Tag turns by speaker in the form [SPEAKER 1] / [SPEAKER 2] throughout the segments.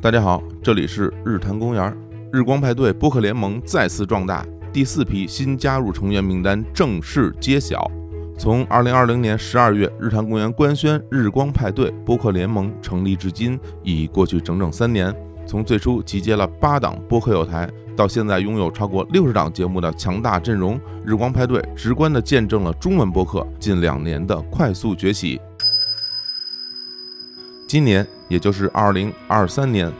[SPEAKER 1] 大家好，这里是日坛公园。日光派对播客联盟再次壮大，第四批新加入成员名单正式揭晓。从二零二零年十二月，日坛公园官宣日光派对播客联盟成立至今，已过去整整三年。从最初集结了八档播客友台，到现在拥有超过六十档节目的强大阵容，日光派对直观地见证了中文播客近两年的快速崛起。今年，也就是二零二三年，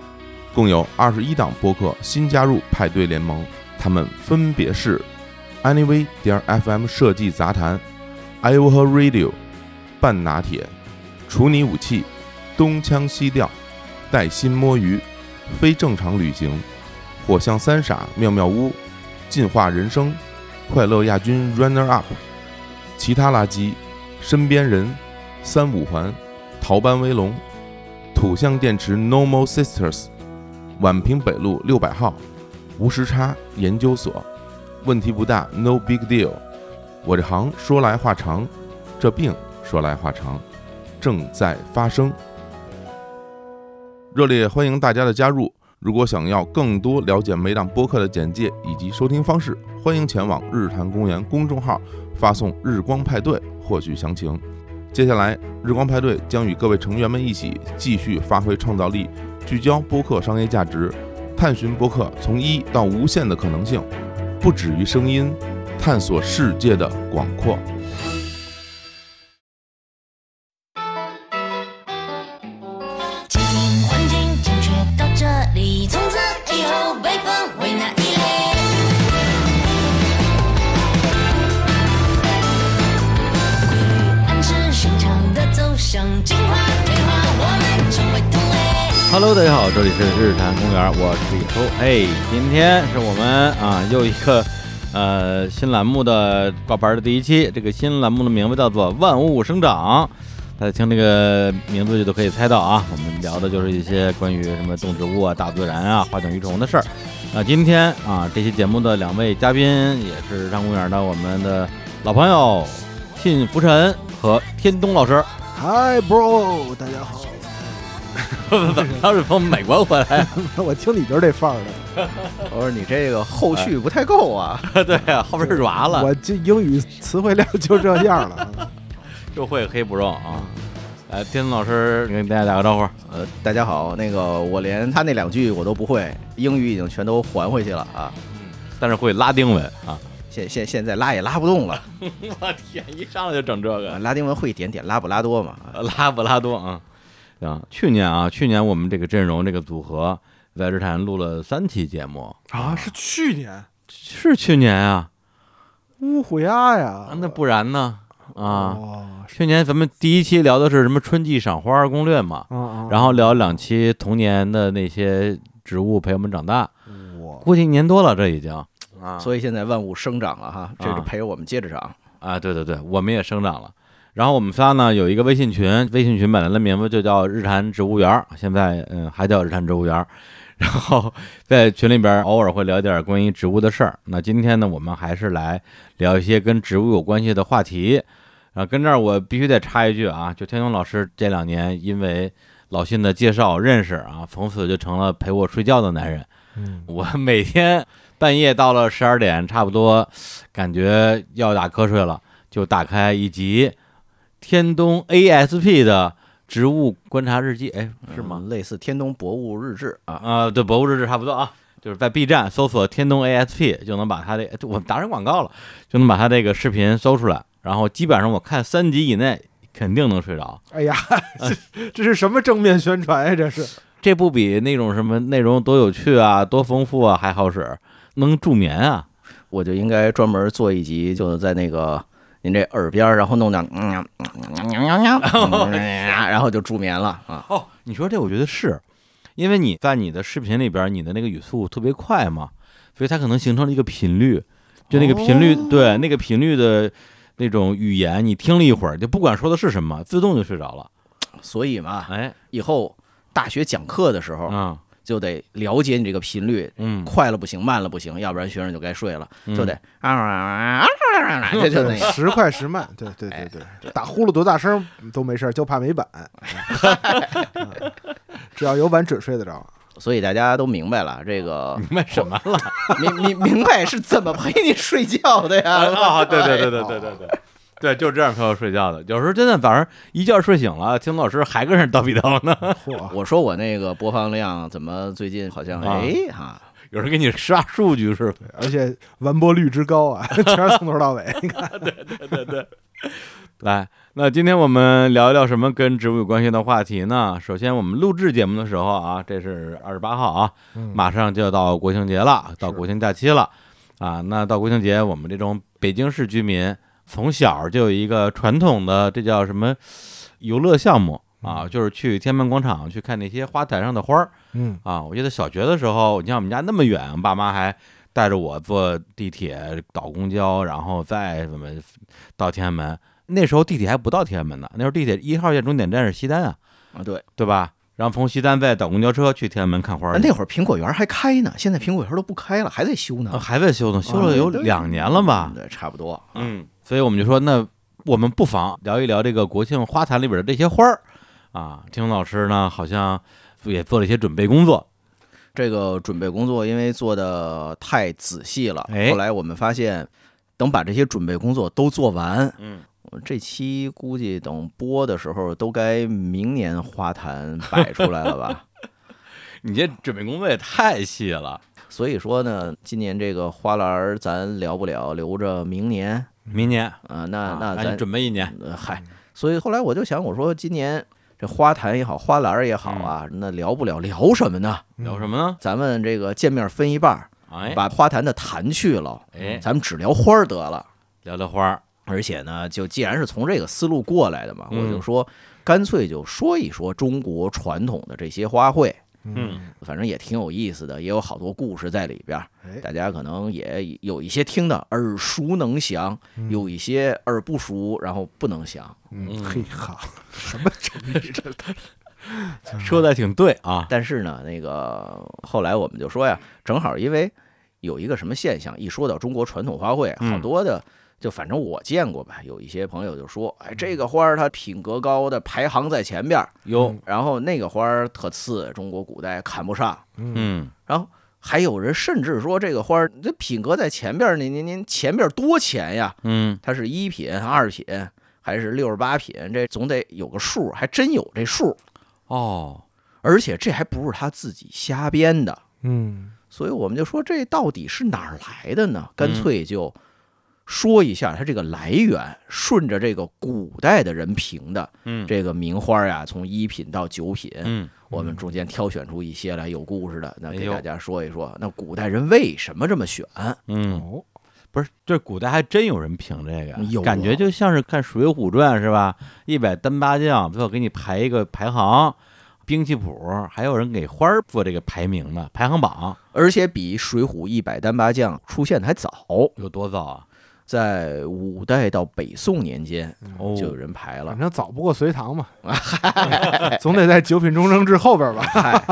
[SPEAKER 1] 共有二十一档播客新加入派对联盟，他们分别是 Anyway 点 FM 设计杂谈、Iowa Radio、半拿铁、处女武器、东腔西调、带薪摸鱼、非正常旅行、火象三傻妙妙屋、进化人生、快乐亚军 Runner Up、其他垃圾、身边人、三五环、逃班威龙、土象电池 Normal Sisters。宛平北路六百号，无时差研究所，问题不大，No big deal。我这行说来话长，这病说来话长，正在发生。热烈欢迎大家的加入。如果想要更多了解每档播客的简介以及收听方式，欢迎前往日坛公园公众号发送“日光派对”获取详情。接下来，日光派对将与各位成员们一起继续发挥创造力，聚焦播客商业价值，探寻播客从一到无限的可能性，不止于声音，探索世界的广阔。
[SPEAKER 2] 精英环境精确到这里，从此以后被分为哪一类？规律暗示寻常的走向进化退化，我们成为同类。
[SPEAKER 3] Hello，大家好，这里是日坛公园，我是李叔。哎，今天是我们啊又一个呃新栏目的挂牌的第一期。这个新栏目的名字叫做《万物生长》，大家听这个名字就都可以猜到啊。我们聊的就是一些关于什么动植物啊、大自然啊、花鸟鱼虫的事儿。啊，今天啊这期节目的两位嘉宾也是日坛公园的我们的老朋友信福臣和 天东老师。
[SPEAKER 4] 嗨，bro，大家好。
[SPEAKER 3] 怎么着是从美国回来？
[SPEAKER 4] 我听你就是这范儿的，
[SPEAKER 5] 我说你这个后续
[SPEAKER 3] 哎
[SPEAKER 5] 不太够啊，
[SPEAKER 3] 对啊， 后边是软了。
[SPEAKER 4] 我这英语词汇量就这样了。
[SPEAKER 3] 就会黑不肉啊！来，天子老师给大家打个招呼。
[SPEAKER 5] 呃，大家好，那个我连他那两句我都不会，英语已经全都还回去了啊，
[SPEAKER 3] 但是会拉丁文啊！
[SPEAKER 5] 现现现在拉也拉不 动了，
[SPEAKER 3] 我天，一上来就整这
[SPEAKER 5] 啊
[SPEAKER 3] 个，
[SPEAKER 5] 拉丁文会一点点，拉布拉多嘛，啊
[SPEAKER 3] 拉布拉多啊！行，去年啊，去年我们这个阵容这个组合在日坛录了三期节目，
[SPEAKER 4] 啊，是去年
[SPEAKER 3] 是去年啊？
[SPEAKER 4] 乌虎鸭呀
[SPEAKER 3] 啊？那不然呢？啊，
[SPEAKER 4] 哦，
[SPEAKER 3] 去年咱们第一期聊的是什么春季赏花攻略嘛，
[SPEAKER 4] 啊
[SPEAKER 3] 然后聊两期童年的那些植物陪我们长大，
[SPEAKER 4] 我
[SPEAKER 3] 估计一年多了，这已经啊
[SPEAKER 5] 所以现在万物生长了哈，这
[SPEAKER 3] 啊
[SPEAKER 5] 是陪我们接着长。
[SPEAKER 3] 啊，对对对，我们也生长了。然后我们仨呢有一个微信群，微信群本来的名字就叫日坛植物园儿，现在嗯还叫日坛植物园儿。然后在群里边偶尔会聊点关于植物的事儿。那今天呢，我们还是来聊一些跟植物有关系的话题。啊，跟这儿我必须得插一句啊，就天龙老师这两年因为老信的介绍认识啊，从此就成了陪我睡觉的男人。
[SPEAKER 4] 嗯
[SPEAKER 3] 我每天半夜到了十二点，差不多感觉要打瞌睡了，就打开一集天东 ASP 的植物观察日记，哎，是吗？
[SPEAKER 5] 嗯类似天东博物日志啊，
[SPEAKER 3] 啊，对，博物日志差不多啊，就是在 B 站搜索天东 ASP 就能把它这哎我们打上广告了，就能把它这个视频搜出来，然后基本上我看三集以内肯定能睡着。
[SPEAKER 4] 哎呀， 这这是什么正面宣传呀？这是
[SPEAKER 3] 这不比那种什么内容多有趣啊、多丰富啊还好使，能助眠啊！
[SPEAKER 5] 我就应该专门做一集，就是在那个您这耳边儿，然后弄点，嗯 然后就助眠了啊。
[SPEAKER 3] 哦，你说这我觉得是，因为你在你的视频里边，你的那个语速特别快嘛，所以它可能形成了一个频率，就那个频率，对那个频率的那种语言，你听了一会儿，就不管说的是什么，自动就睡着了。
[SPEAKER 5] 所以嘛，
[SPEAKER 3] 哎，
[SPEAKER 5] 以后大学讲课的时候，
[SPEAKER 3] 嗯
[SPEAKER 5] 就得了解你这个频率，
[SPEAKER 3] 嗯，
[SPEAKER 5] 快了不行，慢了不行，要不然学生就该睡了，
[SPEAKER 3] 嗯
[SPEAKER 5] 就得啊啊啊啊啊啊，这就那个。
[SPEAKER 4] 时快时慢，对对对
[SPEAKER 3] 哎
[SPEAKER 4] 对，打呼噜多大 声都没事儿，就怕没板。嗯只要有板准睡得着。
[SPEAKER 5] 所以大家都明白了这个
[SPEAKER 3] 明白什么了？
[SPEAKER 5] 明明明白是怎么陪你睡觉的呀？
[SPEAKER 3] 啊，对对对对对对对。对，就这样陪我睡觉的。有时候真的早上一觉睡醒了，听老师还跟人叨逼叨呢。
[SPEAKER 4] 嚯，
[SPEAKER 5] 我说我那个播放量怎么最近好像
[SPEAKER 3] 啊
[SPEAKER 5] 哎哈，
[SPEAKER 3] 有人给你刷数据是吧？
[SPEAKER 4] 而且完播率之高啊， 全是从头到尾。你看，
[SPEAKER 3] 来，那今天我们聊一聊什么跟植物有关系的话题呢？首先，我们录制节目的时候啊，这是二十八号啊，马上就要到国庆节了，到国庆假期了啊。那到国庆节，我们这种北京市居民从小就有一个传统的，这叫什么游乐项目啊？就是去天安门广场去看那些花坛上的花儿。
[SPEAKER 4] 嗯，
[SPEAKER 3] 啊，我记得小学的时候，你像我们家那么远，我爸妈还带着我坐地铁、倒公交，然后再怎么到天安门。那时候地铁还不到天安门呢，那时候地铁一号线终点站是西单啊，
[SPEAKER 5] 啊对，
[SPEAKER 3] 对吧？然后从西单再倒公交车去天安门看花
[SPEAKER 5] 啊
[SPEAKER 3] 儿去。
[SPEAKER 5] 那会儿苹果园还开呢，现在苹果园都不开了，还在修
[SPEAKER 3] 呃
[SPEAKER 5] 呢，
[SPEAKER 3] 还在修呢，修了有两年了吧？
[SPEAKER 5] 对，差不多。
[SPEAKER 3] 哦嗯，所以我们就说，那我们不妨聊一聊这个国庆花坛里边的这些花儿啊。听老师呢，好像也做了一些准备工作。
[SPEAKER 5] 这个准备工作因为做的太仔细了，
[SPEAKER 3] 哎
[SPEAKER 5] 后来我们发现，等把这些准备工作都做完，
[SPEAKER 3] 嗯，
[SPEAKER 5] 这期估计等播的时候都该明年花坛摆出来了 吧。
[SPEAKER 3] 你这准备工作也太细了，
[SPEAKER 5] 所以说呢，今年这个花篮儿咱聊不了，留着明年。
[SPEAKER 3] 明年
[SPEAKER 5] 啊、那
[SPEAKER 3] 啊
[SPEAKER 5] 那
[SPEAKER 3] 那
[SPEAKER 5] 咱、
[SPEAKER 3] 你准备一年。
[SPEAKER 5] 呃嗨，所以后来我就想，我说今年这花坛也好，花篮儿也好啊，
[SPEAKER 3] 嗯
[SPEAKER 5] 那聊不了聊什么呢？
[SPEAKER 3] 聊什么呢？
[SPEAKER 5] 咱们这个见面分一半儿，
[SPEAKER 3] 哎，
[SPEAKER 5] 把花坛的坛去了，
[SPEAKER 3] 哎
[SPEAKER 5] 咱们只聊花儿得了。
[SPEAKER 3] 聊聊花儿，
[SPEAKER 5] 而且呢，就既然是从这个思路过来的嘛，
[SPEAKER 3] 嗯
[SPEAKER 5] 我就说，干脆就说一说中国传统的这些花卉，
[SPEAKER 3] 嗯，
[SPEAKER 5] 反正也挺有意思的，也有好多故事在里边儿
[SPEAKER 4] 哎。
[SPEAKER 5] 大家可能也有一些听的耳熟能详，有一些耳不熟，然后不能详。
[SPEAKER 4] 嗯，
[SPEAKER 3] 嗯
[SPEAKER 4] 嘿哈，什么真理？这
[SPEAKER 3] 说的挺对啊，
[SPEAKER 5] 但是呢，那个后来我们就说呀，正好因为有一个什么现象，一说到中国传统花卉，
[SPEAKER 3] 嗯
[SPEAKER 5] 好多的。就反正我见过吧，有一些朋友就说，哎，这个花儿它品格高的排行在前边儿，
[SPEAKER 3] 哟，
[SPEAKER 5] 然后那个花儿特次，中国古代看不上。
[SPEAKER 3] 嗯，
[SPEAKER 5] 然后还有人甚至说这个花儿这品格在前边儿，您您您前边儿多钱呀？
[SPEAKER 3] 嗯，
[SPEAKER 5] 它是一品、二品还是六十八品？这总得有个数，还真有这数。
[SPEAKER 3] 哦，
[SPEAKER 5] 而且这还不是他自己瞎编的，
[SPEAKER 4] 嗯，
[SPEAKER 5] 所以我们就说这到底是哪儿来的
[SPEAKER 3] 嗯
[SPEAKER 5] 呢？干脆就说一下它这个来源，顺着这个古代的人评的
[SPEAKER 3] 嗯，，
[SPEAKER 5] 这个名花呀，从一品到九品，
[SPEAKER 3] 嗯，
[SPEAKER 5] 我们中间挑选出一些来有故事的，那
[SPEAKER 3] 哎
[SPEAKER 5] 给
[SPEAKER 3] 呦
[SPEAKER 5] 大家说一说，那古代人为什么这么选？
[SPEAKER 3] 嗯，
[SPEAKER 4] 哦，
[SPEAKER 3] 不是，这古代还真有人评这个，
[SPEAKER 5] 有啊
[SPEAKER 3] 感觉就像是看《水浒传》是吧？一百单八将，最后给你排一个排行，兵器谱，还有人给花儿做这个排名呢，排行榜
[SPEAKER 5] 而且比《水浒》一百单八将出现的还早，
[SPEAKER 3] 有多早啊？
[SPEAKER 5] 在五代到北宋年间
[SPEAKER 3] 哦，
[SPEAKER 5] 嗯就有人排了
[SPEAKER 4] 反。正早不过隋 唐嘛，总得在九品中正制后边吧？
[SPEAKER 5] 嗨，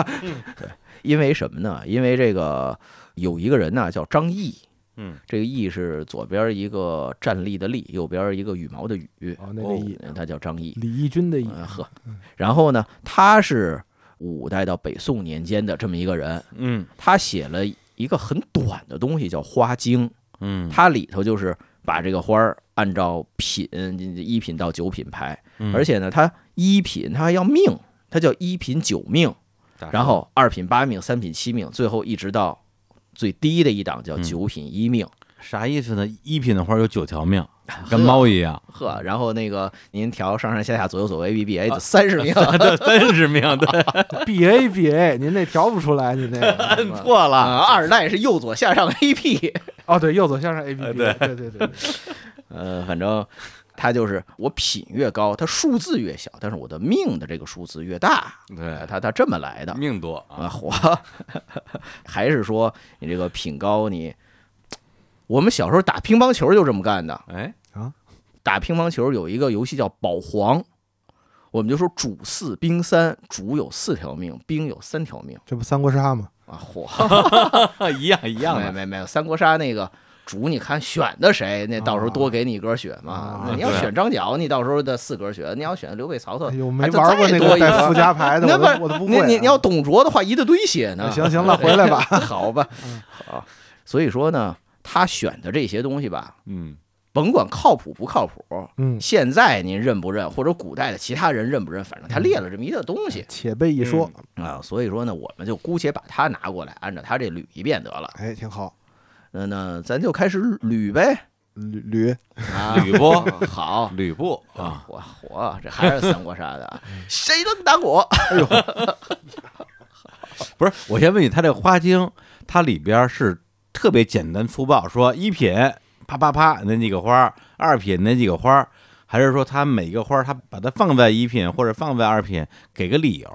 [SPEAKER 5] 对，因为什么呢？因为这个有一个人呢叫张毅，
[SPEAKER 3] 嗯，
[SPEAKER 5] 这个毅是左边一个站立的立，右边一个羽毛的羽，
[SPEAKER 4] 哦，那个义，
[SPEAKER 5] 他叫张毅。
[SPEAKER 4] 李义军的义，
[SPEAKER 5] 呃呵，然后呢，他是五代到北宋年间的这么一个人，
[SPEAKER 3] 嗯
[SPEAKER 5] 他写了一个很短的东西叫《花经》，
[SPEAKER 3] 嗯，
[SPEAKER 5] 它里头就是把这个花儿按照品一品到九品排，
[SPEAKER 3] 嗯
[SPEAKER 5] 而且呢，它一品它还要命，它叫一品九命。
[SPEAKER 3] 打
[SPEAKER 5] 然后二品八命，三品七命，最后一直到最低的一档叫
[SPEAKER 3] 嗯
[SPEAKER 5] 九品一命。
[SPEAKER 3] 啥意思呢？一品的花儿有九条 命，跟猫一样，
[SPEAKER 5] 呵，然后那个您调上上下下左右左右 A B B A 三 十命，
[SPEAKER 3] 对，三十 命，对，
[SPEAKER 5] 嗯
[SPEAKER 4] B A B A，您那调不出来，您那个
[SPEAKER 3] 错了，
[SPEAKER 5] 啊，二代是右左下上 A P，
[SPEAKER 4] 哦，对，右左向上 A B B，
[SPEAKER 5] 哎
[SPEAKER 3] 对
[SPEAKER 4] 对对对，对
[SPEAKER 5] 呃，反正它就是我品越高，它数字越小，但是我的命的这个数字越大，
[SPEAKER 3] 对，
[SPEAKER 5] 它它这么来的
[SPEAKER 3] 命多啊，
[SPEAKER 5] 啊，火， 还是说你这个品高你。我们小时候打乒乓球就这么干的，
[SPEAKER 3] 哎，
[SPEAKER 5] 打乒乓球有一个游戏叫保皇，我们就说主四兵三，主有四条命，兵有三条命
[SPEAKER 4] 这不三国杀吗？
[SPEAKER 5] 啊！嚯，
[SPEAKER 3] 一样一样
[SPEAKER 5] 没
[SPEAKER 3] 的，
[SPEAKER 5] 没没有三国杀那个主你看选的谁，那到时候
[SPEAKER 4] 哦
[SPEAKER 5] 多给你一格选嘛。
[SPEAKER 4] 啊
[SPEAKER 5] 那你要
[SPEAKER 1] 对
[SPEAKER 5] 选张角，你到时候的四格选；你要选刘备、曹操
[SPEAKER 4] 哎，呦，
[SPEAKER 5] 还
[SPEAKER 4] 没
[SPEAKER 5] 得
[SPEAKER 4] 玩过
[SPEAKER 5] 再
[SPEAKER 4] 那
[SPEAKER 5] 多
[SPEAKER 4] 个
[SPEAKER 5] 一
[SPEAKER 4] 带
[SPEAKER 5] 个
[SPEAKER 4] 附加牌的，我都
[SPEAKER 5] 那不
[SPEAKER 4] 我都不
[SPEAKER 5] 你
[SPEAKER 4] 会啊。哎
[SPEAKER 5] 你你要董卓的话，一大堆血呢。
[SPEAKER 4] 行行了，回来吧。 嗯
[SPEAKER 5] 好吧，好。所以说呢，他选的这些东西吧，
[SPEAKER 3] 嗯
[SPEAKER 5] 甭管靠谱不靠谱，
[SPEAKER 4] 嗯，
[SPEAKER 5] 现在您认不认，或者古代的其他人认不认，反
[SPEAKER 4] 嗯
[SPEAKER 5] 正他列了这么一个东西
[SPEAKER 4] 且被一说，
[SPEAKER 5] 啊，所以说呢，我们就姑且把它拿过来，按照他这捋一遍得了。
[SPEAKER 4] 哎，挺好。
[SPEAKER 5] 那那咱就开始捋呗。
[SPEAKER 4] 吕吕，
[SPEAKER 5] 啊，
[SPEAKER 3] 吕布
[SPEAKER 5] 好
[SPEAKER 3] 吕布啊，
[SPEAKER 5] 啊，我我这还是三国杀 的啊，谁能打我？
[SPEAKER 3] 不是，我先问你，它这花精，它里边是特别简单粗暴，说一品啪啪啪那几个花儿，二品那几个花儿，还是说它每个花儿它把它放在一品或者放在二品，给个理由，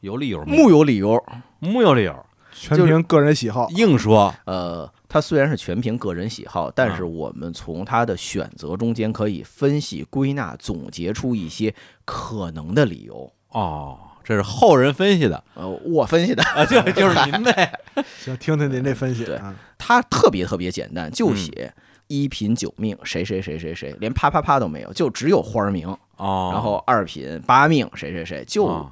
[SPEAKER 3] 有理由吗？
[SPEAKER 5] 木有理由。
[SPEAKER 3] 木有理由，
[SPEAKER 4] 全
[SPEAKER 5] 就是
[SPEAKER 4] 凭个人喜好。
[SPEAKER 3] 硬说，
[SPEAKER 5] 呃，他虽然是全凭个人喜好，但是我们从他的选择中间可以分析、归纳、总结出一些可能的理由。
[SPEAKER 3] 哦，这是后人分 析的
[SPEAKER 5] 呃，我分析 的，
[SPEAKER 3] 啊，就就是您呗，
[SPEAKER 4] 行，听听您这分析
[SPEAKER 5] 对
[SPEAKER 4] 啊。
[SPEAKER 5] 他特别特别简单，就写一品九命谁谁谁谁谁，连啪啪啪都没有，就只有花儿名，
[SPEAKER 3] 哦，
[SPEAKER 5] 然后二品八命谁谁谁，就
[SPEAKER 3] 哦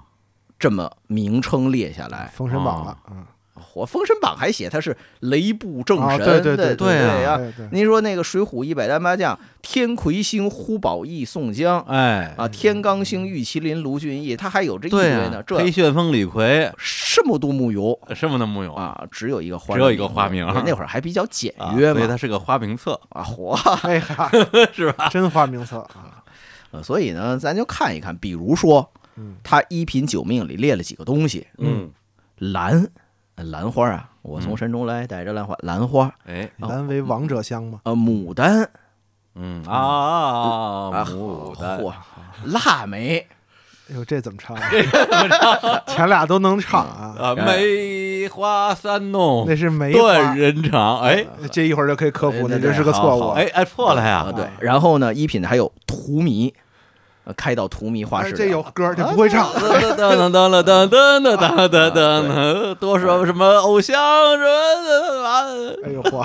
[SPEAKER 5] 这么名称列下来。
[SPEAKER 4] 封神榜
[SPEAKER 5] 哦
[SPEAKER 4] 了，嗯，
[SPEAKER 5] 我《封神榜》还写他是雷部正神，
[SPEAKER 4] 啊对对
[SPEAKER 5] 对
[SPEAKER 3] 对
[SPEAKER 4] 对
[SPEAKER 5] 对呀、啊
[SPEAKER 4] 对对，
[SPEAKER 5] 您说那个《水浒》一百单八将，天魁星呼保义宋江
[SPEAKER 3] 哎，
[SPEAKER 5] 啊，天罡星玉麒麟卢俊义，他还有这一堆
[SPEAKER 3] 对
[SPEAKER 5] 呢。
[SPEAKER 3] 啊，
[SPEAKER 5] 这
[SPEAKER 3] 裴旋风李逵，
[SPEAKER 5] 这么多木由
[SPEAKER 3] 什么都木有，
[SPEAKER 5] 啊，只有一个花，
[SPEAKER 3] 哦只有一个花名
[SPEAKER 5] 对那会儿还比较简
[SPEAKER 3] 啊
[SPEAKER 5] 约
[SPEAKER 3] 所以
[SPEAKER 5] 嘛，
[SPEAKER 3] 它是个花名册，
[SPEAKER 5] 啊，火、
[SPEAKER 4] 哎呀，
[SPEAKER 3] 是吧？
[SPEAKER 4] 真花名册啊。
[SPEAKER 5] 呃所以呢，咱就看一看，比如说
[SPEAKER 4] 嗯，
[SPEAKER 5] 他一品九命里列了几个东西，
[SPEAKER 3] 嗯，
[SPEAKER 5] 兰，兰花啊，我从
[SPEAKER 3] 嗯
[SPEAKER 5] 山中来，带着兰花，兰花，
[SPEAKER 3] 哎，
[SPEAKER 5] 哦
[SPEAKER 4] 难为王者香吗？
[SPEAKER 5] 呃，牡丹
[SPEAKER 3] 嗯啊，
[SPEAKER 5] 啊，
[SPEAKER 3] 牡丹啊
[SPEAKER 5] 嚯，腊梅。
[SPEAKER 4] 哎呦，这怎么唱啊？前俩都能唱啊，
[SPEAKER 3] 啊，
[SPEAKER 5] 哎
[SPEAKER 3] 梅花三弄
[SPEAKER 4] 那是梅
[SPEAKER 3] 断
[SPEAKER 4] 花。
[SPEAKER 3] 哦人肠，哎
[SPEAKER 4] 这一会儿就可以科普，
[SPEAKER 5] 哎
[SPEAKER 4] 那
[SPEAKER 5] 对
[SPEAKER 4] 真是个错
[SPEAKER 5] 好
[SPEAKER 4] 误。
[SPEAKER 5] 好
[SPEAKER 3] 哎哎破了
[SPEAKER 5] 啊，
[SPEAKER 3] 呀，
[SPEAKER 5] 对。然后呢，一品的还有荼蘼，呃开到荼蘼画
[SPEAKER 4] 哎
[SPEAKER 5] 室。
[SPEAKER 4] 这有歌儿，这不会唱。
[SPEAKER 3] 噔噔噔噔噔噔噔噔噔噔，多说什么偶像啊什么
[SPEAKER 4] 哎呦嚯，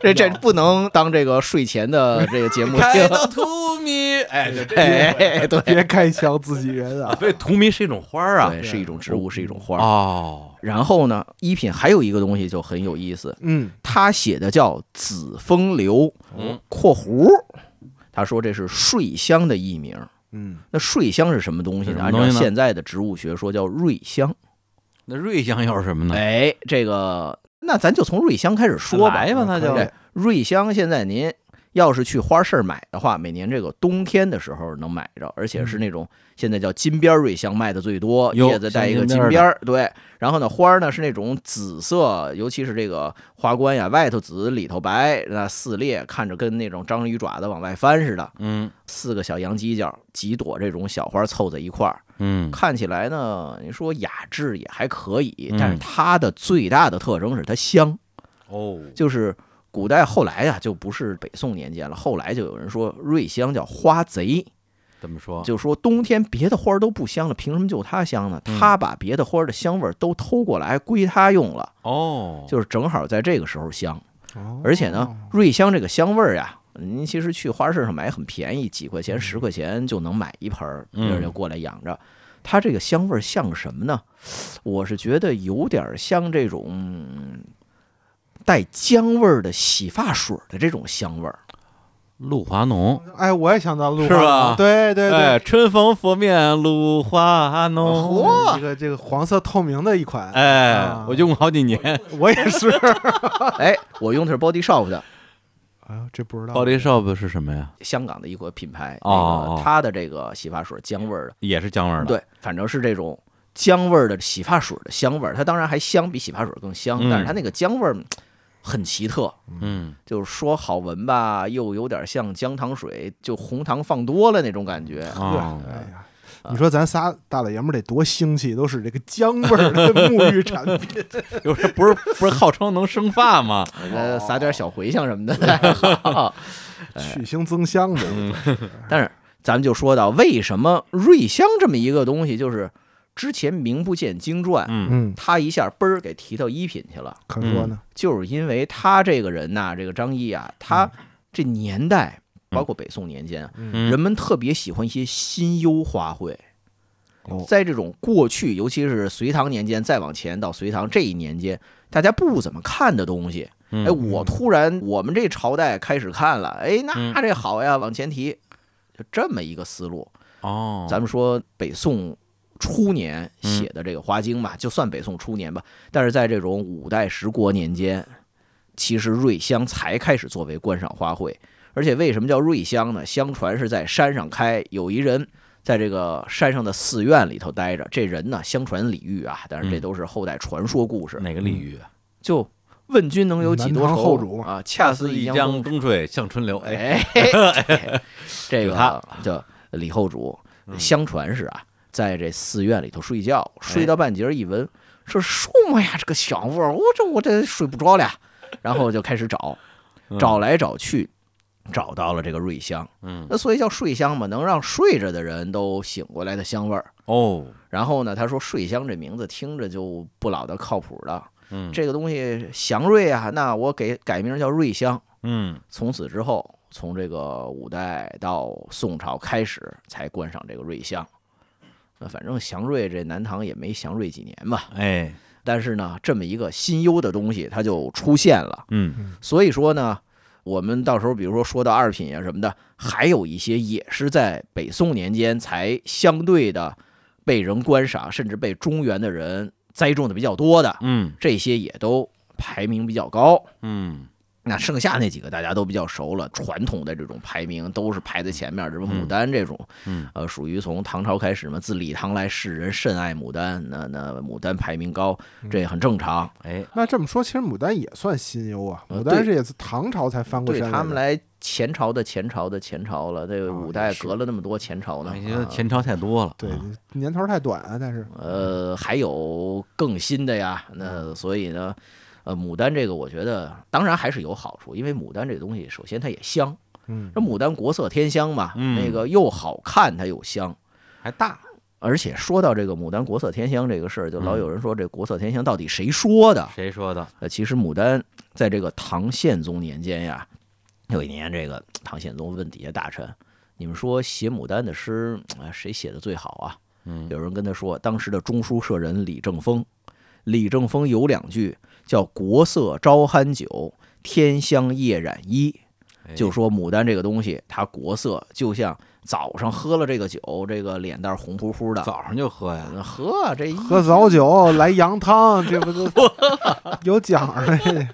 [SPEAKER 5] 这这不能当这个睡前的这个节目
[SPEAKER 3] 的，开
[SPEAKER 5] 听。
[SPEAKER 3] 到荼 蘼，哎，就这
[SPEAKER 5] 哎，对
[SPEAKER 4] 别开枪自己人啊！
[SPEAKER 3] 所以荼蘼是一种花儿啊，
[SPEAKER 5] 对，是一种植物，是一种花儿。
[SPEAKER 3] 哦，
[SPEAKER 5] 然后呢，一品还有一个东西就很有意思，
[SPEAKER 4] 嗯，
[SPEAKER 5] 他写的叫紫风流
[SPEAKER 3] 嗯，
[SPEAKER 5] （括弧），他说这是睡香的艺名。
[SPEAKER 4] 嗯，
[SPEAKER 5] 那睡香是什么东
[SPEAKER 3] 是
[SPEAKER 5] 西呢？
[SPEAKER 3] 什么
[SPEAKER 5] 按
[SPEAKER 3] 东
[SPEAKER 5] 照
[SPEAKER 3] 西呢
[SPEAKER 5] 现在的植物学说叫瑞香。
[SPEAKER 3] 那瑞香又是什么呢？
[SPEAKER 5] 哎，这个那咱就从瑞香开始说吧。
[SPEAKER 3] 来吧，那就
[SPEAKER 4] 可以
[SPEAKER 5] 瑞香现在您要是去花市买的话，每年这个冬天的时候能买着，而且是那种现在叫金边瑞香卖的最多，
[SPEAKER 3] 嗯哟
[SPEAKER 5] 叶子带一个金
[SPEAKER 3] 镶金
[SPEAKER 5] 边
[SPEAKER 3] 边
[SPEAKER 5] 儿，对。然后呢，花儿呢是那种紫色，尤其是这个花冠呀，外头紫里头白，那四裂看着跟那种章鱼爪子往外翻似的，
[SPEAKER 3] 嗯
[SPEAKER 5] 四个小羊犄角，几朵这种小花凑在一块儿，
[SPEAKER 3] 嗯
[SPEAKER 5] 看起来呢，你说雅致也还可以
[SPEAKER 3] 嗯，
[SPEAKER 5] 但是它的最大的特征是它香。
[SPEAKER 3] 哦，
[SPEAKER 5] 就是古代后来呀、就不是北宋年间了，后来就有人说瑞香叫花贼，
[SPEAKER 3] 怎么说？
[SPEAKER 5] 就说冬天别的花儿都不香了，凭什么就它香呢？
[SPEAKER 3] 嗯
[SPEAKER 5] 它把别的花儿的香味儿都偷过来归它用了，
[SPEAKER 3] 哦，
[SPEAKER 5] 就是正好在这个时候香。
[SPEAKER 4] 哦
[SPEAKER 5] 而且呢，瑞香这个香味儿呀。您其实去花市上买很便宜，几块钱、十块钱就能买一盆儿，
[SPEAKER 3] 嗯
[SPEAKER 5] 人就过来养着。它这个香味儿像什么呢？我是觉得有点儿像这种嗯带姜味儿的洗发水儿的这种香 味儿。
[SPEAKER 3] 露华浓。
[SPEAKER 4] 哎，我也想到鹿
[SPEAKER 3] 是吧
[SPEAKER 4] 对对
[SPEAKER 3] 哎，
[SPEAKER 4] 对，
[SPEAKER 3] 春风拂面露华浓。
[SPEAKER 4] 哦
[SPEAKER 5] 啊
[SPEAKER 4] 这个这个黄色透明的一款，
[SPEAKER 3] 哎
[SPEAKER 4] 啊，
[SPEAKER 3] 我用过好几年
[SPEAKER 4] 我也是。
[SPEAKER 5] 哎，我用的是 Body Shop 的
[SPEAKER 4] 哎呦，这不知道。
[SPEAKER 3] ，Body Shop 是什么呀？
[SPEAKER 5] 香港的一个品牌，
[SPEAKER 3] 哦
[SPEAKER 5] 那
[SPEAKER 3] 哦
[SPEAKER 5] 个它的这个洗发水儿姜味儿的，
[SPEAKER 3] 也是姜味儿的。，
[SPEAKER 5] 对，反正是这种姜味儿的洗发水儿的香味儿。它当然还香，比洗发水儿更香，
[SPEAKER 3] 嗯
[SPEAKER 5] 但是它那个姜味儿嗯很奇特。
[SPEAKER 3] 嗯，
[SPEAKER 5] 就是说好闻吧，又有点像姜糖水，就红糖放多了那种感觉。
[SPEAKER 3] 啊，
[SPEAKER 4] 哎呀，你说咱仨大老爷们儿得多腥气，都是这个姜味儿的沐浴产品。
[SPEAKER 3] 有时候不是不是号称能生发 吗？
[SPEAKER 5] 我觉得撒点小茴香什么
[SPEAKER 3] 哦
[SPEAKER 5] 的好。
[SPEAKER 4] 去腥增香的，
[SPEAKER 5] 但是咱们就说到为什么瑞香这么一个东西，就是之前名不见经传，
[SPEAKER 3] 嗯
[SPEAKER 4] 嗯，
[SPEAKER 5] 他一下嘣儿给提到一品去了，
[SPEAKER 4] 可说呢，
[SPEAKER 5] 就是因为他这个人呐、这个张毅啊，他这年代，包括北宋年间啊，
[SPEAKER 3] 嗯，
[SPEAKER 5] 人们特别喜欢一些新优花卉
[SPEAKER 4] 哦。
[SPEAKER 5] 在这种过去，尤其是隋唐年间，再往前到隋唐这一年间，大家不怎么看的东西，
[SPEAKER 3] 嗯
[SPEAKER 5] 哎，我突然我们这朝代开始看了，哎，
[SPEAKER 3] 嗯
[SPEAKER 5] 那这好呀，往前提，就这么一个思路。
[SPEAKER 3] 哦，
[SPEAKER 5] 咱们说北宋初年
[SPEAKER 3] 嗯
[SPEAKER 5] 写的这个《华经》吧，就算北宋初年吧，但是在这种五代十国年间，其实瑞香才开始作为观赏花卉。而且为什么叫瑞香呢？相传是在山上开，有一人在这个山上的寺院里头待着，这人呢，相传李煜啊，但是
[SPEAKER 3] 嗯
[SPEAKER 5] 这都是后代传说故事，
[SPEAKER 3] 哪个鲤鱼啊？
[SPEAKER 5] 嗯就。问君能有几
[SPEAKER 4] 南
[SPEAKER 5] 多
[SPEAKER 4] 唐
[SPEAKER 5] 愁
[SPEAKER 4] 后主嘛
[SPEAKER 5] 啊？恰似
[SPEAKER 3] 一
[SPEAKER 5] 一
[SPEAKER 3] 江
[SPEAKER 5] 江
[SPEAKER 3] 东水向春流。哎，
[SPEAKER 5] 哎， 这
[SPEAKER 3] 有他嗯
[SPEAKER 5] 个叫李后主，相传是啊，在这寺院里头睡觉，
[SPEAKER 3] 哎
[SPEAKER 5] 睡到半截儿一闻，说什么呀？这个香味儿，我这我这睡不着了呀。然后就开始找，找来找去，找到了这个瑞香。
[SPEAKER 3] 嗯，
[SPEAKER 5] 那所以叫睡香嘛，能让睡着的人都醒过来的香味儿。
[SPEAKER 3] 哦，
[SPEAKER 5] 然后呢，他说睡香这名字听着就不老的靠谱了。
[SPEAKER 3] 嗯
[SPEAKER 5] 这个东西祥瑞啊，那我给改名叫瑞香。
[SPEAKER 3] 嗯
[SPEAKER 5] 从此之后，从这个五代到宋朝开始才观赏这个瑞香。那反正祥瑞这南唐也没祥瑞几年吧，
[SPEAKER 3] 哎
[SPEAKER 5] 但是呢，这么一个新优的东西它就出现了。
[SPEAKER 3] 嗯
[SPEAKER 5] 所以说呢，我们到时候比如说说到二品啊什么的，还有一些也是在北宋年间才相对的被人观赏，甚至被中原的人栽种的比较多的，
[SPEAKER 3] 嗯
[SPEAKER 5] 这些也都排名比较高。
[SPEAKER 3] 嗯
[SPEAKER 5] 那剩下那几个大家都比较熟了，传统的这种排名都是排在前面，什么牡丹这种，
[SPEAKER 3] 嗯
[SPEAKER 5] 呃，属于从唐朝开始嘛，自李唐来世人甚爱牡丹，那那牡丹排名高，这也很正常。
[SPEAKER 3] 哎
[SPEAKER 4] 那这么说，其实牡丹也算新优啊，
[SPEAKER 5] 呃
[SPEAKER 4] 牡丹
[SPEAKER 5] 对
[SPEAKER 4] 是也是唐朝才翻过嗯
[SPEAKER 5] 对
[SPEAKER 4] 山
[SPEAKER 5] 他们
[SPEAKER 4] 来
[SPEAKER 5] 来前朝的前朝的前朝了，这个
[SPEAKER 4] 啊
[SPEAKER 5] 五
[SPEAKER 4] 也
[SPEAKER 5] 代
[SPEAKER 4] 是
[SPEAKER 5] 隔了那么多前朝呢
[SPEAKER 3] 哎，呀
[SPEAKER 5] 啊
[SPEAKER 3] 前朝太多了。
[SPEAKER 4] 的，对
[SPEAKER 3] 啊，
[SPEAKER 4] 年头太短啊，但是
[SPEAKER 5] 呃，还有更新的呀，那所以呢，呃，牡丹这个我觉得当然还是有好处，因为牡丹这个东西，首先它也香，
[SPEAKER 4] 嗯
[SPEAKER 5] 这牡丹国色天香嘛，
[SPEAKER 3] 嗯
[SPEAKER 5] 那个又好看，它又香。
[SPEAKER 3] 还大。
[SPEAKER 5] 而且说到这个牡丹国色天香这个事儿，就
[SPEAKER 3] 嗯
[SPEAKER 5] 老有人说这国色天香到底谁说的？
[SPEAKER 3] 谁说的？
[SPEAKER 5] 呃，其实牡丹在这个唐宪宗年间呀，有一年这个唐宪宗问底下大臣：“你们说写牡丹的诗，啊，谁写的最好啊？”
[SPEAKER 3] 嗯
[SPEAKER 5] 有人跟他说，当时的中书舍人李正风，李正风有两句叫“国色朝酣酒，天香夜染衣”。
[SPEAKER 3] 哎
[SPEAKER 5] 就说牡丹这个东西，它国色就像早上喝了这个酒，这个脸蛋儿红扑扑的，
[SPEAKER 3] 早上就喝呀。
[SPEAKER 5] 嗯喝啊这一
[SPEAKER 4] 喝早酒来羊汤，这不都 有讲儿了？这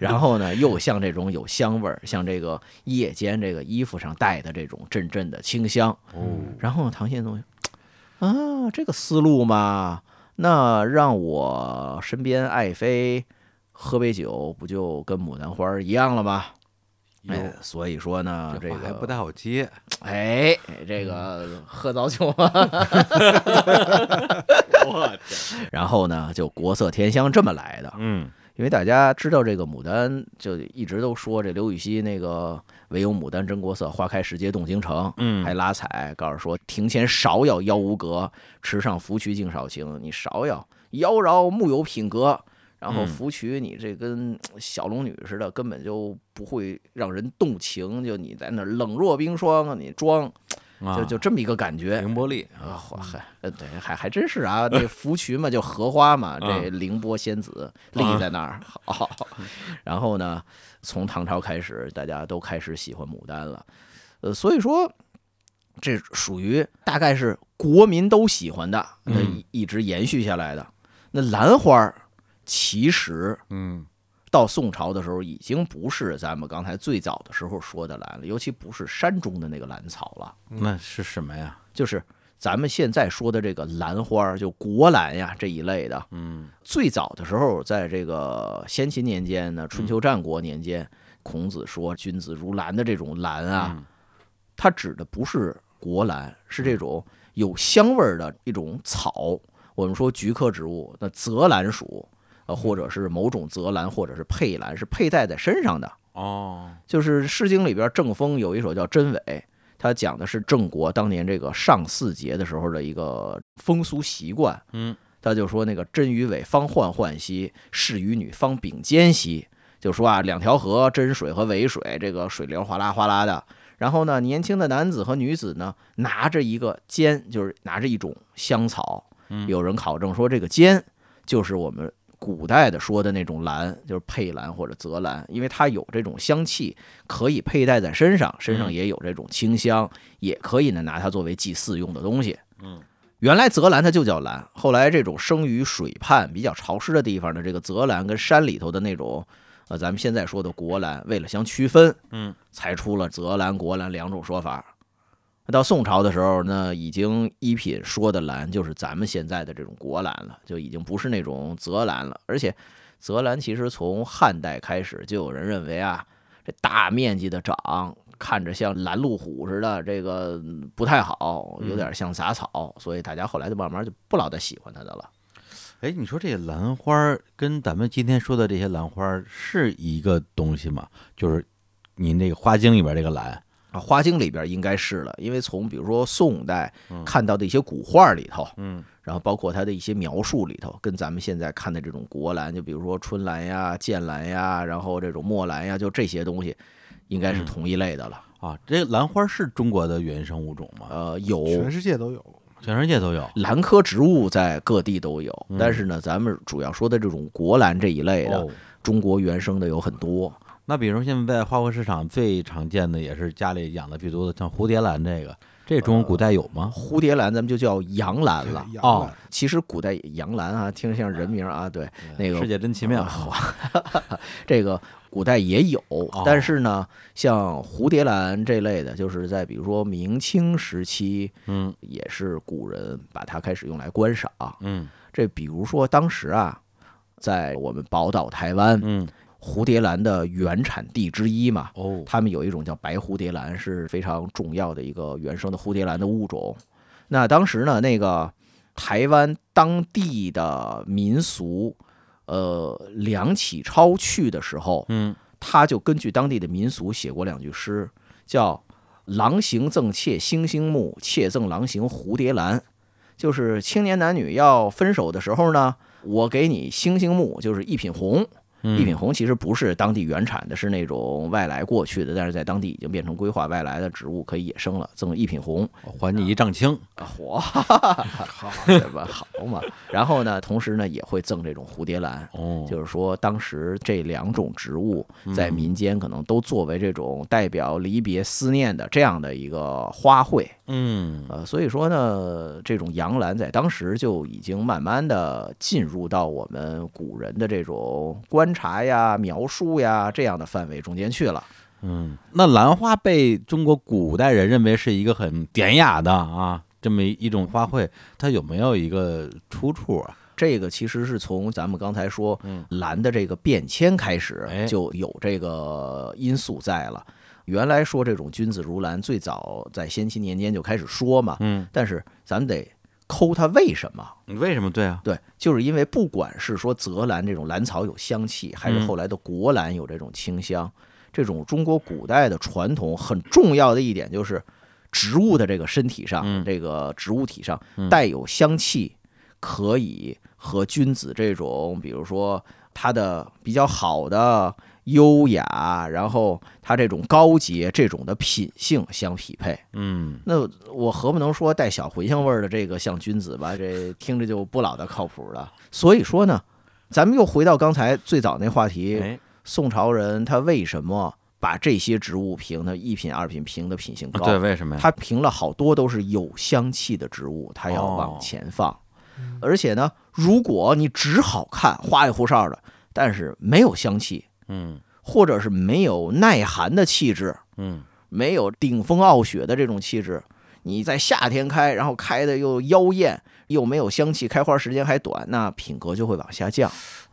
[SPEAKER 5] 然后呢，又像这种有香味儿，像这个夜间这个衣服上带的这种阵阵的清香。
[SPEAKER 3] 哦，
[SPEAKER 5] 然后呢，唐宪宗就啊，这个思路嘛，那让我身边爱妃喝杯酒，不就跟牡丹花儿一样了吗？哎
[SPEAKER 3] 哟，
[SPEAKER 5] 所以说呢，这
[SPEAKER 3] 话还不
[SPEAKER 5] 个
[SPEAKER 3] 太好接。
[SPEAKER 5] 哎，这个喝早酒啊 嘛，
[SPEAKER 3] 嗯 我
[SPEAKER 5] 然后呢，就国色天香这么来的。
[SPEAKER 3] 嗯
[SPEAKER 5] 因为大家知道这个牡丹，就一直都说这刘禹锡那个“唯有牡丹真国色，花开时节动京城”，
[SPEAKER 3] 嗯
[SPEAKER 5] 还拉踩，告诉说庭前芍药妖无格，池上芙蕖净少情。你芍药妖娆木有品格，然后
[SPEAKER 3] 嗯
[SPEAKER 5] 芙蕖你这跟小龙女似的，根本就不会让人动情。就你在那儿冷若冰霜，你装
[SPEAKER 3] 啊，
[SPEAKER 5] 就就这么一个感觉。
[SPEAKER 3] 凌波丽
[SPEAKER 5] 啊，嚯还呃对，还还真是 啊，这芙蕖嘛，就荷花嘛，这
[SPEAKER 3] 嗯啊
[SPEAKER 5] 凌波仙子立在那儿， 好。然后呢，从唐朝开始，大家都开始喜欢牡丹了，呃，所以说这属于大概是国民都喜欢的，那
[SPEAKER 3] 嗯
[SPEAKER 5] 一直延续下来的。那兰花儿其实
[SPEAKER 3] 嗯
[SPEAKER 5] 到宋朝的时候，已经不是咱们刚才最早的时候说的兰了，尤其不是山中的那个兰草了。
[SPEAKER 3] 嗯那是什么呀？
[SPEAKER 5] 就是咱们现在说的这个兰花儿，就国兰呀这一类的，
[SPEAKER 3] 嗯
[SPEAKER 5] 最早的时候，在这个先秦年间呢，春秋战国年间，孔子说“君子如兰”的这种兰啊，
[SPEAKER 3] 嗯
[SPEAKER 5] 它指的不是国兰，是这种有香味儿的一种草。我们说菊科植物，那泽兰属，呃，或者是某种泽兰，或者是佩兰，是佩戴在身上的。
[SPEAKER 3] 哦
[SPEAKER 5] 就是《诗经》里边正风有一首叫《真伪》，它讲的是郑国当年这个上巳节的时候的一个风俗习惯。
[SPEAKER 3] 嗯，
[SPEAKER 5] 他就说那个真与伪方患患兮，是与女方秉兼兮。就说啊，两条河真水和伪水，这个水流哗啦哗啦的。然后呢，年轻的男子和女子呢，拿着一个尖，就是拿着一种香草。
[SPEAKER 3] 嗯
[SPEAKER 5] 有人考证说，这个尖就是我们古代的说的那种兰，就是佩兰或者泽兰，因为它有这种香气，可以佩戴在身上，身上
[SPEAKER 3] 嗯
[SPEAKER 5] 也有这种清香，也可以呢拿它作为祭祀用的东西。
[SPEAKER 3] 嗯，
[SPEAKER 5] 原来泽兰它就叫兰，后来这种生于水畔比较潮湿的地方的这个泽兰跟山里头的那种，呃，咱们现在说的国兰，为了相区分，
[SPEAKER 3] 嗯，
[SPEAKER 5] 才出了泽兰、国兰两种说法。到宋朝的时候呢，已经一品说的兰就是咱们现在的这种国兰了，就已经不是那种泽兰了。而且泽兰其实从汉代开始就有人认为啊，这大面积的长，看着像拦路虎似的，这个嗯不太好，有点像杂草，所以大家后来就慢慢就不老再喜欢它的了。
[SPEAKER 3] 哎，你说这兰花儿跟咱们今天说的这些兰花儿是一个东西吗？就是您这个花茎里边这个兰，
[SPEAKER 5] 啊，花经里边应该是了，因为从比如说宋代看到的一些古画里头，
[SPEAKER 3] 嗯，
[SPEAKER 5] 然后包括它的一些描述里头，跟咱们现在看的这种国兰，就比如说春兰呀、剑兰呀，然后这种墨兰呀，就这些东西，应该是同一类的了。
[SPEAKER 3] 啊，这兰花是中国的原生物种吗？
[SPEAKER 5] 呃，有
[SPEAKER 4] 全世界都有。
[SPEAKER 3] 全世界都有。
[SPEAKER 5] 兰科植物在各地都有，
[SPEAKER 3] 嗯
[SPEAKER 5] 但是呢，咱们主要说的这种国兰这一类的，
[SPEAKER 3] 哦，
[SPEAKER 5] 中国原生的有很多。
[SPEAKER 3] 那比如现在花卉市场最常见的也是家里养的最多的，像蝴蝶兰这个，这中国古代有吗？
[SPEAKER 5] 蝴蝶兰咱们就叫洋兰了。啊
[SPEAKER 4] 养
[SPEAKER 3] 哦
[SPEAKER 4] 了
[SPEAKER 5] 其实古代洋兰啊，听着像人名啊，对，那个
[SPEAKER 3] 世界真奇妙。
[SPEAKER 5] 啊这个古代也有，但是呢，像蝴蝶兰这类的，就是在比如说明清时期，
[SPEAKER 3] 嗯
[SPEAKER 5] 也是古人把它开始用来观赏。
[SPEAKER 3] 嗯
[SPEAKER 5] 这比如说当时啊，在我们宝岛台湾，
[SPEAKER 3] 嗯，
[SPEAKER 5] 蝴蝶兰的原产地之一嘛，
[SPEAKER 3] 哦，
[SPEAKER 5] 他们有一种叫白蝴蝶兰，是非常重要的一个原生的蝴蝶兰的物种。那当时呢，那个台湾当地的民俗，呃，梁启超去的时候，
[SPEAKER 3] 嗯
[SPEAKER 5] 他就根据当地的民俗写过两句诗，叫“郎行赠妾星星木，妾赠郎行蝴蝶兰”，就是青年男女要分手的时候呢，我给你星星木，就是一品红。
[SPEAKER 3] 嗯，
[SPEAKER 5] 一品红其实不是当地原产的，是那种外来过去的，但是在当地已经变成规划外来的植物，可以野生了，赠一品红，
[SPEAKER 3] 还你一丈青。
[SPEAKER 5] 啊，火， 好对吧？好嘛。然后呢，同时呢也会赠这种蝴蝶兰，
[SPEAKER 3] 哦，
[SPEAKER 5] 就是说当时这两种植物
[SPEAKER 3] 嗯
[SPEAKER 5] 在民间可能都作为这种代表离别思念的这样的一个花卉，
[SPEAKER 3] 嗯
[SPEAKER 5] 呃，所以说呢，这种洋兰在当时就已经慢慢的进入到我们古人的这种观察呀、描述呀这样的范围中间去了。
[SPEAKER 3] 嗯，那兰花被中国古代人认为是一个很典雅的啊，这么一种花卉，它有没有一个出处啊？
[SPEAKER 5] 这个其实是从咱们刚才说
[SPEAKER 3] 嗯
[SPEAKER 5] 兰的这个变迁开始
[SPEAKER 3] 哎
[SPEAKER 5] 就有这个因素在了。原来说这种君子如兰，最早在先秦年间就开始说嘛，
[SPEAKER 3] 嗯，
[SPEAKER 5] 但是咱们得抠它为什么？
[SPEAKER 3] 你为什么对啊？
[SPEAKER 5] 对，就是因为不管是说泽兰这种兰草有香气，还是
[SPEAKER 3] 嗯
[SPEAKER 5] 后来的国兰有这种清香，这种中国古代的传统很重要的一点就是，植物的这个身体上，
[SPEAKER 3] 嗯
[SPEAKER 5] 这个植物体上
[SPEAKER 3] 嗯
[SPEAKER 5] 带有香气，可以和君子这种，比如说它的比较好的。优雅，然后它这种高洁这种的品性相匹配，
[SPEAKER 3] 嗯，
[SPEAKER 5] 那我何不能说带小茴香味儿的这个像君子吧？这听着就不老的靠谱了。所以说呢，咱们又回到刚才最早那话题，
[SPEAKER 3] 哎，
[SPEAKER 5] 宋朝人他为什么把这些植物评的一品、二品评的品性高？
[SPEAKER 3] 啊哦对，为什么呀？
[SPEAKER 5] 他评了好多都是有香气的植物，他要
[SPEAKER 3] 哦
[SPEAKER 5] 往前放。而且呢，如果你只好看花里胡哨的，但是没有香气，
[SPEAKER 3] 嗯
[SPEAKER 5] 或者是没有耐寒的气质，
[SPEAKER 3] 嗯
[SPEAKER 5] 没有顶风傲雪的这种气质。你在夏天开，然后开的又妖艳，又没有香气，开花时间还短，那品格就会往下降。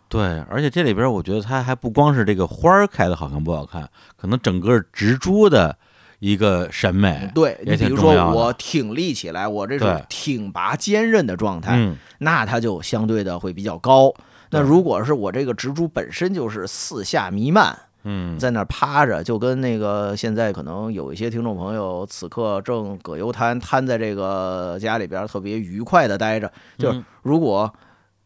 [SPEAKER 3] 对，而且这里边我觉得它还不光是这个花儿开的好看不好看，可能整个植株的一个审
[SPEAKER 4] 嗯
[SPEAKER 3] 美。
[SPEAKER 5] 对你
[SPEAKER 3] 也
[SPEAKER 5] 比
[SPEAKER 3] 挺
[SPEAKER 5] 如
[SPEAKER 3] 重
[SPEAKER 5] 说
[SPEAKER 3] 要的
[SPEAKER 5] 我挺立起来，我这
[SPEAKER 3] 对
[SPEAKER 5] 是挺拔坚韧的状态，
[SPEAKER 3] 嗯，
[SPEAKER 5] 那它就相对的会比较高。那
[SPEAKER 3] 对
[SPEAKER 5] 如果是我这个植株本身就是四下弥漫，
[SPEAKER 3] 嗯，
[SPEAKER 5] 在那儿趴着，就跟那个现在可能有一些听众朋友此刻正葛优瘫瘫在这个家里边儿特别愉快的待着。就是
[SPEAKER 3] 嗯
[SPEAKER 5] 如果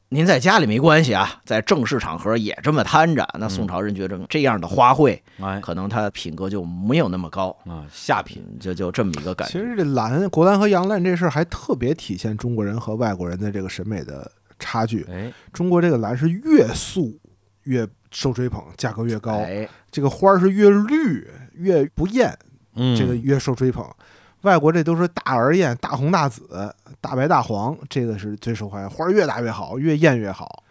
[SPEAKER 5] 您在家里没关系啊，在正式场合也这么瘫着，那宋
[SPEAKER 3] 嗯
[SPEAKER 5] 朝人觉得这样的花卉，
[SPEAKER 3] 哎
[SPEAKER 5] 可能他品格就没有那么高，
[SPEAKER 3] 啊，下品
[SPEAKER 5] 嗯就就这么一个感
[SPEAKER 4] 其
[SPEAKER 5] 觉。
[SPEAKER 4] 实这蓝国蓝和洋蓝这事儿还特别体现中国人和外国人的这个审美的差距。
[SPEAKER 3] 哎，
[SPEAKER 4] 中国这个蓝是越素越受追捧，价格越高；
[SPEAKER 5] 哎，
[SPEAKER 4] 这个花儿是越绿越不艳，
[SPEAKER 3] 嗯，
[SPEAKER 4] 这个越受追捧。外国这都是大而艳、大红大紫、大白大黄，这个是最受欢迎，花儿越大越好，越艳越好，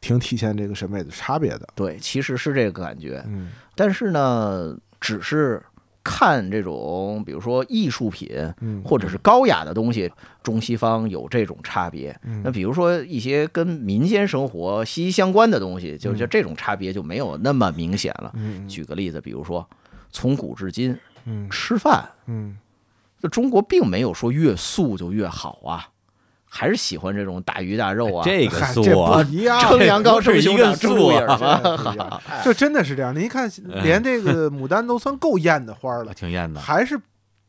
[SPEAKER 4] 挺体现这个审美的差别的。
[SPEAKER 5] 对，其实是这个感觉。
[SPEAKER 4] 嗯，
[SPEAKER 5] 但是呢，只是看这种，比如说艺术品
[SPEAKER 4] 嗯
[SPEAKER 5] 或者是高雅的东西，中西方有这种差别。
[SPEAKER 4] 嗯
[SPEAKER 5] 那比如说一些跟民间生活息息相关的东西，就就这种差别就没有那么明显了。
[SPEAKER 4] 嗯
[SPEAKER 5] 举个例子，比如说从古至今
[SPEAKER 4] 嗯
[SPEAKER 5] 吃饭，
[SPEAKER 4] 嗯
[SPEAKER 5] 这中国并没有说越素就越好啊，还是喜欢这种大鱼大肉啊。
[SPEAKER 3] 这个
[SPEAKER 4] 嗨
[SPEAKER 3] 素
[SPEAKER 4] 这
[SPEAKER 3] 啊
[SPEAKER 4] 不，一样，
[SPEAKER 5] 蒸羊
[SPEAKER 3] 这
[SPEAKER 5] 羔、
[SPEAKER 3] 不
[SPEAKER 5] 蒸
[SPEAKER 3] 是一
[SPEAKER 5] 熊
[SPEAKER 3] 个
[SPEAKER 5] 掌、蒸
[SPEAKER 3] 素
[SPEAKER 5] 鹿
[SPEAKER 3] 啊哎
[SPEAKER 5] 眼儿
[SPEAKER 4] 这
[SPEAKER 5] 吗？
[SPEAKER 4] 不 一样就真的是这样。您看，连这个牡丹都算够艳的 花儿了，
[SPEAKER 3] 挺艳的，
[SPEAKER 4] 还是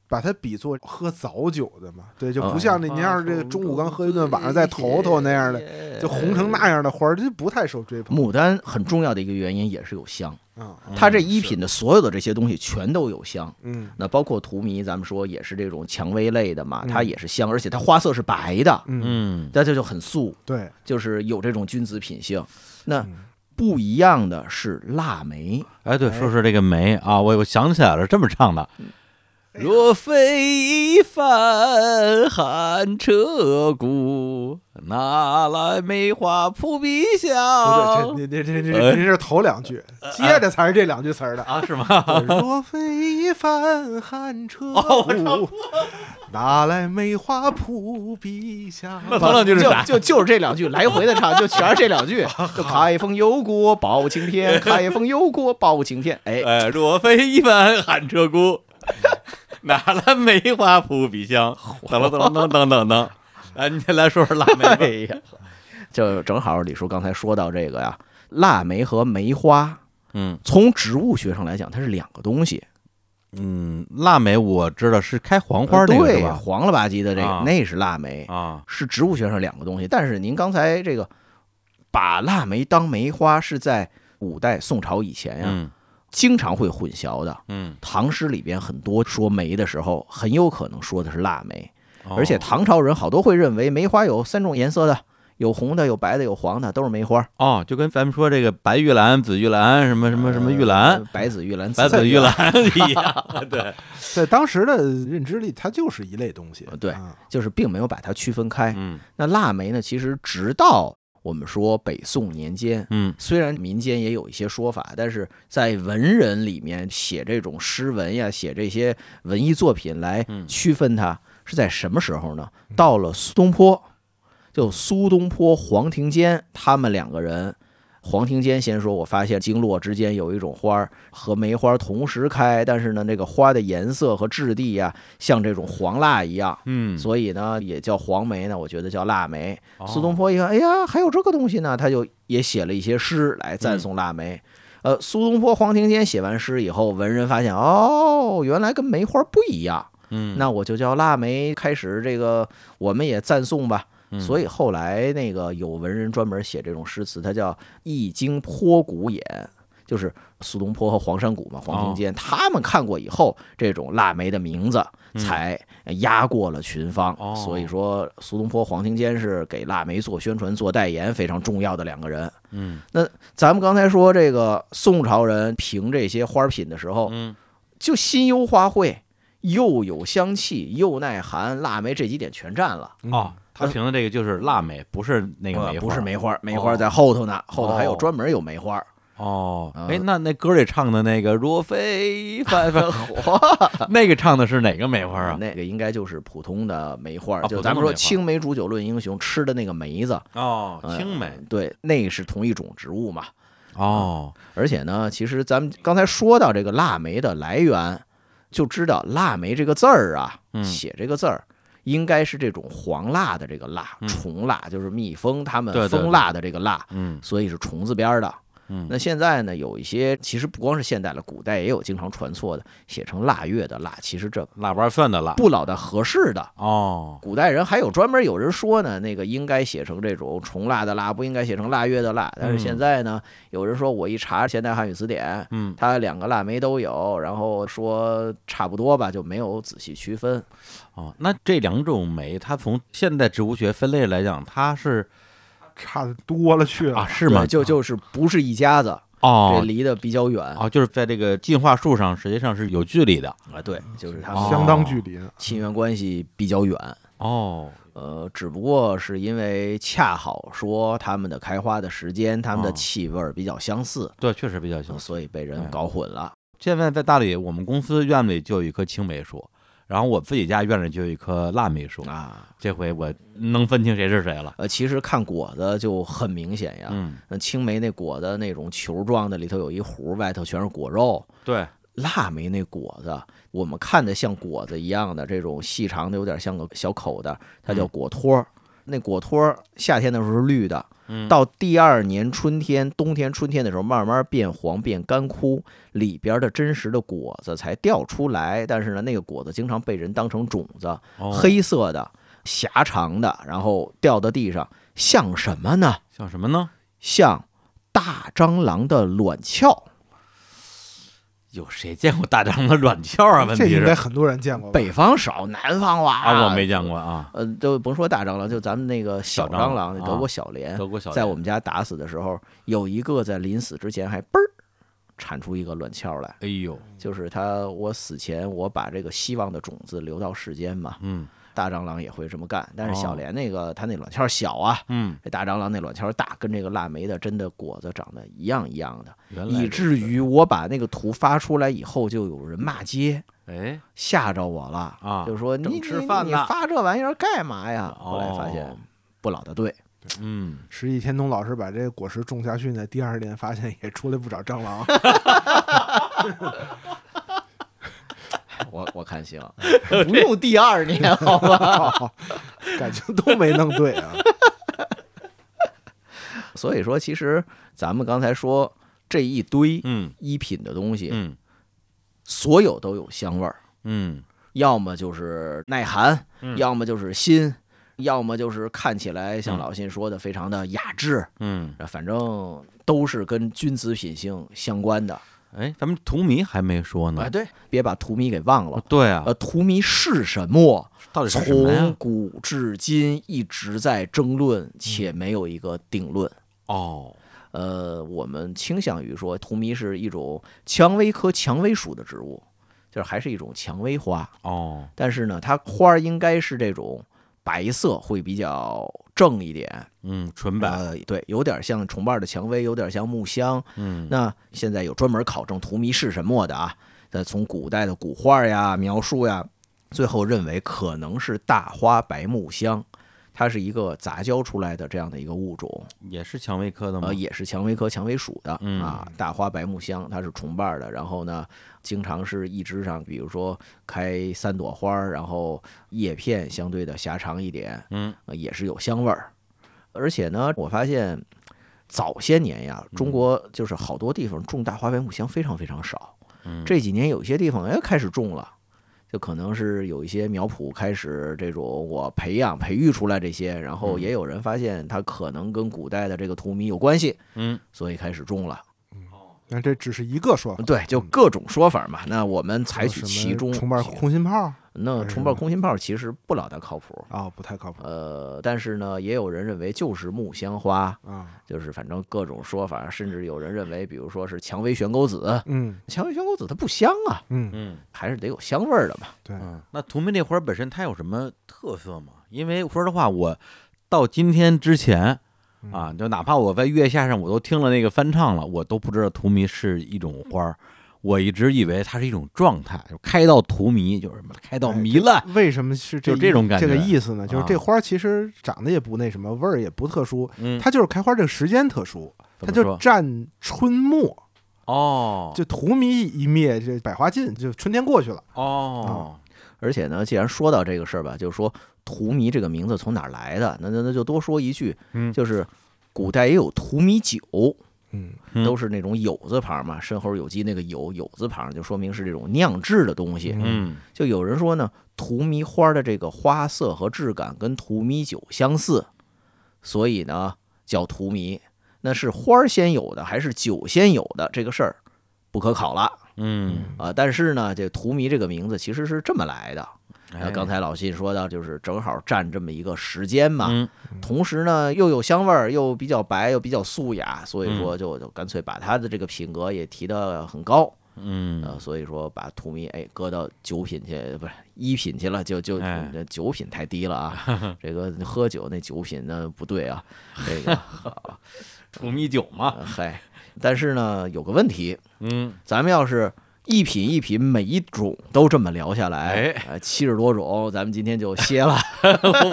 [SPEAKER 4] 把它比作喝早酒的嘛，对，就不
[SPEAKER 5] 嗯
[SPEAKER 4] 像那您要是这个中午刚 喝一顿，晚上再头头那样的，
[SPEAKER 5] 的
[SPEAKER 4] 就红成那样的花儿，这不太受追捧
[SPEAKER 5] 牡丹很重要的一个原因也是有香，
[SPEAKER 4] 啊。
[SPEAKER 5] 它这一品的所有的这些东西全都有香。
[SPEAKER 4] 嗯
[SPEAKER 5] 那包括荼蘼，咱们说也是这种蔷薇类的嘛，
[SPEAKER 4] 嗯
[SPEAKER 5] 它也是香，而且它花色是白的，
[SPEAKER 4] 嗯，
[SPEAKER 3] 嗯，
[SPEAKER 5] 那这就很素，
[SPEAKER 4] 对，
[SPEAKER 5] 就是有这种君子品性。那
[SPEAKER 4] 嗯
[SPEAKER 5] 不一样的是腊梅，
[SPEAKER 3] 哎，对，说说这个梅啊，我我想起来了，这么唱的，
[SPEAKER 5] 嗯若非一番寒彻骨，哪来梅花扑鼻
[SPEAKER 4] 不
[SPEAKER 3] 哦
[SPEAKER 5] 香？
[SPEAKER 4] 哦对，这这这这
[SPEAKER 3] 哎
[SPEAKER 4] 这是头两句，
[SPEAKER 3] 呃
[SPEAKER 4] 接着才是这两句词儿的。
[SPEAKER 3] 啊，是吗？
[SPEAKER 4] 对 若非帆寒彻
[SPEAKER 3] 哦
[SPEAKER 4] 骨，哪来梅花扑鼻 香？
[SPEAKER 3] 头两句是
[SPEAKER 5] 就
[SPEAKER 3] 啥
[SPEAKER 5] 就就是这两句来回的唱，就全是这两句。就开封油锅包青天，开封油锅包青天。哎，
[SPEAKER 3] 哎，若非一番寒彻骨， 哪来梅花扑鼻香？等了等了等等等，来，你哎先来说说腊梅
[SPEAKER 5] 哎
[SPEAKER 3] 吧。
[SPEAKER 5] 呀，就正好李叔刚才说到这个呀，腊梅和梅花，
[SPEAKER 3] 嗯
[SPEAKER 5] 从植物学上来讲，它是两个东西。
[SPEAKER 3] 嗯，腊梅我知道是开黄花那个
[SPEAKER 5] 对
[SPEAKER 3] 是，吧？
[SPEAKER 5] 黄了吧唧的这个、
[SPEAKER 3] 啊
[SPEAKER 5] 那是腊梅，
[SPEAKER 3] 啊，
[SPEAKER 5] 是植物学上两个东西。但是您刚才这个把腊梅当梅花，是在五代宋朝以前哎呀，
[SPEAKER 3] 嗯
[SPEAKER 5] 经常会混淆的。
[SPEAKER 3] 嗯，
[SPEAKER 5] 唐诗里边很多说梅的时候，很有可能说的是腊梅。
[SPEAKER 3] 哦
[SPEAKER 5] 而且唐朝人好多会认为梅花有三种颜色的，有红的、有白的、有黄的，都是梅花。
[SPEAKER 3] 哦，就跟咱们说这个白玉兰、紫玉兰，什么什么什么玉兰
[SPEAKER 5] 呃、，白子玉兰、
[SPEAKER 3] 白
[SPEAKER 5] 紫
[SPEAKER 3] 紫玉。兰一 样。对，
[SPEAKER 4] 在当时的认知里，它就是一类东西
[SPEAKER 5] 呃。对
[SPEAKER 4] 啊
[SPEAKER 5] 就是并没有把它区分开。
[SPEAKER 3] 嗯
[SPEAKER 5] 那腊梅呢？其实直到我们说北宋年间，
[SPEAKER 3] 嗯
[SPEAKER 5] 虽然民间也有一些说法，但是在文人里面写这种诗文呀，写这些文艺作品来
[SPEAKER 3] 嗯
[SPEAKER 5] 区分它，是在什么时候呢？到了苏东坡，就苏东坡、黄庭坚他们两个人。黄庭坚先说：“我发现经络之间有一种花儿和梅花同时开，但是呢，那个花的颜色和质地呀、像这种黄蜡一样，
[SPEAKER 3] 嗯，
[SPEAKER 5] 所以呢，也叫黄梅呢，我觉得叫腊梅。
[SPEAKER 3] 哦
[SPEAKER 5] 苏东坡一看，哎呀，还有这个东西呢，他就也写了一些诗来赞颂腊梅。
[SPEAKER 3] 嗯
[SPEAKER 5] 呃，苏东坡、黄庭坚写完诗以后，文人发现，哦，原来跟梅花不一样，
[SPEAKER 3] 嗯，
[SPEAKER 5] 那我就叫腊梅。开始这个，我们也赞颂吧。
[SPEAKER 3] 嗯
[SPEAKER 5] 所以后来那个有文人专门写这种诗词，他叫《易经坡谷眼》，就是苏东坡和黄山谷嘛，黄庭坚、
[SPEAKER 3] 哦
[SPEAKER 5] 他们看过以后，这种腊梅的名字
[SPEAKER 3] 嗯
[SPEAKER 5] 才压过了群芳。
[SPEAKER 3] 哦
[SPEAKER 5] 所以说，苏东坡、黄庭坚是给腊梅做宣传、做代言非常重要的两个人。
[SPEAKER 3] 嗯
[SPEAKER 5] 咱们刚才说这个宋朝人评这些花品的时候，
[SPEAKER 3] 嗯
[SPEAKER 5] 就心忧花卉，又有香气，又耐寒，腊梅这几点全占了。
[SPEAKER 3] 哦，他评的这个就是腊梅，不是那个
[SPEAKER 5] 嗯呃
[SPEAKER 3] 梅花，
[SPEAKER 5] 不是梅花，梅花
[SPEAKER 3] 哦
[SPEAKER 5] 在后头呢，后头还有
[SPEAKER 3] 哦
[SPEAKER 5] 专门有梅花。
[SPEAKER 3] 哦，哎
[SPEAKER 5] 呃，
[SPEAKER 3] 那那歌里唱的那个若非凡凡
[SPEAKER 5] 啊
[SPEAKER 3] 那个唱的是哪个梅花啊？
[SPEAKER 5] 那个应该就是普通的梅花，
[SPEAKER 3] 啊
[SPEAKER 5] 就
[SPEAKER 3] 普
[SPEAKER 5] 咱
[SPEAKER 3] 通的
[SPEAKER 5] 们说
[SPEAKER 3] 梅花
[SPEAKER 5] 青梅煮酒论英雄吃的那个梅子，
[SPEAKER 3] 哦，
[SPEAKER 5] 呃
[SPEAKER 3] 青梅
[SPEAKER 5] 对，那是同一种植物嘛。
[SPEAKER 3] 哦，
[SPEAKER 5] 而且呢，其实咱们刚才说到这个腊梅的来源，就知道腊梅这个字儿啊，
[SPEAKER 3] 嗯
[SPEAKER 5] 写这个字儿。应该是这种黄蜡的这个蜡
[SPEAKER 3] 嗯，
[SPEAKER 5] 虫蜡就是蜜蜂它
[SPEAKER 3] 对对
[SPEAKER 5] 们
[SPEAKER 3] 对
[SPEAKER 5] 蜂蜡的这个蜡，
[SPEAKER 3] 嗯
[SPEAKER 5] 所以是虫字边儿的。
[SPEAKER 3] 嗯
[SPEAKER 5] 那现在呢，有一些其实不光是现代了，古代也有经常传错的，写成腊月的腊，其实这
[SPEAKER 3] 腊八蒜的腊
[SPEAKER 5] 不老的合适的。
[SPEAKER 3] 哦，
[SPEAKER 5] 古代人还有专门有人说呢，那个应该写成这种重腊的腊，不应该写成腊月的腊。但是现在呢，有人说我一查现代汉语词典，
[SPEAKER 3] 嗯，
[SPEAKER 5] 它两个腊梅都有，然后说差不多吧，就没有仔细区分。
[SPEAKER 3] 哦，那这两种梅，它从现代植物学分类来讲，它是
[SPEAKER 4] 差的多了去了。
[SPEAKER 3] 啊是吗？
[SPEAKER 5] 对就就是不是一家子，这
[SPEAKER 3] 哦
[SPEAKER 5] 离得比较远
[SPEAKER 3] 哦，就是在这个进化树上实际上是有距离的
[SPEAKER 5] 啊。对，就是他
[SPEAKER 3] 哦
[SPEAKER 5] 们
[SPEAKER 4] 相当距离呢。
[SPEAKER 5] 亲缘关系比较远。
[SPEAKER 3] 哦，
[SPEAKER 5] 呃，只不过是因为恰好说它们的开花的时间、它们的
[SPEAKER 3] 哦
[SPEAKER 5] 气味儿比较相似，
[SPEAKER 3] 对，确实比较像。
[SPEAKER 5] 所以被
[SPEAKER 3] 哎
[SPEAKER 5] 人搞混了。
[SPEAKER 3] 现在在大理，我们公司院里就有一棵青梅树，然后我自己家院里就有一棵腊梅树，
[SPEAKER 5] 啊，
[SPEAKER 3] 这回我能分清谁是谁了。
[SPEAKER 5] 呃，其实看果子就很明显呀。
[SPEAKER 3] 嗯，
[SPEAKER 5] 那青梅那果子那种球状的，里头有一核，外头全是果肉。
[SPEAKER 3] 对，
[SPEAKER 5] 腊梅那果子，我们看的像果子一样的这种细长的，有点像个小口的，它叫
[SPEAKER 3] 嗯
[SPEAKER 5] 果托。儿。那果托儿夏天的时候是绿的，
[SPEAKER 3] 嗯
[SPEAKER 5] 到第二年春天、冬天、春天的时候，慢慢变黄、变干枯，里边的真实的果子才掉出来。但是呢，那个果子经常被人当成种子，
[SPEAKER 3] 哦
[SPEAKER 5] 黑色的、狭长的，然后掉到地上，像什么呢？
[SPEAKER 3] 像什么呢？
[SPEAKER 5] 像大蟑螂的卵鞘。
[SPEAKER 3] 有谁见过大张的软壳 啊？问
[SPEAKER 4] 这
[SPEAKER 3] 题
[SPEAKER 4] 应
[SPEAKER 3] 是
[SPEAKER 4] 该很多人见过吧？
[SPEAKER 5] 北方少，南方哇，
[SPEAKER 3] 啊，我没见过啊。
[SPEAKER 5] 呃，都甭说大蟑螂，就咱们那个
[SPEAKER 3] 小
[SPEAKER 5] 小
[SPEAKER 3] 蟑
[SPEAKER 5] 蟑
[SPEAKER 3] 螂
[SPEAKER 5] 螂，那德
[SPEAKER 3] 啊
[SPEAKER 5] 国小蠊，
[SPEAKER 3] 德国小
[SPEAKER 5] 在
[SPEAKER 3] 蠊
[SPEAKER 5] 我们家打死的时候，有一个在临死之前还嘣儿产出一个卵鞘来，
[SPEAKER 3] 哎呦，
[SPEAKER 5] 就是它我死前我把这个希望的种子留到世间嘛。
[SPEAKER 3] 嗯
[SPEAKER 5] 大蟑螂也会这么干，但是
[SPEAKER 3] 哦
[SPEAKER 5] 小蠊那个它那卵鞘小啊，
[SPEAKER 3] 嗯，
[SPEAKER 5] 这大蟑螂那卵鞘大，跟这个腊梅的真的果子长得一样一样的，
[SPEAKER 3] 原来
[SPEAKER 5] 以至于我把那个图发出来以后，就有人骂街。
[SPEAKER 3] 哎
[SPEAKER 5] 吓着我了
[SPEAKER 3] 啊
[SPEAKER 5] 就说
[SPEAKER 3] 正
[SPEAKER 5] 你
[SPEAKER 3] 吃
[SPEAKER 5] 你
[SPEAKER 3] 饭
[SPEAKER 5] 你
[SPEAKER 3] 呢
[SPEAKER 5] 发这玩意儿干嘛呀？后来发
[SPEAKER 3] 哦
[SPEAKER 5] 现不老的对，
[SPEAKER 3] 嗯。
[SPEAKER 4] 实际天童老师把这个果实种下去呢，第二年发现也出来不少蟑螂。
[SPEAKER 5] 我我 看行，不用第二年哦好吗？
[SPEAKER 4] 感情都没弄对 啊。
[SPEAKER 5] 所以说，其实咱们刚才说这一堆
[SPEAKER 3] 嗯
[SPEAKER 5] 一品的东西，
[SPEAKER 3] 嗯
[SPEAKER 5] 所有都有香味儿，
[SPEAKER 3] 嗯，
[SPEAKER 5] 要么就是耐寒，要么就是新。要么就是看起来
[SPEAKER 3] 嗯
[SPEAKER 5] 像老信说的非常的雅致，
[SPEAKER 3] 嗯，
[SPEAKER 5] 啊反正都是跟君子品性相关的。
[SPEAKER 3] 哎，咱们荼蘼还没说呢。
[SPEAKER 5] 哎，对，别把荼蘼给忘
[SPEAKER 3] 哦
[SPEAKER 5] 了。
[SPEAKER 3] 对啊
[SPEAKER 5] 呃，，荼蘼是什么？
[SPEAKER 3] 到底是什么
[SPEAKER 5] 从
[SPEAKER 3] 呀？嗯
[SPEAKER 5] 古至今一直在争论，且没有一个定论。
[SPEAKER 3] 哦，
[SPEAKER 5] 呃，我们倾向于说，荼蘼是一种蔷薇科蔷薇属的植物，就是还是一种蔷薇花，
[SPEAKER 3] 哦，
[SPEAKER 5] 但是呢，它花儿应该是这种白色，会比较正一点。
[SPEAKER 3] 嗯，纯白，
[SPEAKER 5] 呃，对，有点像重瓣的蔷薇，有点像木香。
[SPEAKER 3] 嗯，
[SPEAKER 5] 那现在有专门考证荼蘼是什么的啊？那从古代的古画呀、描述呀，最后认为可能是大花白木香，它是一个杂交出来的这样的一个物种。
[SPEAKER 3] 也是蔷薇科的吗
[SPEAKER 5] 呃，？也是蔷薇科蔷薇属的、
[SPEAKER 3] 嗯
[SPEAKER 5] 啊，大花白木香，它是重瓣儿的。然后呢，经常是一枝上，比如说开三朵花儿，然后叶片相对的狭长一点，
[SPEAKER 3] 嗯
[SPEAKER 5] 呃也是有香味儿。而且呢，我发现早些年呀，
[SPEAKER 3] 嗯
[SPEAKER 5] 中国就是好多地方种大花白木香非常非常少，
[SPEAKER 3] 嗯
[SPEAKER 5] 这几年有一些地方哎开始种了。就可能是有一些苗圃开始这种我培养培育出来这些，然后
[SPEAKER 3] 嗯
[SPEAKER 5] 也有人发现它可能跟古代的这个荼蘼有关系，
[SPEAKER 3] 嗯，
[SPEAKER 5] 所以开始种了。
[SPEAKER 4] 那这只是一个说法，
[SPEAKER 5] 对，就各种说法嘛。那我们采取其中，
[SPEAKER 4] 重瓣空心炮啊、
[SPEAKER 5] 那重瓣空心炮其实不老大靠谱。
[SPEAKER 4] 哦不太靠谱
[SPEAKER 5] 呃，但是呢，也有人认为就是木香花，
[SPEAKER 4] 啊。
[SPEAKER 5] 就是反正各种说法，甚至有人认为，比如说是蔷薇悬钩子，
[SPEAKER 4] 嗯
[SPEAKER 5] 蔷薇悬钩子它不香啊，
[SPEAKER 4] 嗯，
[SPEAKER 3] 嗯
[SPEAKER 5] 还是得有香味儿的嘛。
[SPEAKER 4] 对，
[SPEAKER 3] 嗯。那荼蘼这花本身它有什么特色吗？因为说实话，我到今天之前
[SPEAKER 4] 嗯
[SPEAKER 3] 啊，就哪怕我在月下上我都听了那个翻唱了，我都不知道荼蘼是一种花儿。我一直以为它是一种状态，就开到荼蘼，就是什么开到
[SPEAKER 4] 哎
[SPEAKER 3] 糜烂。
[SPEAKER 4] 为什么是这
[SPEAKER 3] 就这种感觉
[SPEAKER 4] 这个意思呢？就是这
[SPEAKER 3] 啊
[SPEAKER 4] 花儿其实长得也不那什么，味儿也不特殊，
[SPEAKER 3] 嗯，
[SPEAKER 4] 它就是开花这个时间特殊，
[SPEAKER 3] 怎
[SPEAKER 4] 它
[SPEAKER 3] 么
[SPEAKER 4] 就
[SPEAKER 3] 说
[SPEAKER 4] 占春末，
[SPEAKER 3] 哦，
[SPEAKER 4] 就荼蘼一灭，这百花尽，就春天过去了。
[SPEAKER 3] 哦，
[SPEAKER 5] 而且呢，既然说到这个事儿吧，就是说荼蘼这个名字从哪儿来的？那那那就多说一句，
[SPEAKER 3] 嗯
[SPEAKER 5] 就是古代也有荼蘼酒，
[SPEAKER 4] 嗯，
[SPEAKER 3] 嗯
[SPEAKER 5] 都是那种酉字旁嘛，申猴酉鸡那个酉酉字旁，就说明是这种酿制的东西。
[SPEAKER 3] 嗯
[SPEAKER 5] 就有人说呢，荼蘼花的这个花色和质感跟荼蘼酒相似，所以呢叫荼蘼。那是花儿先有的还是酒先有的这个事儿不可考了
[SPEAKER 3] 嗯，
[SPEAKER 5] 啊、但是呢，这荼蘼这个名字其实是这么来的。
[SPEAKER 3] 哎
[SPEAKER 5] 呃，刚才老啊信说到，就是正好占这么一个时间嘛，
[SPEAKER 3] 嗯
[SPEAKER 5] 同时呢又有香味儿，又比较白，又比较素雅，所
[SPEAKER 3] 嗯
[SPEAKER 5] 以说就就干脆把他的这个品格也提得很高，呃，
[SPEAKER 3] 嗯
[SPEAKER 5] 所以说把荼蘼哎搁到九品去，不是一品去了，就就
[SPEAKER 3] 哎
[SPEAKER 5] 这九品太低 了啊，这个喝酒那九品那不对啊，这个
[SPEAKER 3] 荼蘼酒嘛，
[SPEAKER 5] 呃嗨，但是呢有个问题，
[SPEAKER 3] 嗯
[SPEAKER 5] 咱们要是一品一品每一种都这么聊下
[SPEAKER 3] 哎
[SPEAKER 5] 来，哎，七十多种，咱们今天就 歇了。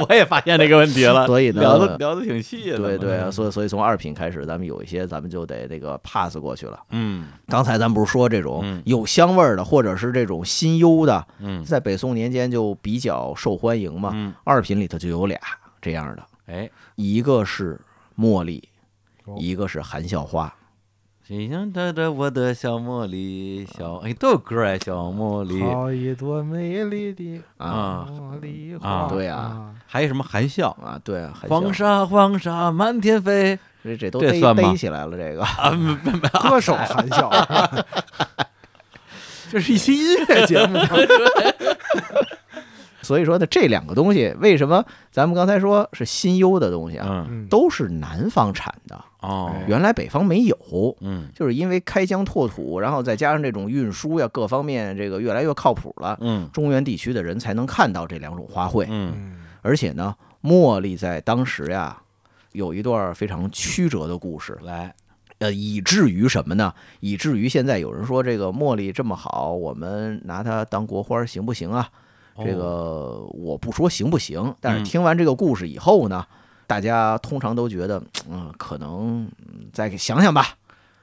[SPEAKER 3] 我也发现这个问题了，
[SPEAKER 5] 所以呢
[SPEAKER 3] 聊的聊的挺细的，
[SPEAKER 5] 对对啊，所以所以从二品开始，咱们有一些咱们就得那个 pass 过去了。
[SPEAKER 3] 嗯
[SPEAKER 5] 刚才咱不是说这
[SPEAKER 3] 嗯
[SPEAKER 5] 种有香味儿的，或者是这种新优的，
[SPEAKER 3] 嗯
[SPEAKER 5] 在北宋年间就比较受欢迎嘛。
[SPEAKER 3] 嗯，
[SPEAKER 5] 二品里头就有俩这样的，
[SPEAKER 3] 哎，
[SPEAKER 5] 一个是茉莉
[SPEAKER 4] 哦，
[SPEAKER 5] 一个是含笑花。
[SPEAKER 3] 心想着着我的小茉莉，小哎都有歌哎，小茉莉，
[SPEAKER 4] 好一朵美丽的
[SPEAKER 3] 啊
[SPEAKER 4] 茉莉
[SPEAKER 3] 啊
[SPEAKER 4] 花，
[SPEAKER 5] 对啊
[SPEAKER 3] 还有什么含笑，
[SPEAKER 5] 啊，对啊，含笑
[SPEAKER 3] 黄沙黄沙满天飞，
[SPEAKER 5] 这这都
[SPEAKER 3] 这
[SPEAKER 5] 逮
[SPEAKER 3] 算吗
[SPEAKER 5] 逮起来了，这个
[SPEAKER 4] 歌手含笑，啊 这是一期音乐 节目，
[SPEAKER 5] 所以说呢，这两个东西为什么咱们刚才说是新优的东西啊，
[SPEAKER 3] 嗯
[SPEAKER 4] 嗯
[SPEAKER 5] 都是南方产的，
[SPEAKER 3] 哦，
[SPEAKER 5] 原来北方没有。
[SPEAKER 3] 嗯
[SPEAKER 5] 就是因为开疆拓土，然后再加上这种运输呀，各方面这个越来越靠谱了，
[SPEAKER 3] 嗯
[SPEAKER 5] 中原地区的人才能看到这两种花卉。
[SPEAKER 3] 嗯
[SPEAKER 4] 嗯
[SPEAKER 5] 而且呢，茉莉在当时呀，有一段非常曲折的故事，
[SPEAKER 3] 来，
[SPEAKER 5] 呃，以至于什么呢？以至于现在有人说这个茉莉这么好，我们拿它当国花行不行啊？这
[SPEAKER 3] 哦
[SPEAKER 5] 个我不说行不行，
[SPEAKER 3] 嗯
[SPEAKER 5] 但是听完这个故事以后呢，大家通常都觉得，嗯，可能嗯再给想想吧。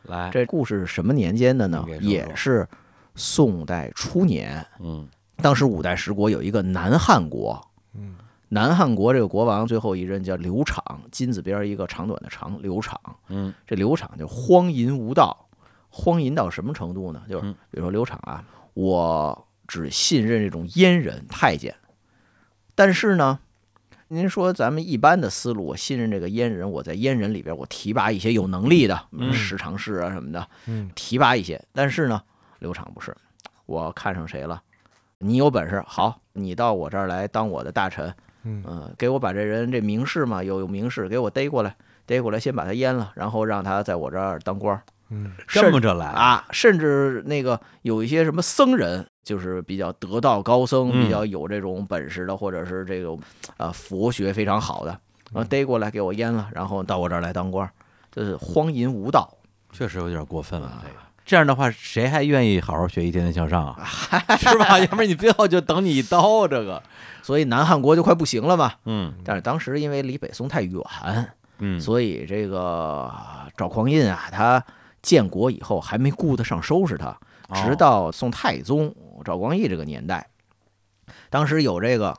[SPEAKER 3] 来，
[SPEAKER 5] 这故事是什么年间的呢
[SPEAKER 3] 你给？说说
[SPEAKER 5] 也是宋代初年。
[SPEAKER 3] 嗯
[SPEAKER 5] 当时五代十国有一个南汉国，
[SPEAKER 4] 嗯，
[SPEAKER 5] 南汉国这个国王最后一任叫刘昶，金字边一个长短的长，刘昶。
[SPEAKER 3] 嗯
[SPEAKER 5] 这刘昶就荒淫无道，荒淫到什么程度呢？就是
[SPEAKER 3] 嗯
[SPEAKER 5] 比如说刘昶啊，我只信任这种阉人太监，但是呢。您说咱们一般的思路，我信任这个阉人，我在阉人里边我提拔一些有能力的，
[SPEAKER 3] 嗯
[SPEAKER 5] 十常侍啊什么的，
[SPEAKER 4] 嗯
[SPEAKER 5] 提拔一些。但是呢，刘昶不是，我看上谁了，你有本事好，你到我这儿来当我的大臣，
[SPEAKER 4] 嗯
[SPEAKER 5] 嗯，给我把这人这名士嘛，有有名士，给我逮过来，逮过来先把他阉了，然后让他在我这儿当官儿
[SPEAKER 4] 嗯
[SPEAKER 3] 这么着来，
[SPEAKER 5] 啊。甚至那个有一些什么僧人，就是比较得道高僧，
[SPEAKER 3] 嗯
[SPEAKER 5] 比较有这种本事的，或者是这种啊佛学非常好的，
[SPEAKER 3] 嗯
[SPEAKER 5] 然后逮过来给我阉了，然后到我这儿来当官儿，就是荒淫无道。
[SPEAKER 3] 确实有点过分了，这个。
[SPEAKER 5] 啊
[SPEAKER 3] 这样的话，谁还愿意好好学习，天天向上啊？ 是吧？要不然你最后就等你一刀这个。
[SPEAKER 5] 所以南汉国就快不行了嘛。
[SPEAKER 3] 嗯
[SPEAKER 5] 但是当时因为离北宋太远，
[SPEAKER 3] 嗯
[SPEAKER 5] 所以这个赵匡胤啊，他建国以后还没顾得上收拾他，
[SPEAKER 3] 哦
[SPEAKER 5] 直到宋太宗赵光义这个年代，当时有这个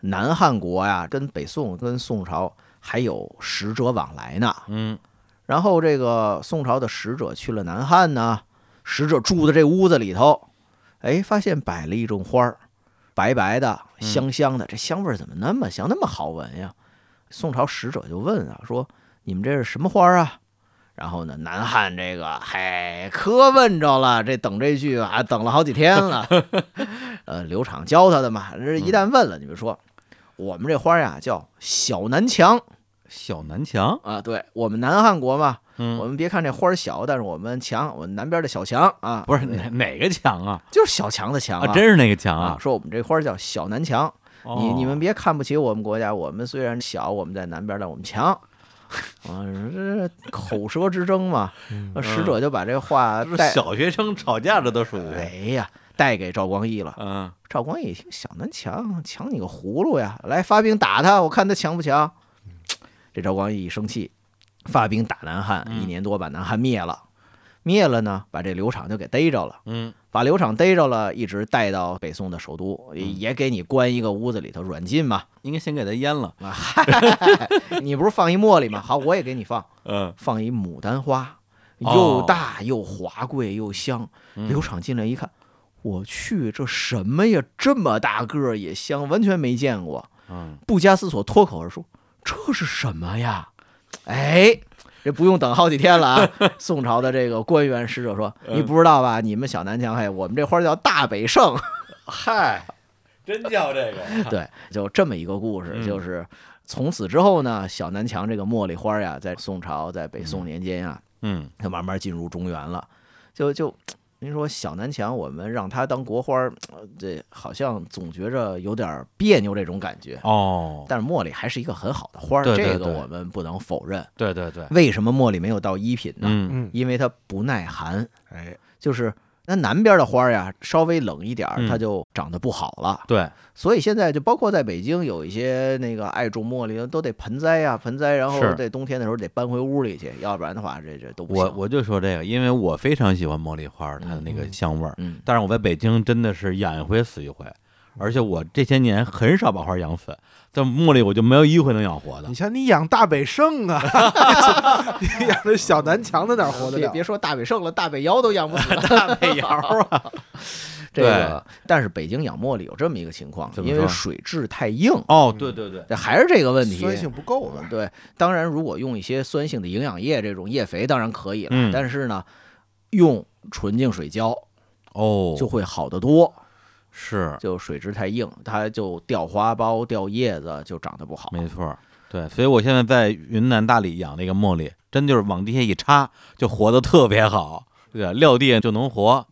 [SPEAKER 5] 南汉国呀、跟北宋、跟宋朝还有使者往来呢。
[SPEAKER 3] 嗯
[SPEAKER 5] 然后这个宋朝的使者去了南汉呢，使者住的这屋子里头，哎，发现摆了一种花儿，白白的、
[SPEAKER 3] 嗯
[SPEAKER 5] 香香的，这香味儿怎么那么香，那么好闻呀？宋朝使者就问啊，说你们这是什么花儿啊？然后呢，南汉这个，嗨，磕问着了，这等这句啊，等了好几天了。呃，刘昶教他的嘛，这一旦问了，你们说，我们这花儿呀叫小南墙
[SPEAKER 3] 小南墙，
[SPEAKER 5] 啊，对我们南汉国嘛，我
[SPEAKER 3] 嗯，
[SPEAKER 5] 们别看这花儿小，但是我们墙，我们南边的小墙啊，
[SPEAKER 3] 不是哪哪个墙啊？
[SPEAKER 5] 就是小墙的墙
[SPEAKER 3] 啊，真是那个墙
[SPEAKER 5] 啊
[SPEAKER 3] 啊！
[SPEAKER 5] 说我们这花儿叫小南墙，你
[SPEAKER 3] 哦
[SPEAKER 5] 你们别看不起我们国家，我们虽然小，我们在南边，但我们强。 啊，这口舌之争嘛，
[SPEAKER 4] 嗯
[SPEAKER 5] 那使者就把这话
[SPEAKER 3] 是不是
[SPEAKER 5] 带，
[SPEAKER 3] 小学生吵架这都属于
[SPEAKER 5] 哎呀，带给赵光义了。
[SPEAKER 3] 嗯
[SPEAKER 5] 赵光义一听小南强，抢你个葫芦呀！来发兵打他，我看他强不强。这赵光义一生气，发兵打南汉，
[SPEAKER 3] 嗯
[SPEAKER 5] 一年多把南汉灭了。灭了呢，把这刘昶就给逮着了，
[SPEAKER 3] 嗯
[SPEAKER 5] 把刘昶逮着了，一直带到北宋的首都，也给你关一个屋子里头软禁嘛。
[SPEAKER 3] 应该先给他阉了。
[SPEAKER 5] 你不是放一茉莉吗？好，我也给你放
[SPEAKER 3] 嗯
[SPEAKER 5] 放一牡丹花，又大又华贵又香。刘昶进来一看，我去，这什么呀？这么大个儿也香，完全没见过。
[SPEAKER 3] 嗯，
[SPEAKER 5] 不加思索，脱口而出：“这是什么呀？”哎，这不用等好几天了 啊！宋朝的这个官员使者说：“
[SPEAKER 3] 嗯
[SPEAKER 5] 你不知道吧？你们小南墙嘿，我们这花儿叫大北盛。”
[SPEAKER 3] 嗨， 真叫这个，
[SPEAKER 5] 对，就这么一个故事，
[SPEAKER 3] 嗯
[SPEAKER 5] 就是从此之后呢，小南墙这个茉莉花呀，在宋朝，在北宋年间呀，
[SPEAKER 3] 嗯
[SPEAKER 5] 它慢慢进入中原了，就就。您说小南墙，我们让它当国花儿，呃这好像总觉着有点别扭这种感觉。
[SPEAKER 3] 哦，
[SPEAKER 5] 但是茉莉还是一个很好的花儿，
[SPEAKER 3] 对对
[SPEAKER 5] 这个
[SPEAKER 3] 对
[SPEAKER 5] 我们不能否认。
[SPEAKER 3] 对对对，
[SPEAKER 5] 为什么茉莉没有到一品呢？
[SPEAKER 3] 嗯
[SPEAKER 4] 嗯，
[SPEAKER 5] 因为它不耐寒。
[SPEAKER 4] 哎，
[SPEAKER 5] 就是那南边的花儿呀，稍微冷一点儿，
[SPEAKER 3] 嗯
[SPEAKER 5] 它就长得不好了。
[SPEAKER 3] 对，
[SPEAKER 5] 所以现在就包括在北京，有一些那个爱种茉莉的都得盆栽呀、盆栽，然后
[SPEAKER 3] 是
[SPEAKER 5] 在冬天的时候得搬回屋里去，要不然的话，这这都不行。
[SPEAKER 3] 我我就说这个，因为我非常喜欢茉莉花它的那个香味儿，
[SPEAKER 5] 嗯，
[SPEAKER 3] 但是我在北京真的是养一回死一回，而且我这些年很少把花养死，在茉莉我就没有一回能养活的
[SPEAKER 4] 你。像你养大北盛啊， 你养这小南墙的哪儿活得
[SPEAKER 5] 别
[SPEAKER 4] 了？
[SPEAKER 5] 别说大北盛了，大北窑都养不死
[SPEAKER 3] 大北窑 啊，
[SPEAKER 5] 这个。但是北京养茉莉有这么一个情况，
[SPEAKER 3] 怎么
[SPEAKER 5] 因
[SPEAKER 3] 说
[SPEAKER 5] 为水质太硬，
[SPEAKER 3] 哦，对对对，
[SPEAKER 5] 这还是这个问题。
[SPEAKER 4] 酸性不够啊吧？
[SPEAKER 5] 对，当然如果用一些酸性的营养液这种液肥当然可以了，
[SPEAKER 3] 嗯
[SPEAKER 5] 但是呢，用纯净水胶
[SPEAKER 3] 哦，
[SPEAKER 5] 就会好得多。
[SPEAKER 3] 是
[SPEAKER 5] 就水质太硬，它就掉花苞、掉叶子，就长得不好。
[SPEAKER 3] 没错儿，对，所以我现在在云南大理养那个茉莉，真就是往地下一插就活得特别好，对吧，撂地就能活。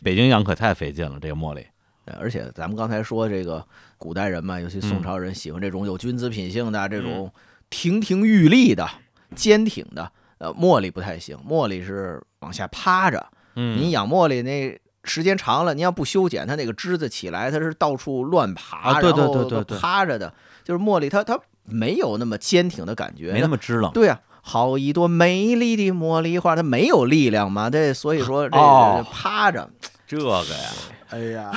[SPEAKER 3] 北京养可太费劲了，这个茉莉，
[SPEAKER 5] 呃而且咱们刚才说这个古代人嘛，尤其宋朝人喜欢这种有君子品性的、这种亭亭玉立的、坚挺的。呃，茉莉不太行，茉莉是往下趴着。
[SPEAKER 3] 嗯
[SPEAKER 5] 你养茉莉那时间长了，你要不修剪，它那个枝子起来，它是到处乱爬，
[SPEAKER 3] 啊对对对
[SPEAKER 5] 然后
[SPEAKER 3] 对对
[SPEAKER 5] 趴着的。就是茉莉它，它没有那么坚挺的感觉，
[SPEAKER 3] 没那么支棱，
[SPEAKER 5] 对呀、好一朵美丽的茉莉花，它没有力量嘛，这所以说这
[SPEAKER 3] 哦
[SPEAKER 5] 这趴着，
[SPEAKER 3] 这个呀，
[SPEAKER 4] 哎呀，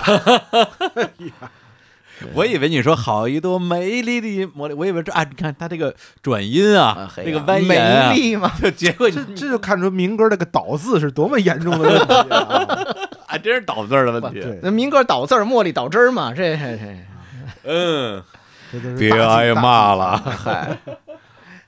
[SPEAKER 3] 我以为你说好一朵美丽的茉莉，我以为这啊，你看它这个转音
[SPEAKER 5] 啊
[SPEAKER 3] 啊，
[SPEAKER 5] 嘿
[SPEAKER 3] 这个
[SPEAKER 5] 呀
[SPEAKER 3] 蜿蜒啊
[SPEAKER 5] 美，丽 嘛，
[SPEAKER 3] 就结果你
[SPEAKER 4] 这这就看出民歌这个“倒”字是多么严重的问题 啊！
[SPEAKER 3] 啊，真是倒字儿的问题，
[SPEAKER 4] 对，
[SPEAKER 5] 那民歌倒字儿，茉莉倒汁儿嘛，这这这
[SPEAKER 3] 嗯，
[SPEAKER 4] 这都是
[SPEAKER 3] 别
[SPEAKER 4] 大忌
[SPEAKER 3] 挨骂。
[SPEAKER 4] 大忌
[SPEAKER 5] 啊
[SPEAKER 3] 了，
[SPEAKER 5] 嗨。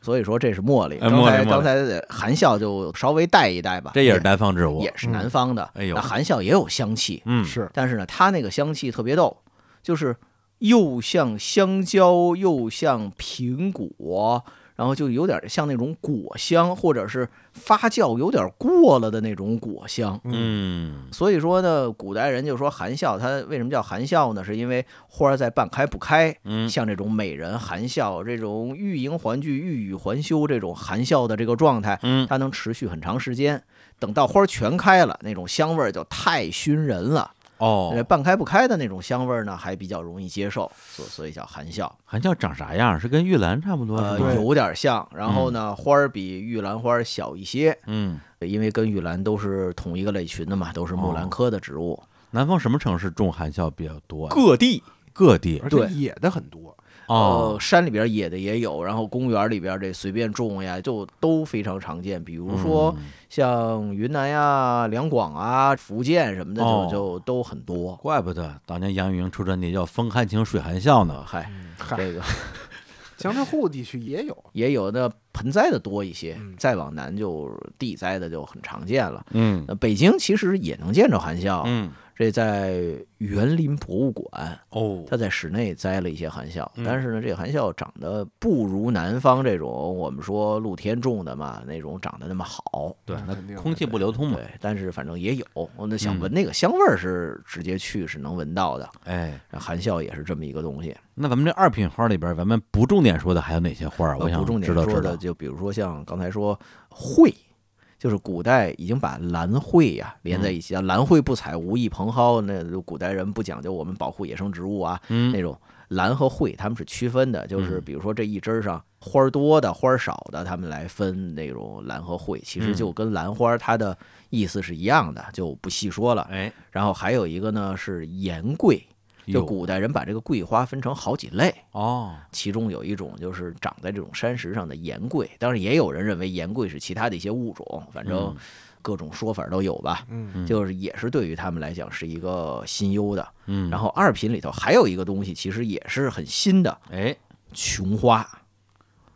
[SPEAKER 5] 所以说这是茉莉，
[SPEAKER 3] 哎
[SPEAKER 5] 刚
[SPEAKER 3] 茉
[SPEAKER 5] 才
[SPEAKER 3] 莉
[SPEAKER 5] 刚才含笑就稍微带一带吧，
[SPEAKER 3] 这也是南方植物，
[SPEAKER 5] 也是南方的，
[SPEAKER 3] 嗯哎呦
[SPEAKER 5] 那含笑也有香气，
[SPEAKER 3] 嗯，
[SPEAKER 4] 是
[SPEAKER 5] 但是呢，它那个香气特别逗，就是又像香蕉，又像苹果，然后就有点像那种果香，或者是发酵有点过了的那种果香。
[SPEAKER 3] 嗯，
[SPEAKER 5] 所以说呢，古代人就说含笑，它为什么叫含笑呢？是因为花儿在半开不开，
[SPEAKER 3] 嗯
[SPEAKER 5] 像这种美人含笑，这种欲迎还拒、欲语还休这种含笑的这个状态，
[SPEAKER 3] 嗯
[SPEAKER 5] 它能持续很长时间。等到花儿全开了，那种香味儿就太熏人了。
[SPEAKER 3] 哦
[SPEAKER 5] 呃，，半开不开的那种香味儿呢，还比较容易接受，所所以叫含笑，
[SPEAKER 3] 含笑长啥样？是跟玉兰差不多
[SPEAKER 5] 呃
[SPEAKER 3] 是吗？
[SPEAKER 4] 对
[SPEAKER 5] 有点像。然后呢，花儿比玉兰花儿小一些，
[SPEAKER 3] 嗯，
[SPEAKER 5] 因为跟玉兰都是同一个类群的嘛，都是木
[SPEAKER 3] 哦
[SPEAKER 5] 兰科的植物。
[SPEAKER 3] 南方什么城市种含笑比较多呀？
[SPEAKER 5] 各地
[SPEAKER 3] 各地
[SPEAKER 4] 而且
[SPEAKER 5] 对
[SPEAKER 4] 野的很多，
[SPEAKER 5] 呃
[SPEAKER 3] 哦，，
[SPEAKER 5] 山里边野的也有，然后公园里边这随便种呀，就都非常常见。比如说
[SPEAKER 3] 嗯
[SPEAKER 5] 像云南呀、两广啊、福建什么的，
[SPEAKER 3] 哦
[SPEAKER 5] 就就都很多。
[SPEAKER 3] 怪不得当年杨钰莹出专辑叫《风含情水含笑》
[SPEAKER 5] 呃
[SPEAKER 3] 呢。
[SPEAKER 5] 嗨，
[SPEAKER 4] 嗨，
[SPEAKER 5] 这个
[SPEAKER 4] 江浙沪地区也有。
[SPEAKER 5] 也有的盆栽的多一些
[SPEAKER 4] 嗯，
[SPEAKER 5] 再往南就地栽的就很常见了。
[SPEAKER 3] 嗯
[SPEAKER 5] 那北京其实也能见着含笑，
[SPEAKER 3] 嗯
[SPEAKER 5] 这在园林博物馆，
[SPEAKER 3] 哦
[SPEAKER 5] 它在室内栽了一些含笑，
[SPEAKER 3] 嗯
[SPEAKER 5] 但是呢，这个含笑长得不如南方这种我们说露天种的嘛那种长得那么好。
[SPEAKER 3] 对，那
[SPEAKER 4] 肯定的
[SPEAKER 3] 空气不流通嘛
[SPEAKER 5] 对。，但是反正也有，我那想
[SPEAKER 3] 嗯
[SPEAKER 5] 闻那个香味儿是直接去是能闻到的。
[SPEAKER 3] 哎，
[SPEAKER 5] 那含笑也是这么一个东西。
[SPEAKER 3] 那咱们这二品花里边，咱们不重点说的还有哪些花儿？
[SPEAKER 5] 呃
[SPEAKER 3] 我想
[SPEAKER 5] 不重点
[SPEAKER 3] 知道
[SPEAKER 5] 说
[SPEAKER 3] 知
[SPEAKER 5] 的，
[SPEAKER 3] 道。
[SPEAKER 5] 就比如说像刚才说会，就是古代已经把兰蕙
[SPEAKER 3] 嗯
[SPEAKER 5] 呀、连在一起啊，兰蕙不采，无意蓬蒿。那就古代人不讲究我们保护野生植物啊，那
[SPEAKER 3] 嗯
[SPEAKER 5] 种兰和蕙它们是区分的，就是
[SPEAKER 3] 嗯
[SPEAKER 5] 比如说这一枝儿上花儿多的、花儿少的，它们来分那种兰和蕙，其实
[SPEAKER 3] 嗯
[SPEAKER 5] 就跟兰花它的意思是一样的，就不细说了。
[SPEAKER 3] 哎
[SPEAKER 5] 然后还有一个呢是盐桂，就古代人把这个桂花分成好几类，
[SPEAKER 3] 哦，
[SPEAKER 5] 其中有一种就是长在这种山石上的岩桂，当然也有人认为岩桂是其他的一些物种，反正
[SPEAKER 3] 嗯
[SPEAKER 5] 各种说法都有吧。
[SPEAKER 4] 嗯
[SPEAKER 3] 嗯
[SPEAKER 5] 就是也是对于他们来讲是一个新优的。
[SPEAKER 3] 嗯，
[SPEAKER 5] 然后二品里头还有一个东西，其实也是很新的，
[SPEAKER 3] 哎，
[SPEAKER 5] 琼花。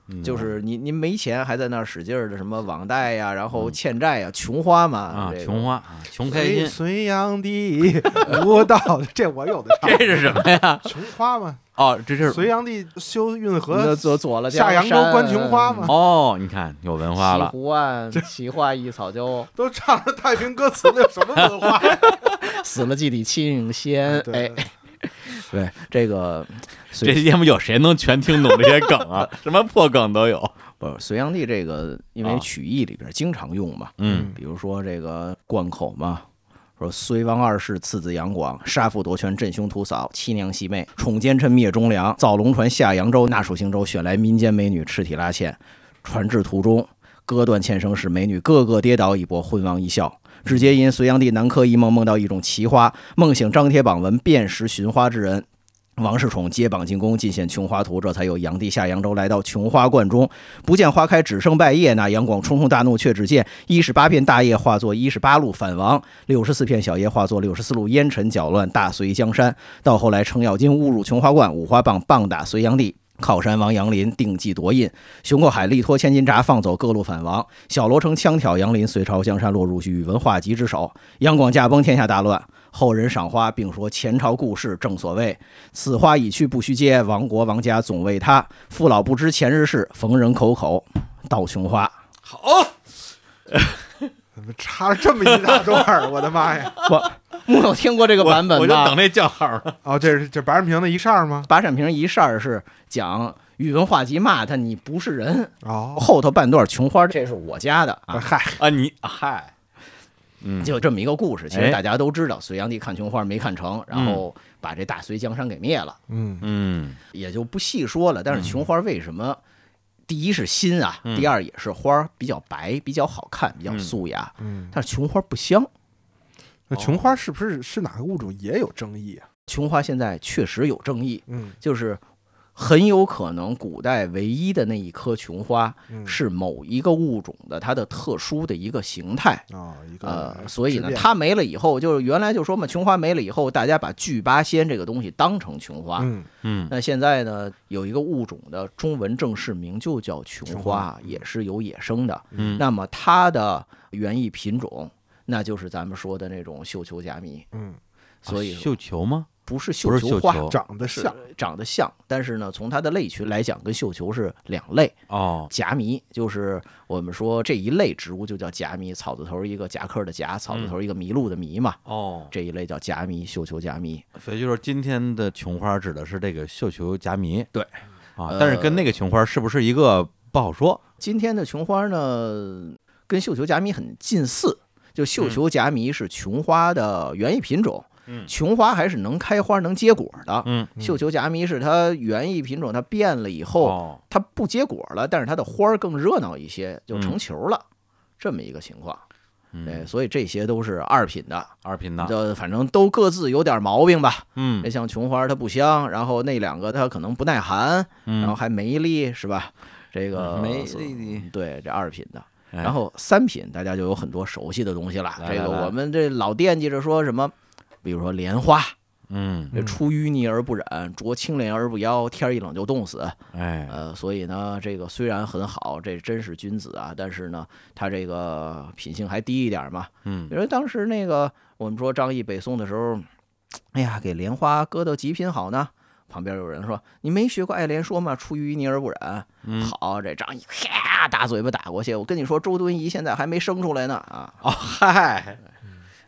[SPEAKER 3] 嗯
[SPEAKER 5] 就是您您没钱还在那儿使劲儿的什么网贷呀，然后欠债呀，琼花嘛，
[SPEAKER 3] 嗯啊，
[SPEAKER 5] 这个
[SPEAKER 3] 琼花，啊穷开
[SPEAKER 4] 隋
[SPEAKER 3] 心，
[SPEAKER 4] 隋炀帝无道，这我有的唱。
[SPEAKER 3] 这是什么呀？
[SPEAKER 4] 琼花嘛，
[SPEAKER 3] 哦，这是
[SPEAKER 4] 隋炀帝修运
[SPEAKER 5] 那
[SPEAKER 4] 河，
[SPEAKER 5] 左左了
[SPEAKER 4] 下扬州观琼花嘛
[SPEAKER 3] 哦，你看有文化了，
[SPEAKER 5] 湖岸奇画一草鸠，
[SPEAKER 4] 都唱着太平歌词了，有什么文 化呀？
[SPEAKER 5] 死了祭 礼
[SPEAKER 3] 啊
[SPEAKER 5] 庆仙。哎
[SPEAKER 4] 对，，
[SPEAKER 5] 对这个
[SPEAKER 3] 这节目有谁能全听懂这些梗 啊？什么破梗都有。
[SPEAKER 5] 不隋炀帝这个，因为
[SPEAKER 3] 啊
[SPEAKER 5] 曲艺里边经常用嘛，
[SPEAKER 3] 嗯，
[SPEAKER 5] 比如说这个贯口嘛，说隋王二世次子杨广，杀父夺权，镇凶屠嫂，欺娘戏妹，宠奸臣灭忠良，造龙船下扬州，纳蜀行州，选来民间美女赤体拉纤，传至途中，割断纤绳，使美女个个跌倒以博昏王一笑。直接因隋炀帝南柯一梦，梦到一种奇花，梦醒张贴榜文，辨识寻花之人。王世充接榜进宫，进献琼花图，这才有炀帝下扬州，来到琼花观中，不见花开只剩败叶。那杨广冲冲大怒，却只见一十八片大叶化作一十八路反王，六十四片小叶化作六十四路烟尘，搅乱大隋江山。到后来，程咬金侮辱琼花观，五花棒棒打隋炀帝。靠山王杨林定计夺印，熊过海力托千斤闸，放走各路反王。小罗成枪挑杨林，隋朝江山落入宇文化及之手。杨广驾崩，天下大乱。后人赏花，并说前朝故事，正所谓此花已去不须接，亡国亡家总为他。父老不知前日事，逢人口口道琼花。
[SPEAKER 4] 怎么插了这么一大段儿？我的妈 呀！
[SPEAKER 5] 木有听过这个版本
[SPEAKER 3] 我就等
[SPEAKER 5] 吧？
[SPEAKER 3] 那叫号呢。
[SPEAKER 4] 哦，这是这白人平的一扇儿吗？
[SPEAKER 5] 八扇屏一扇是讲宇文化及骂他你不是人，
[SPEAKER 4] 哦，
[SPEAKER 5] 后头半段琼花这是我家的 啊，
[SPEAKER 4] 嗨，
[SPEAKER 3] 啊，你嗨，嗯，
[SPEAKER 5] 就这么一个故事。其实
[SPEAKER 3] 哎
[SPEAKER 5] 大家都知道，隋炀帝看琼花没看成，然后把这大隋江山给灭了，
[SPEAKER 4] 嗯，
[SPEAKER 3] 嗯
[SPEAKER 5] 也就不细说了。但是琼花为什么？第一是新啊，
[SPEAKER 3] 嗯
[SPEAKER 5] 第二也是花儿比较白，比较好看，比较素雅。
[SPEAKER 4] 嗯，哦
[SPEAKER 5] 但是琼花不香，
[SPEAKER 4] 那琼花是不是是哪个物种也有争议啊？
[SPEAKER 5] 琼花现在确实有争议，
[SPEAKER 4] 嗯，
[SPEAKER 5] 就是很有可能古代唯一的那一棵琼花
[SPEAKER 4] 嗯
[SPEAKER 5] 是某一个物种的它的特殊的一个形态。
[SPEAKER 4] 哦，一个
[SPEAKER 5] 呃，所以呢
[SPEAKER 4] 质，变
[SPEAKER 5] 它没了以后，就是原来就说嘛，琼花没了以后，大家把聚八仙这个东西当成琼花。
[SPEAKER 4] 嗯
[SPEAKER 3] 嗯
[SPEAKER 5] 那现在呢，有一个物种的中文正式名就叫琼
[SPEAKER 4] 琼
[SPEAKER 5] 花啊
[SPEAKER 4] 花，
[SPEAKER 5] 也是有野生的。
[SPEAKER 3] 嗯，
[SPEAKER 5] 那么它的园艺品种，那就是咱们说的那种绣球夹米，
[SPEAKER 4] 嗯，
[SPEAKER 5] 所以
[SPEAKER 3] 啊绣球吗？
[SPEAKER 5] 不是
[SPEAKER 3] 不
[SPEAKER 5] 绣
[SPEAKER 3] 是
[SPEAKER 5] 球
[SPEAKER 3] 绣
[SPEAKER 5] 花，
[SPEAKER 3] 球
[SPEAKER 4] 长得
[SPEAKER 5] 是
[SPEAKER 4] 像，
[SPEAKER 5] 长得像，但是呢，从它的类群来讲，跟绣球是两类。
[SPEAKER 3] 哦，
[SPEAKER 5] 夹迷就是我们说这一类植物就叫夹迷，草字头一个夹克的夹，草字头一个麋鹿的麋嘛，
[SPEAKER 3] 哦，
[SPEAKER 5] 这一类叫夹迷，绣球夹迷。
[SPEAKER 3] 所以就是今天的琼花指的是这个绣球夹迷，
[SPEAKER 5] 对
[SPEAKER 3] 啊
[SPEAKER 5] 呃，
[SPEAKER 3] 但是跟那个琼花是不是一个不好说？
[SPEAKER 5] 今天的琼花呢，跟绣球夹迷很近似，就绣球夹迷是琼花的园艺品种。
[SPEAKER 3] 嗯
[SPEAKER 5] 琼花还是能开花能结果的，
[SPEAKER 3] 嗯，
[SPEAKER 5] 绣球夹迷是它园艺品种，它变了以后，
[SPEAKER 3] 哦，
[SPEAKER 5] 它不结果了，但是它的花儿更热闹一些，就成
[SPEAKER 3] 嗯
[SPEAKER 5] 球了，这么一个情况。哎，
[SPEAKER 3] 嗯，
[SPEAKER 5] 所以这些都是二品的，
[SPEAKER 3] 二品的，
[SPEAKER 5] 就反正都各自有点毛病吧。
[SPEAKER 3] 嗯
[SPEAKER 5] 那像琼花它不香，然后那两个它可能不耐寒，
[SPEAKER 3] 嗯，
[SPEAKER 5] 然后还梅粒是吧？这个
[SPEAKER 3] 梅粒的
[SPEAKER 5] 对，这二品的。
[SPEAKER 3] 哎
[SPEAKER 5] 然后三品大家就有很多熟悉的东西了，
[SPEAKER 3] 来
[SPEAKER 5] 这
[SPEAKER 3] 来
[SPEAKER 5] 个
[SPEAKER 3] 来
[SPEAKER 5] 我们这老惦记着说什么。比如说莲花，
[SPEAKER 3] 嗯，
[SPEAKER 5] 这
[SPEAKER 4] 嗯
[SPEAKER 5] 出淤泥而不染，濯清涟而不妖，天一冷就冻死。
[SPEAKER 3] 哎，
[SPEAKER 5] 呃，所以呢，这个虽然很好，这真是君子啊，但是呢，他这个品性还低一点嘛。
[SPEAKER 3] 嗯
[SPEAKER 5] 你说当时那个我们说张毅北宋的时候，哎呀，给莲花搁到极品好呢。旁边有人说：“你没学过《爱莲说》吗？出淤泥而不染。
[SPEAKER 3] 嗯，
[SPEAKER 5] 好，这张毅啪大嘴巴打过去。我跟你说，周敦颐现在还没生出来呢啊！
[SPEAKER 3] 哦，嗨，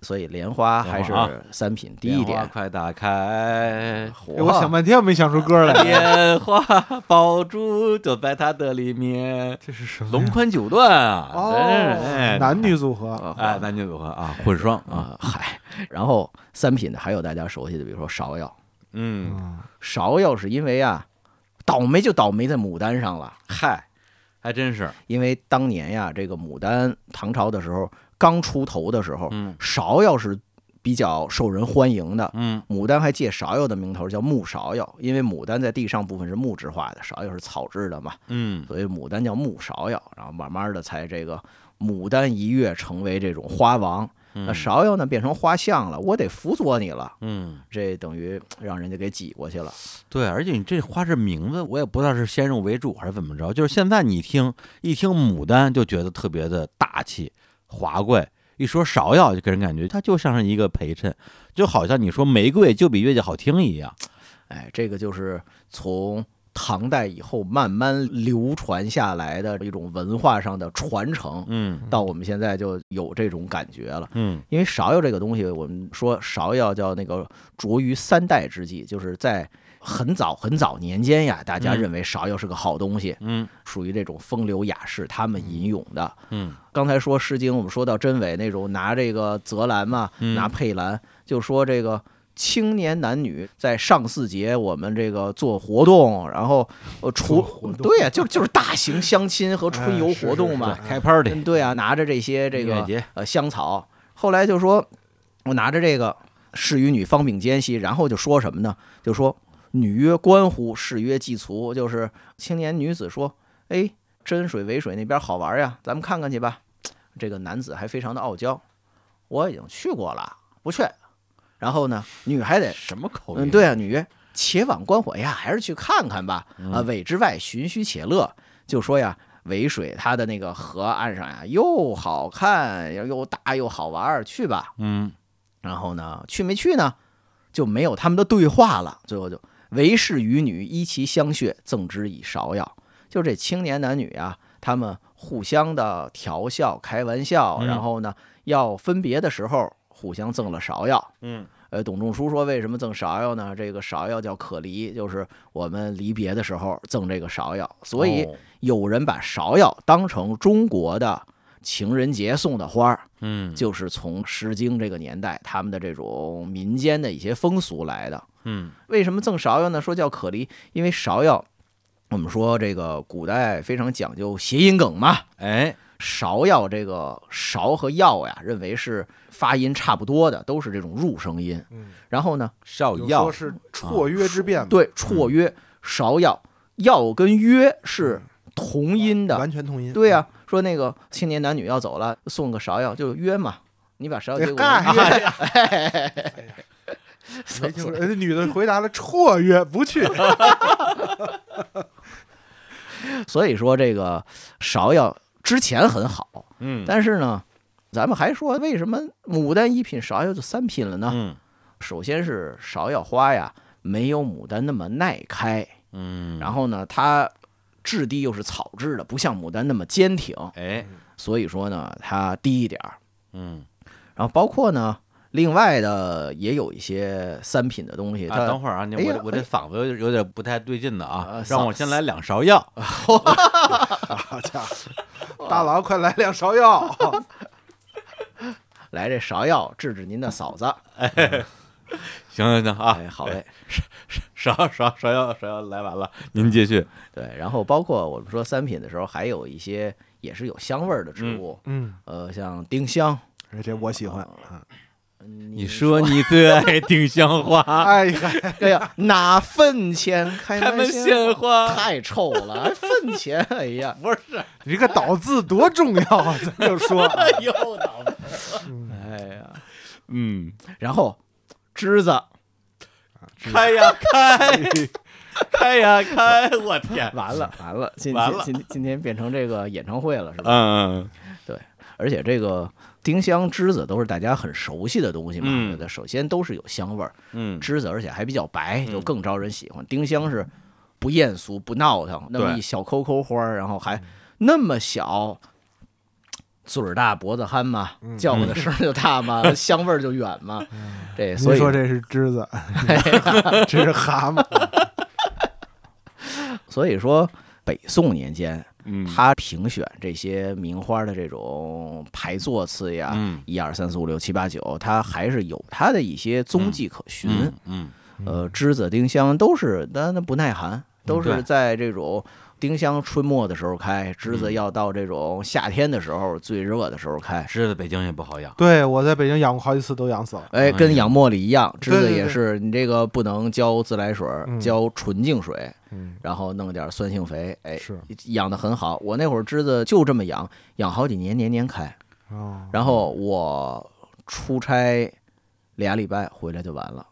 [SPEAKER 5] 所以莲花还是
[SPEAKER 3] 莲花啊
[SPEAKER 5] 三品低一
[SPEAKER 3] 莲花
[SPEAKER 5] 点。
[SPEAKER 3] 快打开，
[SPEAKER 4] 哎我想半天没想出歌 来，
[SPEAKER 3] 莲 花宝珠就在它的里面，
[SPEAKER 4] 这是什么
[SPEAKER 3] 龙
[SPEAKER 4] 呀？
[SPEAKER 3] 宽九段啊，
[SPEAKER 4] 哦
[SPEAKER 3] 真是哎
[SPEAKER 4] 男女组合，
[SPEAKER 5] 啊
[SPEAKER 3] 哎，男女组合啊，混双啊，
[SPEAKER 5] 啊，嗨，然后三品的还有大家熟悉的，比如说芍药。
[SPEAKER 3] 嗯，
[SPEAKER 4] 嗯，
[SPEAKER 5] 芍药是因为啊，倒霉就倒霉在牡丹上了。
[SPEAKER 3] 嗨，还真是，
[SPEAKER 5] 因为当年呀，这个牡丹唐朝的时候刚出头的时候，
[SPEAKER 3] 嗯
[SPEAKER 5] 芍药是比较受人欢迎的。
[SPEAKER 3] 嗯
[SPEAKER 5] 牡丹还借芍药的名头叫木芍药，因为牡丹在地上部分是木质化的，芍药是草制的嘛，
[SPEAKER 3] 嗯，
[SPEAKER 5] 所以牡丹叫木芍药。然后慢慢的才这个牡丹一跃成为这种花王，那
[SPEAKER 3] 那，
[SPEAKER 5] 芍药呢变成花相了，我得辅佐你了，
[SPEAKER 3] 嗯，
[SPEAKER 5] 这等于让人家给挤过去了。
[SPEAKER 3] 对，而且你这花这名字，我也不知道是先入为主还是怎么着，就是现在你听一听牡丹就觉得特别的大气华贵。一说芍药，就给人感觉它就像是一个陪衬，就好像你说玫瑰就比月季好听一样。
[SPEAKER 5] 哎，这个就是从唐代以后慢慢流传下来的一种文化上的传承，
[SPEAKER 3] 嗯
[SPEAKER 5] 到我们现在就有这种感觉了。
[SPEAKER 3] 嗯
[SPEAKER 5] 因为芍药这个东西，我们说芍药叫那个着于三代之际，就是在很早很早年间呀，大家
[SPEAKER 3] 嗯
[SPEAKER 5] 认为芍药是个好东西，
[SPEAKER 3] 嗯
[SPEAKER 5] 属于这种风流雅士他们吟咏的。
[SPEAKER 3] 嗯
[SPEAKER 5] 刚才说《诗经》，我们说到真伪那种拿这个泽兰嘛，
[SPEAKER 3] 嗯
[SPEAKER 5] 拿佩兰，就说这个青年男女在上巳节我们这个做活动，然后呃除
[SPEAKER 4] 活动
[SPEAKER 5] 对呀、就就是大型相亲和春游
[SPEAKER 4] 哎是
[SPEAKER 5] 活动嘛，
[SPEAKER 4] 是是
[SPEAKER 3] 开 party，
[SPEAKER 5] 嗯对啊，拿着这些这
[SPEAKER 3] 音乐
[SPEAKER 5] 个
[SPEAKER 3] 节
[SPEAKER 5] 呃香草，后来就说我拿着这个是与女方秉奸兮，然后就说什么呢？就说女曰观乎，士曰祭俗，就是青年女子说，哎，真水伪水那边好玩呀，咱们看看去吧。这个男子还非常的傲娇，我已经去过了，不去。然后呢，女还得
[SPEAKER 3] 什么口音？
[SPEAKER 5] 嗯，对啊，女曰：“且往观火呀，还是去看看吧。
[SPEAKER 3] 嗯
[SPEAKER 5] 啊，苇之外寻虚且乐。”就说呀，苇水它的那个河岸上呀，又好看，又又大又好玩儿，去吧。
[SPEAKER 3] 嗯
[SPEAKER 5] 然后呢，去没去呢，就没有他们的对话了。最后就为是与女依其相谑，赠之以芍药。就这青年男女啊，他们互相的调笑、开玩笑，
[SPEAKER 3] 嗯
[SPEAKER 5] 然后呢，要分别的时候，互相赠了芍药。
[SPEAKER 3] 嗯
[SPEAKER 5] 呃，董仲舒说为什么赠芍药呢？这个芍药叫可离，就是我们离别的时候赠这个芍药。所以
[SPEAKER 3] 哦
[SPEAKER 5] 有人把芍药当成中国的情人节送的花儿，
[SPEAKER 3] 嗯
[SPEAKER 5] 就是从《诗经》这个年代他们的这种民间的一些风俗来的。
[SPEAKER 3] 嗯
[SPEAKER 5] 为什么赠芍药呢？说叫可离，因为芍药，我们说这个古代非常讲究谐音梗嘛，
[SPEAKER 3] 哎
[SPEAKER 5] 芍药这个芍和药呀，认为是发音差不多的，都是这种入声音。
[SPEAKER 4] 嗯，
[SPEAKER 5] 然后呢，
[SPEAKER 3] 芍
[SPEAKER 4] 有
[SPEAKER 3] 药
[SPEAKER 4] 说是啊绰约之变嘛，
[SPEAKER 5] 对，绰约、芍药，药跟约是同音的。
[SPEAKER 4] 完全同音。
[SPEAKER 5] 对呀、说那个青年男女要走了，送个芍药就约嘛，你把芍药
[SPEAKER 4] 哎
[SPEAKER 5] 给我啊
[SPEAKER 4] 嗨
[SPEAKER 5] 约。
[SPEAKER 4] 没听说，那女的回答了绰约不去，
[SPEAKER 5] 所以说这个芍药之前很好，
[SPEAKER 3] 嗯
[SPEAKER 5] 但是呢，咱们还说为什么牡丹一品，芍药就三品了呢？
[SPEAKER 3] 嗯
[SPEAKER 5] 首先是芍药花呀，没有牡丹那么耐开，
[SPEAKER 3] 嗯，
[SPEAKER 5] 然后呢，它质地又是草质的，不像牡丹那么坚挺，
[SPEAKER 3] 哎
[SPEAKER 5] 所以说呢，它低一点儿。
[SPEAKER 3] 嗯
[SPEAKER 5] 然后包括呢，另外的也有一些三品的东西，
[SPEAKER 3] 啊，
[SPEAKER 5] 它
[SPEAKER 3] 等会儿啊，你
[SPEAKER 5] 哎
[SPEAKER 3] 我
[SPEAKER 5] 呀
[SPEAKER 3] 这我这
[SPEAKER 5] 哎
[SPEAKER 3] 嗓子有有点不太对劲的啊
[SPEAKER 5] 啊，
[SPEAKER 3] 让
[SPEAKER 5] 嗓呃
[SPEAKER 3] 我先来两勺药。
[SPEAKER 4] 好家伙，大郎快来两芍药，
[SPEAKER 5] 来这芍药治治您的嫂子。
[SPEAKER 3] 行行行啊，
[SPEAKER 5] 哎，好嘞。
[SPEAKER 3] 勺勺勺药勺药来完了，您继续。
[SPEAKER 5] 对，然后包括我们说三品的时候，还有一些也是有香味儿的植物，
[SPEAKER 4] 嗯，
[SPEAKER 5] 呃，像丁香。
[SPEAKER 4] 这我喜欢。
[SPEAKER 5] 你
[SPEAKER 3] 你说你最爱丁香花，
[SPEAKER 4] 哎呀，
[SPEAKER 5] 哎呀，拿粪钱 开
[SPEAKER 3] 开
[SPEAKER 5] 门
[SPEAKER 3] 门鲜花，
[SPEAKER 5] 太臭了，还粪钱，哎 呀，
[SPEAKER 3] 不是，
[SPEAKER 4] 你这个倒字多重要啊！咱就说，
[SPEAKER 3] 又倒霉。
[SPEAKER 5] 哎呀，
[SPEAKER 3] 嗯，
[SPEAKER 5] 然后栀子、
[SPEAKER 3] 开呀开， 开呀开，我 天，
[SPEAKER 5] 完了完了，今
[SPEAKER 3] 完了
[SPEAKER 5] 今今今天变成这个演唱会了是吧？
[SPEAKER 3] 嗯嗯
[SPEAKER 5] 而且这个丁香、栀子都是大家很熟悉的东西嘛，
[SPEAKER 3] 嗯
[SPEAKER 5] 对不对首先都是有香味儿，
[SPEAKER 3] 嗯，
[SPEAKER 5] 栀子而且还比较白，
[SPEAKER 3] 嗯
[SPEAKER 5] 就更招人喜欢。丁香是不艳俗、不闹腾，那么
[SPEAKER 3] 对嗯
[SPEAKER 5] 一小抠抠花儿，然后还那么小。嘴儿大脖子憨嘛，
[SPEAKER 3] 嗯
[SPEAKER 5] 叫唤的声儿就大嘛， 香味儿就远嘛。这所
[SPEAKER 4] 您
[SPEAKER 5] 以
[SPEAKER 4] 说这是栀子，这是蛤蟆，
[SPEAKER 5] 所以说，北宋年间，
[SPEAKER 3] 嗯
[SPEAKER 5] 他评选这些名花的这种排座次呀，
[SPEAKER 3] 嗯
[SPEAKER 5] 一二三四五六七八九，它还是有它的一些踪迹可循。
[SPEAKER 3] 嗯嗯
[SPEAKER 4] 嗯
[SPEAKER 5] 呃，栀子、丁香都是，但那不耐寒，都
[SPEAKER 3] 对
[SPEAKER 5] 是在这种丁香春末的时候开，栀
[SPEAKER 4] 嗯
[SPEAKER 5] 子要到这种夏天的时候最热的时候开。
[SPEAKER 3] 栀子北京也不好养，
[SPEAKER 4] 对我在北京养过好几次，都养死了。
[SPEAKER 5] 哎，跟养茉莉一样，
[SPEAKER 4] 对
[SPEAKER 5] 栀子
[SPEAKER 4] 对
[SPEAKER 5] 也
[SPEAKER 4] 对
[SPEAKER 5] 是，你这个不能浇自来水儿，
[SPEAKER 4] 嗯
[SPEAKER 5] 浇纯净水，
[SPEAKER 4] 嗯，
[SPEAKER 5] 然后弄点酸性肥，哎，
[SPEAKER 4] 是
[SPEAKER 5] 养的很好。我那会儿栀子就这么养，养好几年，年年开。
[SPEAKER 4] 啊，
[SPEAKER 5] 然后我出差俩礼拜回来就完了，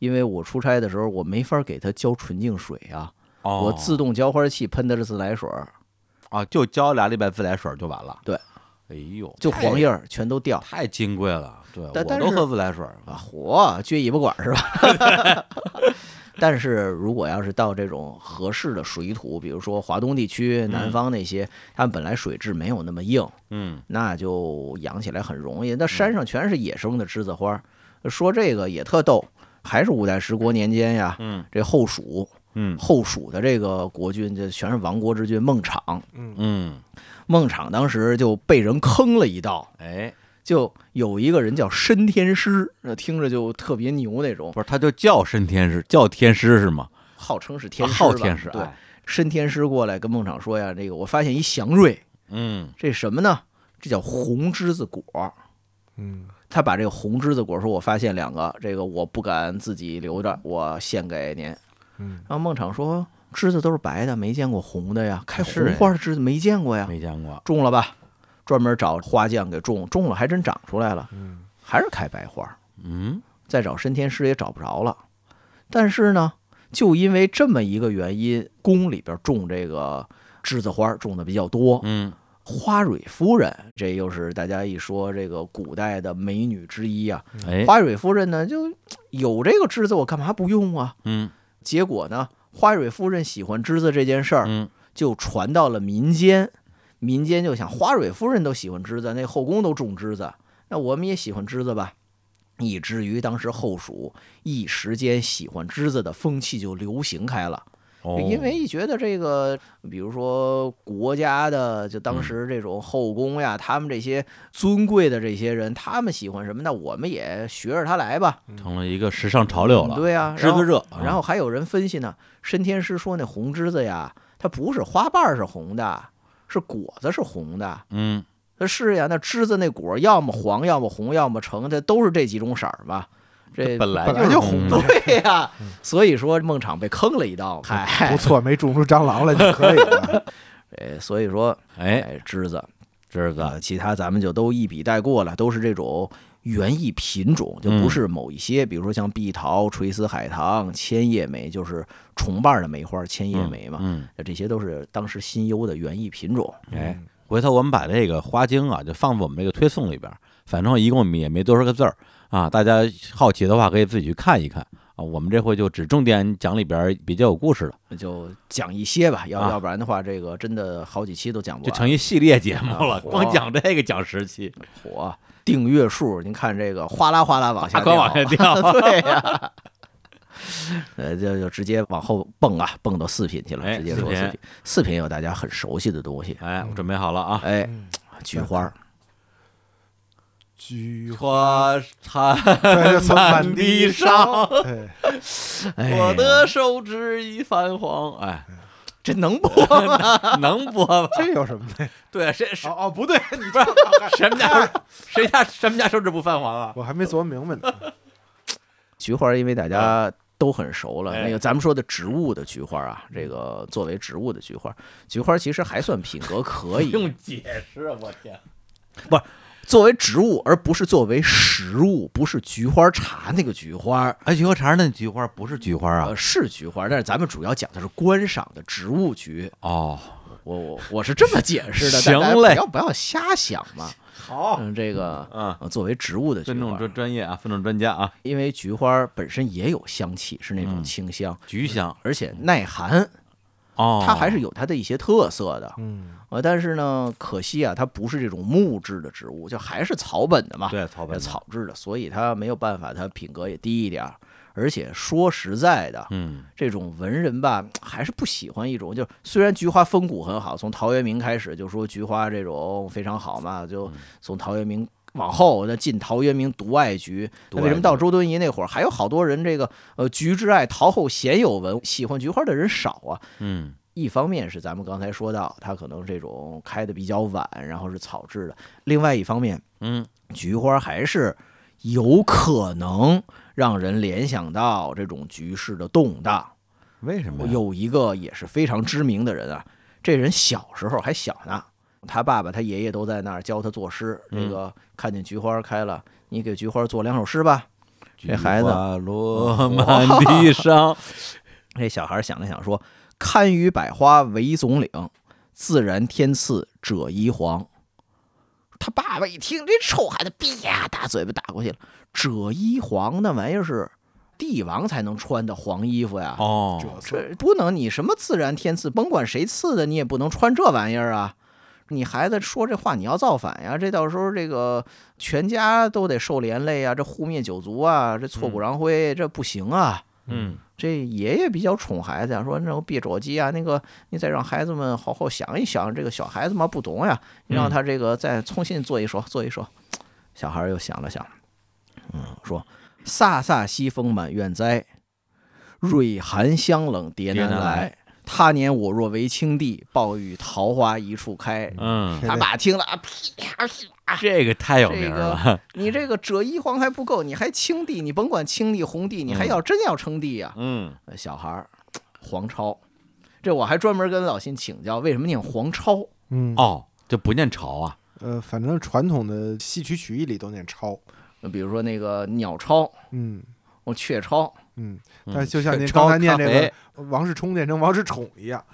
[SPEAKER 5] 因为我出差的时候我没法给它浇纯净水啊，
[SPEAKER 3] 哦
[SPEAKER 5] 我自动浇花器喷的是自来水儿，
[SPEAKER 3] 啊就浇俩礼拜自来水就完了。
[SPEAKER 5] 对，
[SPEAKER 3] 哎呦，
[SPEAKER 5] 就
[SPEAKER 3] 太
[SPEAKER 5] 黄叶儿全都掉。
[SPEAKER 3] 太金贵了，对我
[SPEAKER 5] 但但
[SPEAKER 3] 都
[SPEAKER 5] 是
[SPEAKER 3] 喝自来水
[SPEAKER 5] 啊，嚯，撅尾巴管是吧？ 但是如果要是到这种合适的水土，比如说华东地区、南方那些，他们本来水质没有那么硬，
[SPEAKER 3] 嗯，
[SPEAKER 5] 那就养起来很容易。那山上全是野生的栀子花儿，说这个也特逗，还是五代十国年间呀，
[SPEAKER 3] 嗯，
[SPEAKER 5] 这后蜀
[SPEAKER 3] 嗯
[SPEAKER 5] 后蜀的这个国君，这全是亡国之君孟昶，
[SPEAKER 3] 嗯，
[SPEAKER 5] 孟昶当时就被人坑了一道，
[SPEAKER 3] 哎，
[SPEAKER 5] 就有一个人叫申天师，呃听着就特别牛那种，
[SPEAKER 3] 不是，他就叫申天师，叫天师是吗？
[SPEAKER 5] 号称是天
[SPEAKER 3] 啊
[SPEAKER 5] 师吧，
[SPEAKER 3] 号天师，
[SPEAKER 5] 对，
[SPEAKER 3] 哎
[SPEAKER 5] 申天师过来跟孟昶说呀，这个我发现一祥瑞，
[SPEAKER 3] 嗯，
[SPEAKER 5] 这什么呢？这叫红栀子果。
[SPEAKER 4] 嗯，
[SPEAKER 5] 他把这个红栀子果说，我发现两个，这个我不敢自己留着，我献给您。
[SPEAKER 4] 嗯，
[SPEAKER 5] 然后孟昶说，栀子都是白的，没见过红的呀，开
[SPEAKER 3] 是哎哎
[SPEAKER 5] 红花的栀子没见过呀，
[SPEAKER 3] 没见过，
[SPEAKER 5] 种了吧，专门找花匠给种，种了还真长出来了，
[SPEAKER 4] 嗯，
[SPEAKER 5] 还是开白花。
[SPEAKER 3] 嗯，
[SPEAKER 5] 再找申天师也找不着了。但是呢，就因为这么一个原因，宫里边种这个栀子花种的比较多。
[SPEAKER 3] 嗯，
[SPEAKER 5] 花蕊夫人，这又是大家一说这个古代的美女之一啊。
[SPEAKER 3] 哎，
[SPEAKER 5] 花蕊夫人呢，就有这个栀子，我干嘛不用啊？
[SPEAKER 3] 嗯
[SPEAKER 5] 结果呢，花蕊夫人喜欢栀子这件事儿，
[SPEAKER 3] 嗯，
[SPEAKER 5] 就传到了民间，民间就想花蕊夫人都喜欢栀子，那后宫都种栀子，那我们也喜欢栀子吧。以至于当时后蜀一时间喜欢栀子的风气就流行开了，
[SPEAKER 3] 哦，
[SPEAKER 5] 因为一觉得这个，比如说国家的，就当时这种后宫
[SPEAKER 3] 嗯
[SPEAKER 5] 呀，他们这些尊贵的这些人，他们喜欢什么，那我们也学着他来吧。
[SPEAKER 3] 哦成了一个时尚潮流了，
[SPEAKER 5] 对啊呀、
[SPEAKER 3] 知
[SPEAKER 5] 然后
[SPEAKER 3] 子热，啊
[SPEAKER 5] 然后还有人分析呢，申天师说那红栀子呀，它不是花瓣儿是红的，是果子是红的。
[SPEAKER 3] 嗯，
[SPEAKER 5] 那是呀，那栀子那果儿要么黄，要么红，要么橙，这都是这几种色儿嘛。这
[SPEAKER 3] 本嗯来
[SPEAKER 4] 本来就红
[SPEAKER 3] 的，
[SPEAKER 5] 对呀、 所以说孟昶被坑了一刀。
[SPEAKER 4] 不
[SPEAKER 5] 嗨，
[SPEAKER 4] 错，没种出蟑螂来就可以了。
[SPEAKER 5] 哎，所以说
[SPEAKER 3] 哎，
[SPEAKER 5] 哎，栀子
[SPEAKER 3] 知子，
[SPEAKER 5] 啊，其他咱们就都一笔带过了，都是这种园艺品种，就
[SPEAKER 3] 嗯
[SPEAKER 5] 不是某一些，比如说像碧桃、垂丝海棠、千叶梅，就是重瓣儿的梅花千叶
[SPEAKER 3] 嗯
[SPEAKER 5] 梅嘛。
[SPEAKER 3] 嗯，
[SPEAKER 5] 这些都是当时新优的园艺品种。
[SPEAKER 3] 哎，回头我们把这个花精啊，就放我们这个推送里边儿，反正一共也没多少个字儿啊，大家好奇的话可以自己去看一看啊。我们这回就只重点讲里边儿比较有故事的，
[SPEAKER 5] 那嗯就讲一些吧，要、
[SPEAKER 3] 啊
[SPEAKER 5] 要不然的话，这个真的好几期都讲不
[SPEAKER 3] 就
[SPEAKER 5] 完。
[SPEAKER 3] 成一系列节目了，
[SPEAKER 5] 啊
[SPEAKER 3] 光讲这个讲十期，
[SPEAKER 5] 火订阅数，您看这个哗啦哗啦往下
[SPEAKER 3] 啊光往下掉
[SPEAKER 5] 对呀、呃，就就直接往后蹦啊，蹦到四品去了，
[SPEAKER 3] 哎
[SPEAKER 5] 直接说
[SPEAKER 3] 四
[SPEAKER 5] 四
[SPEAKER 3] 品
[SPEAKER 5] 品。四品有大家很熟悉的东西，
[SPEAKER 3] 哎，我准备好了啊。
[SPEAKER 5] 哎，菊花 儿，
[SPEAKER 3] 嗯
[SPEAKER 4] 菊花
[SPEAKER 3] 花残
[SPEAKER 4] 在
[SPEAKER 3] 满
[SPEAKER 4] 满
[SPEAKER 3] 地
[SPEAKER 4] 地
[SPEAKER 3] 伤，
[SPEAKER 4] 对，
[SPEAKER 5] 哎呀，
[SPEAKER 3] 我的手指已泛黄。哎，
[SPEAKER 5] 这 能播吗？
[SPEAKER 3] 能播吗？
[SPEAKER 4] 这有什么的？
[SPEAKER 3] 对，啊谁谁
[SPEAKER 4] 哦哦，不对，你
[SPEAKER 3] 不是什么家谁家什么家手指不泛黄啊？
[SPEAKER 4] 我还没琢磨明白呢。
[SPEAKER 5] 菊花儿因为大家都很熟了，
[SPEAKER 3] 啊哎
[SPEAKER 5] 那个咱们说的植物的菊花儿啊，这个作为植物的菊花儿，菊花儿其实还算品格 可以，
[SPEAKER 3] 用解释啊，我天！
[SPEAKER 5] 作为植物，而不是作为食物，不是菊花茶那个菊花儿，
[SPEAKER 3] 哎，菊花茶那菊花不是菊花啊
[SPEAKER 5] 呃，？是菊花，但是咱们主要讲的是观赏的植物菊。
[SPEAKER 3] 哦，
[SPEAKER 5] 我我我是这么解释 的，
[SPEAKER 3] 行
[SPEAKER 5] 大家不
[SPEAKER 3] 嘞
[SPEAKER 5] 要不要瞎想嘛。
[SPEAKER 3] 好，
[SPEAKER 5] 嗯，这个
[SPEAKER 3] 嗯，
[SPEAKER 5] 呃作为植物的菊
[SPEAKER 3] 尊重
[SPEAKER 5] 花
[SPEAKER 3] 专，专业啊，尊重专家啊，
[SPEAKER 5] 因为菊花本身也有香气，是那种
[SPEAKER 3] 嗯
[SPEAKER 5] 清香，
[SPEAKER 3] 菊香
[SPEAKER 5] 而且耐寒，
[SPEAKER 3] 哦
[SPEAKER 5] 它嗯还是有它的一些特色的。
[SPEAKER 4] 嗯，
[SPEAKER 5] 呃，但是呢，可惜啊，它不是这种木质的植物，就还是草本的嘛。
[SPEAKER 3] 对草本的
[SPEAKER 5] 哎草制的，所以它没有办法，它品格也低一点儿。而且说实在的，
[SPEAKER 3] 嗯
[SPEAKER 5] 这种文人吧，还是不喜欢一种，就是虽然菊花风骨很好，从陶渊明开始就说菊花这种非常好嘛，就从陶渊明往后，那晋陶渊明独爱菊，那为什么到周敦颐那会儿还有好多人这个呃菊之爱，陶后鲜有闻，喜欢菊花的人少啊？
[SPEAKER 3] 嗯
[SPEAKER 5] 一方面是咱们刚才说到，它可能这种开的比较晚，然后是草制的；另外一方面，
[SPEAKER 3] 嗯，
[SPEAKER 5] 菊花还是有可能让人联想到这种局势的动荡。
[SPEAKER 3] 为什么呀？
[SPEAKER 5] 有一个也是非常知名的人啊，这人小时候还小呢，他爸爸、他爷爷都在那儿教他作诗。这个看见菊花开了，你给菊花做两首诗吧。这 孩子嗯
[SPEAKER 3] 菊花落满地 伤，
[SPEAKER 5] 这小孩想了想说：“堪与百花为总领，自然天赐者衣黄。”他爸爸一听，这臭孩子，啪呀，大嘴巴打过去了。者衣黄那玩意儿是帝王才能穿的黄衣服呀。
[SPEAKER 3] 哦，
[SPEAKER 5] 这不能，你什么自然天赐，甭管谁赐的，你也不能穿这玩意儿啊！你孩子说这话，你要造反呀！这到时候这个全家都得受连累啊！这护灭九族啊，这挫骨扬灰，这不行啊！
[SPEAKER 3] 嗯，
[SPEAKER 5] 这爷爷比较宠孩子呀、说那别着急啊，那个你再让孩子们好好想一想，这个小孩子嘛不懂呀，你让他这个再重新做一首，做一首。小孩儿又想了想，嗯，说：“飒飒西风满院栽，蕊寒香冷蝶难
[SPEAKER 3] 蝶难来
[SPEAKER 5] 来。他年我若为青帝，报与桃花一处开。”
[SPEAKER 3] 嗯，
[SPEAKER 5] 他爸听了啊，啪啪！
[SPEAKER 3] 这个太有名了，
[SPEAKER 5] 你这个折衣黄还不够，你还青帝，你甭管青帝红帝，你还要真要称帝呀、
[SPEAKER 3] 嗯，
[SPEAKER 5] 呃小孩儿，黄超，这我还专门跟老辛请教，为什么念黄超？
[SPEAKER 4] 嗯，
[SPEAKER 3] 哦，就不念朝啊，
[SPEAKER 4] 呃，反正传统的戏曲曲艺里都念超，
[SPEAKER 5] 呃比如说那个鸟超，
[SPEAKER 4] 嗯
[SPEAKER 5] 哦，雀超，
[SPEAKER 4] 嗯，
[SPEAKER 3] 嗯
[SPEAKER 4] 但就像您
[SPEAKER 3] 超
[SPEAKER 4] 刚才念这
[SPEAKER 3] 咖啡
[SPEAKER 4] 个王世充念成王世宠一样，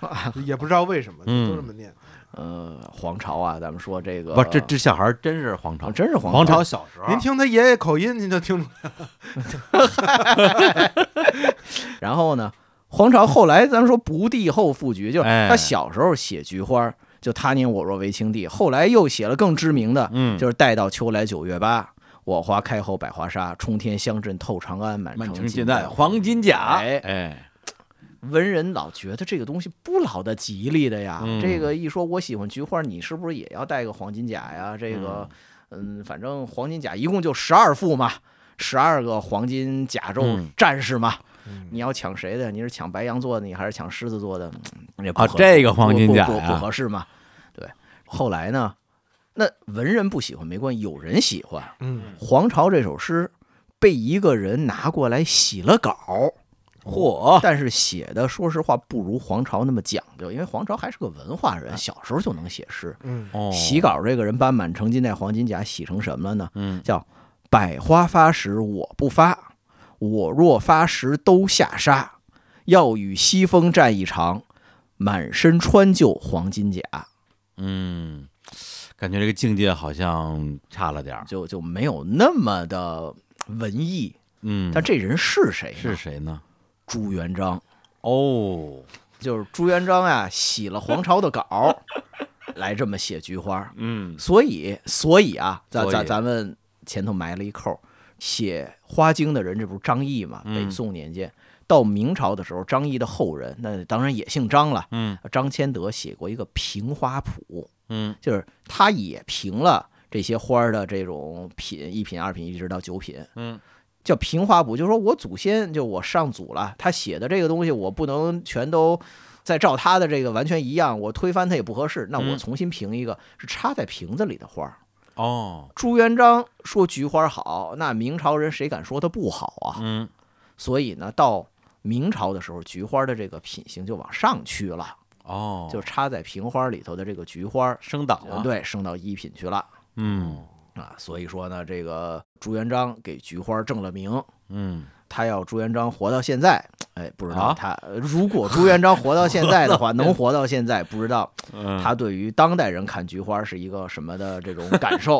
[SPEAKER 4] 也不知道为什么
[SPEAKER 3] 嗯
[SPEAKER 4] 就都这么念。
[SPEAKER 5] 呃，黄朝啊，咱们说这个
[SPEAKER 3] 不是，这这小孩真是皇朝
[SPEAKER 5] 啊，真是黄
[SPEAKER 3] 皇朝小时候，
[SPEAKER 4] 您听他爷爷口音，您就听出来。
[SPEAKER 5] 然后呢，黄巢后来咱们说不帝后赋菊，就是
[SPEAKER 3] 哎
[SPEAKER 5] 他小时候写菊花，就他年我若为青帝，后来又写了更知名的，
[SPEAKER 3] 嗯
[SPEAKER 5] 就是待到秋来九月八。我花开后百花杀，冲天香阵透长安，满
[SPEAKER 3] 满城
[SPEAKER 5] 城
[SPEAKER 3] 尽
[SPEAKER 5] 尽
[SPEAKER 3] 带
[SPEAKER 5] 带
[SPEAKER 3] 黄金甲，
[SPEAKER 5] 哎
[SPEAKER 3] 哎，
[SPEAKER 5] 文人老觉得这个东西不老的吉利的呀。
[SPEAKER 3] 嗯
[SPEAKER 5] 这个一说我喜欢菊花，你是不是也要戴个黄金甲呀？这个，嗯反正黄金甲一共就十二副嘛，十二个黄金甲胄
[SPEAKER 3] 嗯
[SPEAKER 5] 战士嘛。
[SPEAKER 4] 嗯
[SPEAKER 5] 你要抢谁的？你是抢白羊座的，你还是抢狮子座的？嗯这不
[SPEAKER 3] 啊，
[SPEAKER 5] 合
[SPEAKER 3] 这个黄金甲啊
[SPEAKER 5] 不不不不
[SPEAKER 3] 呀，
[SPEAKER 5] 合适嘛。对，后来呢，那文人不喜欢没关系，有人喜欢。
[SPEAKER 4] 嗯，
[SPEAKER 5] 黄巢这首诗被一个人拿过来洗了稿，
[SPEAKER 3] 嚯，
[SPEAKER 5] 但是写的说实话不如黄巢那么讲究，因为黄巢还是个文化人，小时候就能写诗。
[SPEAKER 4] 嗯，
[SPEAKER 3] 啊哦
[SPEAKER 5] 洗稿这个人把满城尽带黄金甲洗成什么了呢？
[SPEAKER 3] 嗯，
[SPEAKER 5] 叫百花发时我不发，我若发时都下沙，要与西风战一场，满身穿就黄金甲，
[SPEAKER 3] 嗯，感觉这个境界好像差了点儿，
[SPEAKER 5] 就就没有那么的文艺。
[SPEAKER 3] 嗯，
[SPEAKER 5] 但这人是谁呢？
[SPEAKER 3] 是谁呢？
[SPEAKER 5] 朱元璋。
[SPEAKER 3] 哦，
[SPEAKER 5] 就是朱元璋呀、洗了黄巢的稿，来这么写菊花。
[SPEAKER 3] 嗯，
[SPEAKER 5] 所以，所以啊，咱
[SPEAKER 3] 所以
[SPEAKER 5] 咱咱们前头埋了一扣，写《花经》的人，这不是张毅嘛？
[SPEAKER 3] 嗯
[SPEAKER 5] 北宋年间，到明朝的时候，张毅的后人，那当然也姓张了。
[SPEAKER 3] 嗯，
[SPEAKER 5] 张谦德写过一个《评花谱
[SPEAKER 3] 嗯》，，
[SPEAKER 5] 就是他也评了这些花儿的这种品，一品、二品，一直到九品。
[SPEAKER 3] 嗯。
[SPEAKER 5] 叫评花谱，就是说我祖先就我上祖了，他写的这个东西我不能全都再照他的这个完全一样，我推翻他也不合适，那我
[SPEAKER 3] 嗯
[SPEAKER 5] 重新评一个是插在瓶子里的花儿。
[SPEAKER 3] 哦，
[SPEAKER 5] 朱元璋说菊花好，那明朝人谁敢说它不好啊？
[SPEAKER 3] 嗯，
[SPEAKER 5] 所以呢，到明朝的时候，菊花的这个品行就往上去了，
[SPEAKER 3] 哦，啊
[SPEAKER 5] 就插在瓶花里头的这个菊花，
[SPEAKER 3] 升档了，，
[SPEAKER 5] 对，升到一品去了
[SPEAKER 3] 嗯
[SPEAKER 5] 啊。所以说呢，这个朱元璋给菊花正了名，
[SPEAKER 3] 嗯，
[SPEAKER 5] 他要朱元璋活到现在，哎，不知
[SPEAKER 3] 啊
[SPEAKER 5] 道他、呃如果朱元璋活到现在的话，能 活到现嗯在，不知道
[SPEAKER 3] 他
[SPEAKER 5] 他对于当代人看菊花是一个什么的这种感受。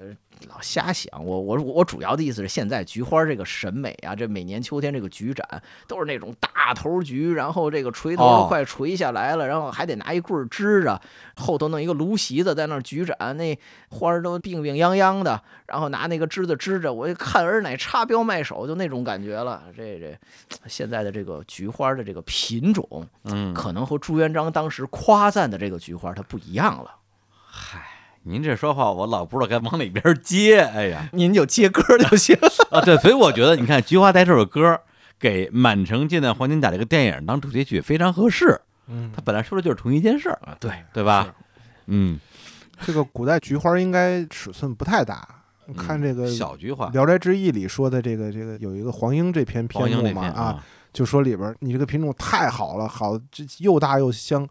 [SPEAKER 5] 呃老瞎想，我我我主要的意思是，现在菊花这个审美啊，这每年秋天这个菊展都是那种大头菊，然后这个垂头
[SPEAKER 3] 哦
[SPEAKER 5] 都快垂下来了，然后还得拿一棍儿支着，后头弄一个芦席子在那儿举展，那花儿都病病殃殃的，然后拿那个枝子支着，我一看儿乃插标卖首，就那种感觉了。这这现在的这个菊花的这个品种，
[SPEAKER 3] 嗯，
[SPEAKER 5] 可能和朱元璋当时夸赞的这个菊花它不一样了。，
[SPEAKER 3] 您这说话我老不知道该往哪边接，哎呀
[SPEAKER 5] 您就接歌儿就行。
[SPEAKER 3] 啊，对，所以我觉得你看《菊花台》这首歌给《满城尽带黄金甲》这个电影当主题曲非常合适，
[SPEAKER 4] 嗯
[SPEAKER 3] 它，本来说的就是同一件事儿，
[SPEAKER 5] 啊，对，
[SPEAKER 3] 对吧？嗯，
[SPEAKER 4] 这个古代菊花应该尺寸不太大，看这个《
[SPEAKER 3] 嗯小菊花，
[SPEAKER 4] 聊斋志异》里说的这个这个有一个黄英这篇
[SPEAKER 3] 黄
[SPEAKER 4] 篇
[SPEAKER 3] 英
[SPEAKER 4] 目
[SPEAKER 3] 那
[SPEAKER 4] 嘛
[SPEAKER 3] 篇
[SPEAKER 4] 啊，，就说里边儿你这个品种太好了，好这又大又香，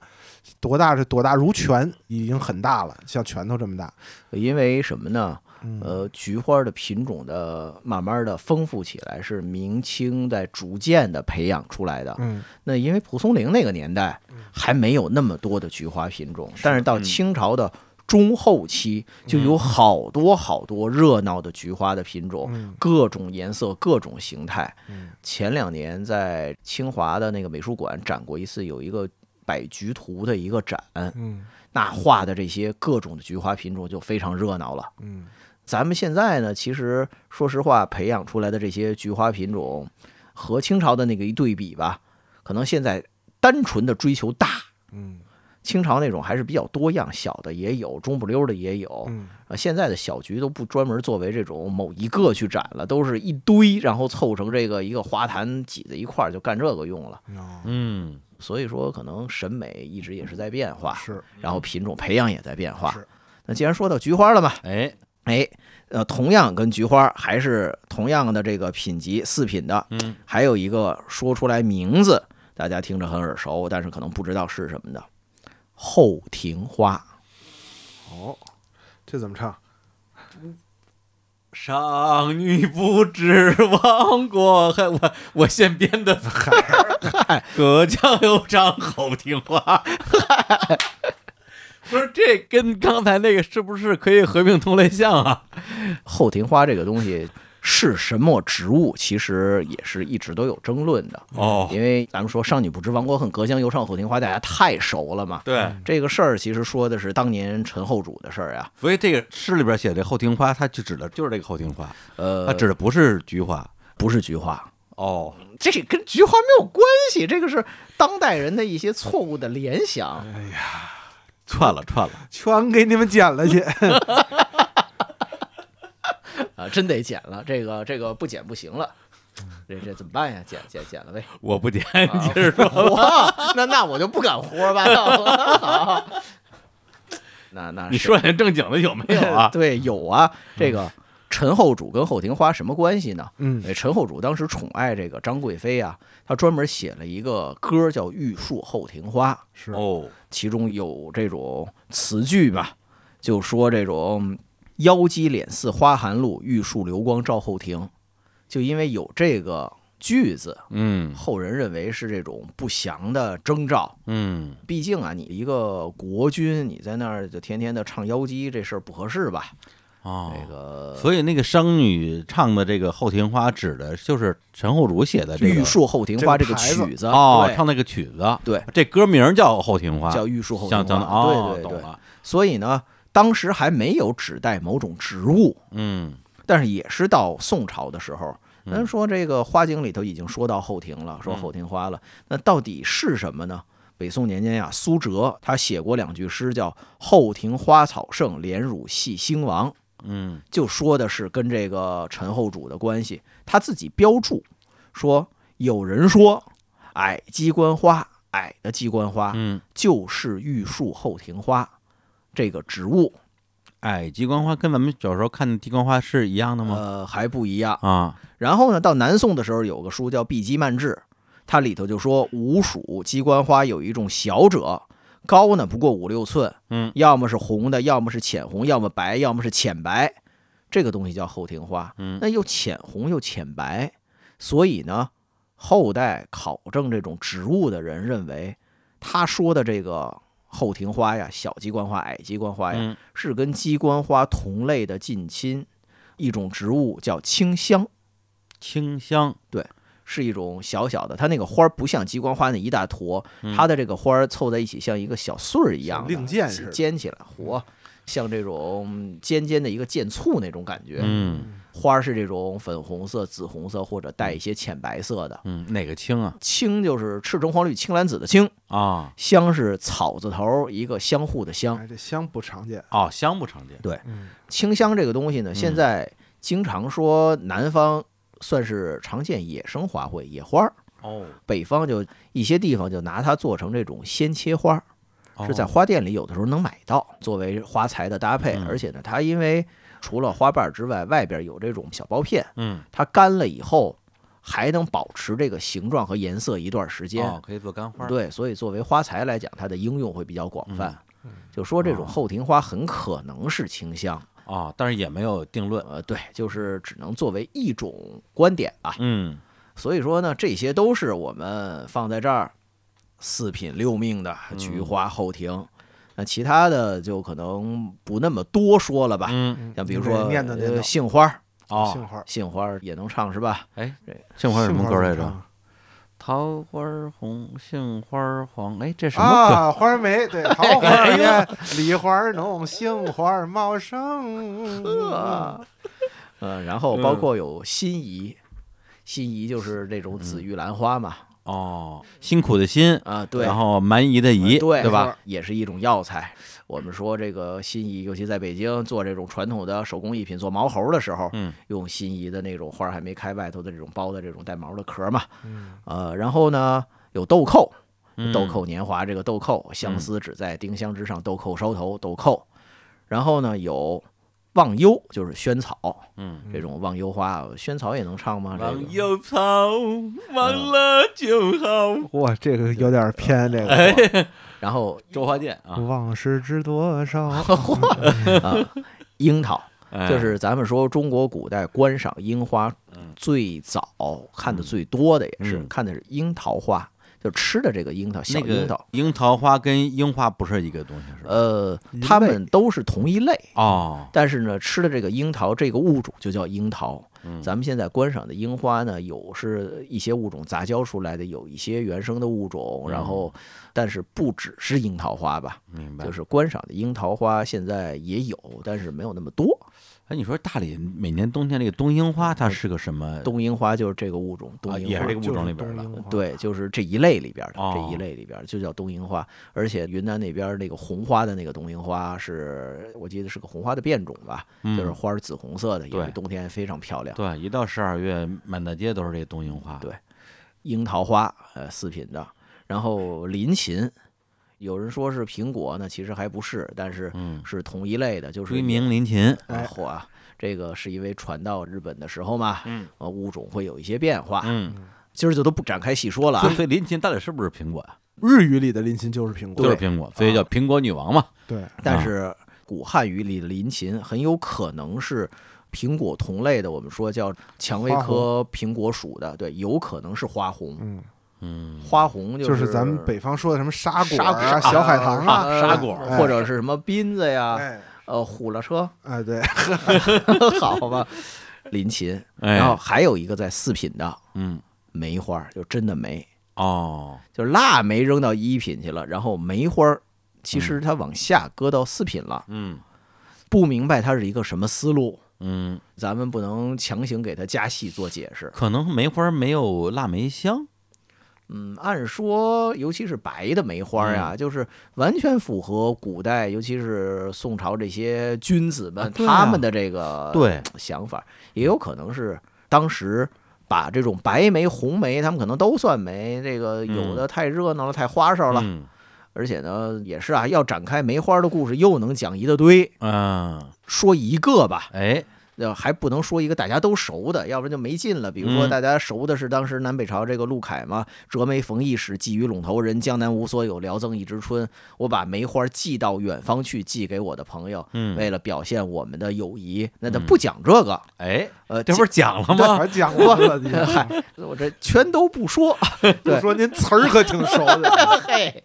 [SPEAKER 4] 多大是多大如拳，已经很大了，像拳头这么大。
[SPEAKER 5] 因为什么呢？
[SPEAKER 4] 嗯，
[SPEAKER 5] 呃，菊花的品种的慢慢的丰富起来，是明清在逐渐的培养出来的。
[SPEAKER 4] 嗯
[SPEAKER 5] 那因为蒲松龄那个年代还没有那么多的菊花品种，但是
[SPEAKER 4] 嗯
[SPEAKER 5] 到清朝的中后期就有好多好多热闹的菊花的品种，
[SPEAKER 4] 嗯
[SPEAKER 5] 各种颜色、各种形态。
[SPEAKER 4] 嗯
[SPEAKER 5] 前两年在清华的那个美术馆展过一次，有一个百菊图的一个展，
[SPEAKER 4] 嗯
[SPEAKER 5] 那画的这些各种的菊花品种就非常热闹了。
[SPEAKER 4] 嗯
[SPEAKER 5] 咱们现在呢，其实说实话，培养出来的这些菊花品种，和清朝的那个一对比吧，可能现在单纯的追求大，
[SPEAKER 4] 嗯
[SPEAKER 5] 清朝那种还是比较多样，小的也有，中不溜儿的也有。
[SPEAKER 4] 嗯，
[SPEAKER 5] 呃，现在的小菊都不专门作为这种某一个去展了，都是一堆，然后凑成这个一个花坛挤在一块儿就干这个用了。
[SPEAKER 4] 哦
[SPEAKER 3] 嗯，
[SPEAKER 5] 所以说，可能审美一直也是在变化，
[SPEAKER 4] 是
[SPEAKER 3] 嗯
[SPEAKER 5] 然后品种培养也在变化
[SPEAKER 4] 是。
[SPEAKER 5] 那既然说到菊花了嘛，
[SPEAKER 3] 哎，
[SPEAKER 5] 哎，呃，同样跟菊花还是同样的这个品级四品的，
[SPEAKER 3] 嗯，
[SPEAKER 5] 还有一个说出来名字大家听着很耳熟，但是可能不知道是什么的，后庭花。
[SPEAKER 4] 哦，这怎么唱？
[SPEAKER 3] 商女不知亡国恨，我我现编的词儿。隔江犹唱后庭花。不是，这跟刚才那个是不是可以合并同类项啊？
[SPEAKER 5] 后庭花这个东西是什么植物，其实也是一直都有争论的，
[SPEAKER 3] 哦，
[SPEAKER 5] 因为咱们说“商女不知亡国恨，隔江犹唱后庭花”，大家太熟了嘛。
[SPEAKER 3] 对，
[SPEAKER 5] 这个事儿其实说的是当年陈后主的事儿啊，
[SPEAKER 3] 所以这个诗里边写这后庭花，它就指的就是这个后庭花，它
[SPEAKER 5] 呃，
[SPEAKER 3] 指的不是菊花。
[SPEAKER 5] 不是菊花，
[SPEAKER 3] 哦，
[SPEAKER 5] 这跟菊花没有关系，这个是当代人的一些错误的联想。
[SPEAKER 3] 哎串了串了，
[SPEAKER 4] 全给你们剪了去。
[SPEAKER 5] 啊，真得剪了，这个这个不剪不行了，这这怎么办呀？剪剪剪了呗。啊
[SPEAKER 3] 我不点，嗯 你接着说。
[SPEAKER 5] 我那那我就不敢胡说八道了。好那那
[SPEAKER 3] 你
[SPEAKER 5] 是
[SPEAKER 3] 说点正经的有没有 啊？
[SPEAKER 5] 对，有啊。这个陈后主跟后庭花什么关系呢？
[SPEAKER 4] 嗯
[SPEAKER 5] 哎，陈后主当时宠爱这个张贵妃啊，他专门写了一个歌叫《玉树后庭花》。
[SPEAKER 4] 是
[SPEAKER 3] 哦，
[SPEAKER 5] 其中有这种词句嘛，就说这种“妖姬脸似花含露，玉树流光照后庭”，就因为有这个句子，
[SPEAKER 3] 嗯
[SPEAKER 5] 后人认为是这种不祥的征兆。
[SPEAKER 3] 嗯，
[SPEAKER 5] 毕竟啊，你一个国君，你在那儿就天天的唱妖姬，这事儿不合适吧？
[SPEAKER 3] 哦，
[SPEAKER 5] 这个
[SPEAKER 3] 所以那个商女唱的这个《后庭花》指的就是陈后主写的
[SPEAKER 5] 《
[SPEAKER 3] 呃这个
[SPEAKER 5] 玉树后庭花》这
[SPEAKER 4] 这个
[SPEAKER 5] 个曲子
[SPEAKER 3] 哦，
[SPEAKER 5] 对
[SPEAKER 3] 唱那个曲子，
[SPEAKER 5] 对，
[SPEAKER 3] 这歌名叫《后庭花》，
[SPEAKER 5] 叫《玉树后庭
[SPEAKER 3] 像
[SPEAKER 5] 花
[SPEAKER 3] 像》。哦，
[SPEAKER 5] 对对
[SPEAKER 3] 懂
[SPEAKER 5] 对，
[SPEAKER 3] 了，
[SPEAKER 5] 所以呢，当时还没有指代某种植物，
[SPEAKER 3] 嗯
[SPEAKER 5] 但是也是到宋朝的时候，
[SPEAKER 3] 嗯
[SPEAKER 5] 咱说这个《花经》里头已经说到后庭了，说
[SPEAKER 3] 嗯
[SPEAKER 5] 后庭花了，那到底是什么呢？北宋年间呀、啊苏辙他写过两句诗，叫“后庭花草盛，莲乳系兴亡
[SPEAKER 3] 嗯”，
[SPEAKER 5] 就说的是跟这个陈后主的关系。他自己标注说，有人说，矮鸡冠花，矮的鸡冠花、
[SPEAKER 3] 嗯，
[SPEAKER 5] 就是玉树后庭花这个植物，
[SPEAKER 3] 哎，鸡冠花跟咱们小时候看的鸡冠花是一样的吗？
[SPEAKER 5] 呃，还不一样。
[SPEAKER 3] 啊，
[SPEAKER 5] 然后呢，到南宋的时候有个书叫《碧鸡漫志》，它里头就说吴蜀鸡冠花有一种小者，高呢不过五六寸，
[SPEAKER 3] 嗯，
[SPEAKER 5] 要么是红的，要么是浅红，要么白，要么是浅白，这个东西叫后庭花，
[SPEAKER 3] 嗯
[SPEAKER 5] 那又浅红又浅白，所以呢，后代考证这种植物的人认为，他说的这个后庭花呀，小鸡冠花、矮鸡冠哎花呀，
[SPEAKER 3] 嗯
[SPEAKER 5] 是跟鸡冠花同类的近亲，一种植物叫清香。
[SPEAKER 3] 清香，
[SPEAKER 5] 是一种小小的，它那个花儿不像鸡冠花那一大坨，
[SPEAKER 3] 嗯
[SPEAKER 5] 它的这个花儿凑在一起像一个小穗儿一样的，
[SPEAKER 4] 像令箭似的
[SPEAKER 5] 尖起来，嚯，像这种尖尖的一个箭簇那种感觉。
[SPEAKER 3] 嗯
[SPEAKER 5] 花儿是这种粉红色、紫红色或者带一些浅白色的。
[SPEAKER 3] 嗯，哪个清啊？
[SPEAKER 5] 青就是赤橙黄绿青蓝紫的青，
[SPEAKER 3] 啊
[SPEAKER 5] 香是草字头一个相互的相。
[SPEAKER 4] 哎，这香不常见。
[SPEAKER 3] 哦，香不常见，
[SPEAKER 4] 嗯
[SPEAKER 5] 清香这个东西呢，现
[SPEAKER 3] 嗯
[SPEAKER 5] 在经常说南方算是常见野生花卉、野花儿，
[SPEAKER 3] 哦，
[SPEAKER 5] 北方就一些地方就拿它做成这种鲜切花，
[SPEAKER 3] 哦
[SPEAKER 5] 是在花店里有的时候能买到，作为花材的搭配
[SPEAKER 3] 嗯。
[SPEAKER 5] 而且呢，它因为除了花瓣之外，外边有这种小包片，
[SPEAKER 3] 嗯，
[SPEAKER 5] 它干了以后还能保持这个形状和颜色一段时间
[SPEAKER 3] 哦。可以做干花，，
[SPEAKER 5] 对，所以作为花材来讲，它的应用会比较广泛。就说这种
[SPEAKER 3] 哦
[SPEAKER 5] 后庭花很可能是清香，
[SPEAKER 3] 啊，但是也没有定论，
[SPEAKER 5] 呃，对，就是只能作为一种观点啊吧。
[SPEAKER 3] 嗯，
[SPEAKER 5] 所以说呢，这些都是我们放在这儿四品六命的菊花后庭。那其他的就可能不那么多说了吧，
[SPEAKER 3] 嗯，
[SPEAKER 4] 嗯
[SPEAKER 5] 像比如
[SPEAKER 4] 你得
[SPEAKER 5] 说
[SPEAKER 4] 念叨念
[SPEAKER 5] 呃
[SPEAKER 4] 叨，
[SPEAKER 5] 杏花儿，
[SPEAKER 4] 杏
[SPEAKER 3] 哦，
[SPEAKER 4] 花儿，
[SPEAKER 5] 杏花儿也能唱是吧？
[SPEAKER 3] 杏花是什么歌
[SPEAKER 4] 儿
[SPEAKER 3] 来
[SPEAKER 4] 怎么
[SPEAKER 3] 着？桃花红，杏花黄，哎，这什
[SPEAKER 4] 唱
[SPEAKER 3] 么歌？
[SPEAKER 4] 啊，花儿梅对，桃花儿艳，梨花儿浓，杏花儿茂盛。
[SPEAKER 5] 呃，然后包括有心仪，心仪就是这种紫玉兰花嘛，
[SPEAKER 3] 哦，辛苦的辛，
[SPEAKER 5] 嗯啊，对，
[SPEAKER 3] 然后蛮夷的夷，
[SPEAKER 5] 对
[SPEAKER 3] 呃对吧？？
[SPEAKER 5] 也是一种药材。我们说这个新仪，尤其在北京做这种传统的手工艺品，做毛猴的时候，
[SPEAKER 3] 嗯，
[SPEAKER 5] 用新仪的那种花儿还没开外头的这种包的这种带毛的壳嘛，
[SPEAKER 4] 嗯，
[SPEAKER 5] 呃，然后呢有豆蔻，
[SPEAKER 3] 嗯
[SPEAKER 5] 豆蔻年华这个豆蔻，相思只在丁香之上，豆蔻梢头，豆蔻，然后呢有。忘忧就是萱草，
[SPEAKER 3] 嗯，
[SPEAKER 5] 这种忘忧花，萱草也能唱吗？这个
[SPEAKER 3] 忧草，忘了就好。
[SPEAKER 4] 哇，这个有点偏这个。
[SPEAKER 5] 然后
[SPEAKER 3] 周华健啊，
[SPEAKER 4] 往事知多少？
[SPEAKER 5] 啊，樱桃，
[SPEAKER 3] 哎
[SPEAKER 5] 就是咱们说中国古代观赏樱花
[SPEAKER 3] 嗯，
[SPEAKER 5] 最早看的最多的也是、
[SPEAKER 3] 嗯
[SPEAKER 5] 看的是樱桃花，就吃的这个樱桃，小
[SPEAKER 3] 那
[SPEAKER 5] 樱桃
[SPEAKER 3] 个。樱桃花跟樱花不是一个东西，是吧？
[SPEAKER 5] 呃，它们都是同一类，
[SPEAKER 3] 哦，
[SPEAKER 5] 但是呢，吃的这个樱桃这个物种就叫樱桃。
[SPEAKER 3] 嗯
[SPEAKER 5] 咱们现在观赏的樱花呢，有是一些物种杂交出来的，有一些原生的物种，然后，但是不只是樱桃花吧，
[SPEAKER 3] 嗯明白
[SPEAKER 5] 就。是观赏的樱桃花现在也有，但是没有那么多。
[SPEAKER 3] 哎，你说大理每年冬天那个冬樱花，它是个什么？
[SPEAKER 5] 冬樱花就是这个物种，冬樱花、
[SPEAKER 3] 哎啊也是这个物种里边
[SPEAKER 4] 边
[SPEAKER 3] 的
[SPEAKER 5] 对，就是这一类里边儿的、
[SPEAKER 3] 啊哦
[SPEAKER 5] 这一类里边儿就叫冬樱花，而且云南那边儿那个红花的那个冬樱花是，我记得是个红花的变种吧，
[SPEAKER 3] 嗯
[SPEAKER 5] 就是花儿紫红色的，也
[SPEAKER 3] 对
[SPEAKER 5] 是冬天非常漂亮。
[SPEAKER 3] 对，一到十二月，满大街都是这个冬樱花。
[SPEAKER 5] 对樱桃花，呃，四品的，然后林檎，有人说是苹果呢，其实还不是，但是
[SPEAKER 3] 嗯，
[SPEAKER 5] 是同一类的，就是
[SPEAKER 3] 追名林檎，
[SPEAKER 5] 啊
[SPEAKER 4] 哎
[SPEAKER 5] 火啊。这个是因为传到日本的时候嘛，
[SPEAKER 3] 嗯，
[SPEAKER 5] 呃，物种会有一些变化，
[SPEAKER 3] 嗯，
[SPEAKER 5] 今儿就都不展开细说了啊
[SPEAKER 3] 所。以所以林檎到底是不是苹果呀？
[SPEAKER 4] 日语里的林檎就是苹
[SPEAKER 3] 就是
[SPEAKER 4] 果，
[SPEAKER 3] 苹果，所以叫苹果女王嘛。
[SPEAKER 4] 对，
[SPEAKER 5] 但
[SPEAKER 3] 啊
[SPEAKER 5] 是古汉语里的林檎很有可能是苹果同类的，我们说叫蔷薇
[SPEAKER 4] 花
[SPEAKER 5] 科苹果属的，对，有可能是花红。
[SPEAKER 4] 嗯，
[SPEAKER 3] 嗯，
[SPEAKER 5] 花红
[SPEAKER 4] 就是是咱们北方说的什么沙果
[SPEAKER 5] 沙
[SPEAKER 4] 儿
[SPEAKER 5] 果
[SPEAKER 4] 啊、小海棠啊，
[SPEAKER 5] 呃
[SPEAKER 3] 沙果
[SPEAKER 4] 哎
[SPEAKER 5] 或者是什么斌子呀，
[SPEAKER 4] 哎，
[SPEAKER 5] 呃，虎了车，
[SPEAKER 4] 哎，对，
[SPEAKER 5] 好吧，林檎。
[SPEAKER 3] 哎
[SPEAKER 5] 然，后还有一个在四品的
[SPEAKER 3] 嗯，
[SPEAKER 5] 梅花，就真的梅，
[SPEAKER 3] 哦，
[SPEAKER 5] 就是腊梅扔到一品去了，然后梅花儿其
[SPEAKER 4] 嗯
[SPEAKER 5] 实它往下搁到四品了，
[SPEAKER 3] 嗯
[SPEAKER 5] 不明白它是一个什么思路。
[SPEAKER 3] 嗯，
[SPEAKER 5] 咱们不能强行给它加戏做解释。
[SPEAKER 3] 可能梅花没有腊梅香。
[SPEAKER 5] 嗯，按说，尤其是白的梅花呀、
[SPEAKER 3] 嗯
[SPEAKER 5] 就是完全符合古代，尤其是宋朝这些君子们、
[SPEAKER 3] 啊对啊
[SPEAKER 5] 他们的这个
[SPEAKER 3] 对，
[SPEAKER 5] 想法，也有可能是当时。把这种白梅、红梅，他们可能都算梅。这个有的太热闹了，太花哨了，
[SPEAKER 3] 嗯
[SPEAKER 5] 而且呢，也是啊，要展开梅花的故事，又能讲一大堆。
[SPEAKER 3] 嗯，
[SPEAKER 5] 说一个吧，
[SPEAKER 3] 哎，
[SPEAKER 5] 呃，还不能说一个大家都熟的，要不然就没劲了。比如说，
[SPEAKER 3] 嗯
[SPEAKER 5] 大家熟的是当时南北朝这个陆凯嘛，“折梅逢驿使，寄于陇头人。江南无所有，聊赠一枝春。”我把梅花寄到远方去，寄给我的朋友，
[SPEAKER 3] 嗯，
[SPEAKER 5] 为了表现我们的友谊。那他
[SPEAKER 3] 嗯
[SPEAKER 5] 不讲这个，
[SPEAKER 3] 哎，
[SPEAKER 5] 呃，
[SPEAKER 3] 这不是讲了
[SPEAKER 4] 这
[SPEAKER 3] 吗？
[SPEAKER 4] 还讲过了，你
[SPEAKER 5] 嗨这我这全都不 说。
[SPEAKER 4] 就
[SPEAKER 5] 对
[SPEAKER 4] 说您词儿可挺熟 的，
[SPEAKER 5] 嘿，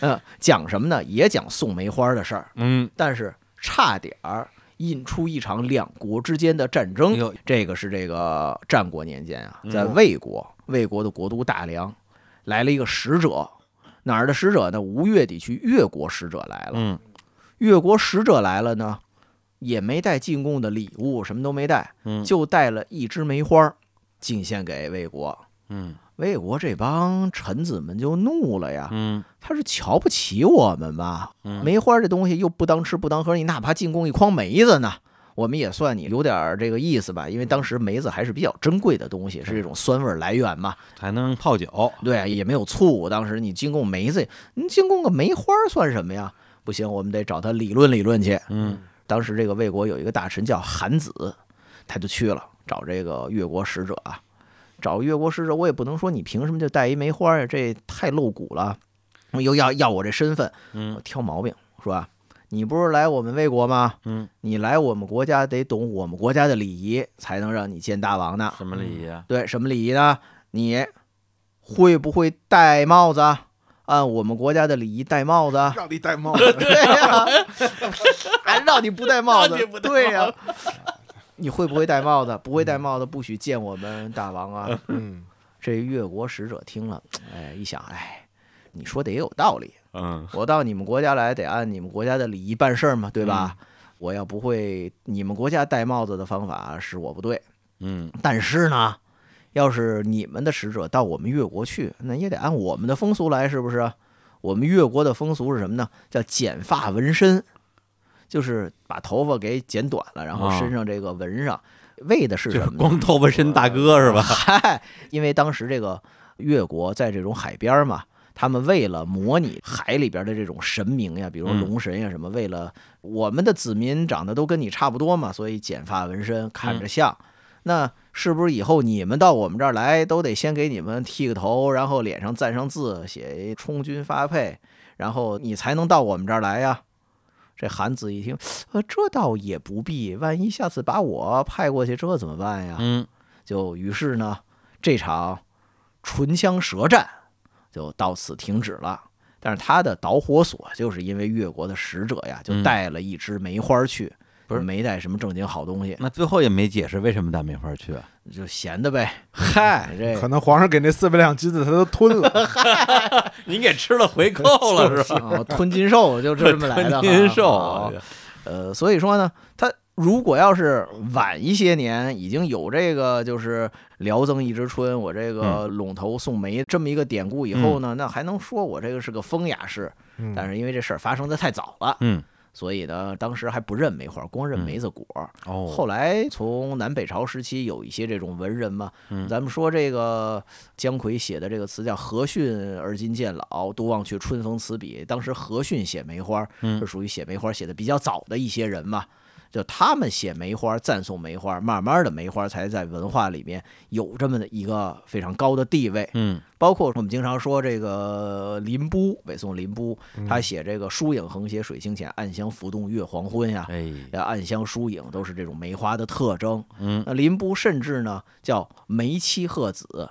[SPEAKER 5] 呃，讲什么呢？也讲送梅花的事儿，
[SPEAKER 3] 嗯，
[SPEAKER 5] 但是差点儿引出一场两国之间的战
[SPEAKER 3] 哎
[SPEAKER 5] 争。
[SPEAKER 3] 呦，
[SPEAKER 5] 这个是这个战国年间啊
[SPEAKER 3] 嗯，
[SPEAKER 5] 在魏国，魏国的国都大梁，来了一个使者，哪儿的使者呢？吴越地区越国使者来了。
[SPEAKER 3] 嗯
[SPEAKER 5] 越国使者来了呢，也没带进贡的礼物，什么都没带，
[SPEAKER 3] 嗯，
[SPEAKER 5] 就带了一枝梅花，进献给魏国。
[SPEAKER 3] 嗯
[SPEAKER 5] 魏国这帮臣子们就怒了呀，
[SPEAKER 3] 嗯
[SPEAKER 5] 他是瞧不起我们吧？
[SPEAKER 3] 嗯，
[SPEAKER 5] 梅花这东西又不当吃不当喝，你哪怕进贡一筐梅子呢，我们也算你有点儿这个意思吧，因为当时梅子还是比较珍贵的东西，是这种酸味儿来源嘛。
[SPEAKER 3] 还能泡酒，
[SPEAKER 5] 对，啊也没有醋。当时你进贡梅子，你进贡个梅花儿算什么呀？不行，我们得找他理论理论去。
[SPEAKER 3] 嗯，
[SPEAKER 5] 当时这个魏国有一个大臣叫韩子，他就去了找这个越国使者啊，找越国使者，我也不能说你凭什么就带一梅花呀，这太露骨了，又要要我这身份，
[SPEAKER 3] 嗯
[SPEAKER 5] 我挑毛病说啊，你不是来我们魏国吗？
[SPEAKER 3] 嗯，
[SPEAKER 5] 你来我们国家得懂我们国家的礼仪，才能让你见大王呢。
[SPEAKER 3] 什么礼仪啊？
[SPEAKER 5] 对，什么礼仪呢？你会不会戴帽子啊？按我们国家的礼仪戴帽子 啊。
[SPEAKER 4] 让你戴帽子，
[SPEAKER 5] 对呀、还让你不戴帽子，对呀、你会不会戴帽子？不会戴帽子，不许见我们大王啊！
[SPEAKER 4] 嗯，
[SPEAKER 5] 这越国使者听了，哎，一想，哎，你说的也有道理。
[SPEAKER 3] 嗯
[SPEAKER 5] 我到你们国家来，得按你们国家的礼仪办事儿嘛，对吧？我要不会你们国家戴帽子的方法是我不对，
[SPEAKER 3] 嗯
[SPEAKER 5] 但是呢，要是你们的使者到我们越国去，那也得按我们的风俗来，是不是？我们越国的风俗是什么呢？叫剪发纹身，就是把头发给剪短了，然后
[SPEAKER 3] 啊
[SPEAKER 5] 身上这个纹上，为的是
[SPEAKER 3] 就
[SPEAKER 5] 什
[SPEAKER 3] 是
[SPEAKER 5] 么呢？
[SPEAKER 3] 光头纹身大哥是吧？
[SPEAKER 5] 嗨，因为当时这个越国在这种海边儿嘛，他们为了模拟海里边的这种神明呀，比如
[SPEAKER 3] 嗯
[SPEAKER 5] 龙神呀什么，为了我们的子民长得都跟你差不多嘛，所以剪发纹身，看着像。那是不是以后你们到我们这儿来，都得先给你们剃个头，然后脸上赞上字，写一充军发配，然后你才能到我们这儿来呀？这韩子一听，呃，这倒也不必，万一下次把我派过去，这怎么办呀？
[SPEAKER 3] 嗯，
[SPEAKER 5] 就于是呢，这场唇枪舌战就到此停止了。但是他的导火索就是因为越国的使者呀，就
[SPEAKER 3] 嗯
[SPEAKER 5] 带了一枝梅花去，
[SPEAKER 3] 不是
[SPEAKER 5] 没带什么正经好东西，
[SPEAKER 3] 那最后也没解释为什么带梅花去啊？
[SPEAKER 5] 就闲的呗。嗨，
[SPEAKER 4] 可
[SPEAKER 5] 这
[SPEAKER 4] 能皇上给那四百两金子他都吞了，
[SPEAKER 3] 您给吃了回扣 了是吧？
[SPEAKER 5] 哦吞金兽就这么来的哈。
[SPEAKER 3] 您
[SPEAKER 5] 好
[SPEAKER 3] 受，
[SPEAKER 5] 呃，所以说呢，他如果要是晚一些年，已经有这个就是聊赠一枝春，我这个
[SPEAKER 3] 嗯
[SPEAKER 5] 陇头送梅这么一个典故以后呢，那还能说我这个是个风雅事。
[SPEAKER 4] 嗯
[SPEAKER 5] 但是因为这事儿发生的太早了，
[SPEAKER 3] 嗯
[SPEAKER 5] 所以呢，当时还不认梅花，光认梅子果。
[SPEAKER 3] 哦，
[SPEAKER 5] 后来从南北朝时期有一些这种文人嘛，
[SPEAKER 3] 嗯
[SPEAKER 5] 咱们说这个姜夔写的这个词叫“何逊而今渐老，独忘却春风词笔”。当时何逊写梅花
[SPEAKER 3] 嗯
[SPEAKER 5] 是属于写梅花写的比较早的一些人嘛，就他们写梅花赞颂梅花，慢慢的梅花才在文化里面有这么的一个非常高的地位。
[SPEAKER 3] 嗯
[SPEAKER 5] 包括我们经常说这个林逋，北宋林逋，
[SPEAKER 3] 嗯
[SPEAKER 5] 他写这个“疏影横斜水清浅，暗香浮动月黄昏”呀，
[SPEAKER 3] 哎
[SPEAKER 5] 呃暗香疏影都是这种梅花的特征。
[SPEAKER 3] 嗯
[SPEAKER 5] 那林逋甚至呢叫梅妻鹤子，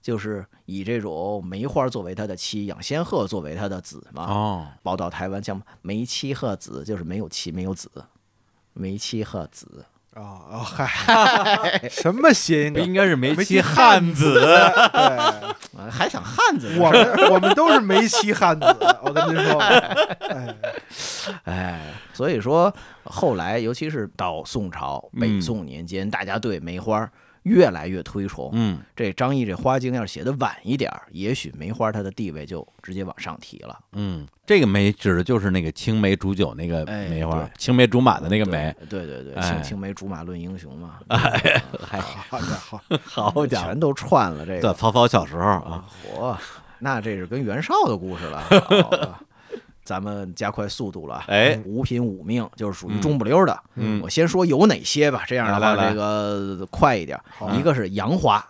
[SPEAKER 5] 就是以这种梅花作为他的妻，养仙鹤作为他的子嘛。
[SPEAKER 3] 哦
[SPEAKER 5] 报道台湾叫梅妻鹤子，就是没有妻没有子，梅妻鹤子。
[SPEAKER 4] 啊啊嗨，什么谐音啊
[SPEAKER 3] 不
[SPEAKER 4] 梗？
[SPEAKER 3] 应该是梅妻汉 子，
[SPEAKER 4] 对，
[SPEAKER 5] 啊，还想汉子呢？
[SPEAKER 4] 我们我们都是梅西汉子，我跟您说，哎，
[SPEAKER 5] 哎，所以说后来，尤其是到宋朝、
[SPEAKER 3] 嗯
[SPEAKER 5] 北宋年间，大家对梅花越来越推崇。
[SPEAKER 3] 嗯
[SPEAKER 5] 这张毅这花经要是写的晚一点儿，也许梅花它的地位就直接往上提了。
[SPEAKER 3] 嗯，这个梅指的就是那个青梅煮酒那个
[SPEAKER 5] 哎
[SPEAKER 3] 梅花
[SPEAKER 5] 对，
[SPEAKER 3] 青梅竹马的那个
[SPEAKER 5] 对
[SPEAKER 3] 梅，，
[SPEAKER 5] 呃对对对，
[SPEAKER 3] 哎
[SPEAKER 5] 青青梅竹马论英雄 嘛，
[SPEAKER 3] 嗨，
[SPEAKER 4] 好家伙，
[SPEAKER 3] 好家伙
[SPEAKER 5] 全，都串了这
[SPEAKER 3] 对，
[SPEAKER 5] 个。
[SPEAKER 3] 曹操小时候啊，
[SPEAKER 5] 嚯，那这是跟袁绍的故 事了。好吧咱们加快速度了啊，
[SPEAKER 3] 哎，
[SPEAKER 5] 五品五命就是属于
[SPEAKER 3] 嗯
[SPEAKER 5] 中不溜的。
[SPEAKER 3] 嗯
[SPEAKER 5] 我先说有哪些吧，这样的
[SPEAKER 3] 来
[SPEAKER 5] 话
[SPEAKER 3] 来来
[SPEAKER 5] 这个快一点。一个是杨花，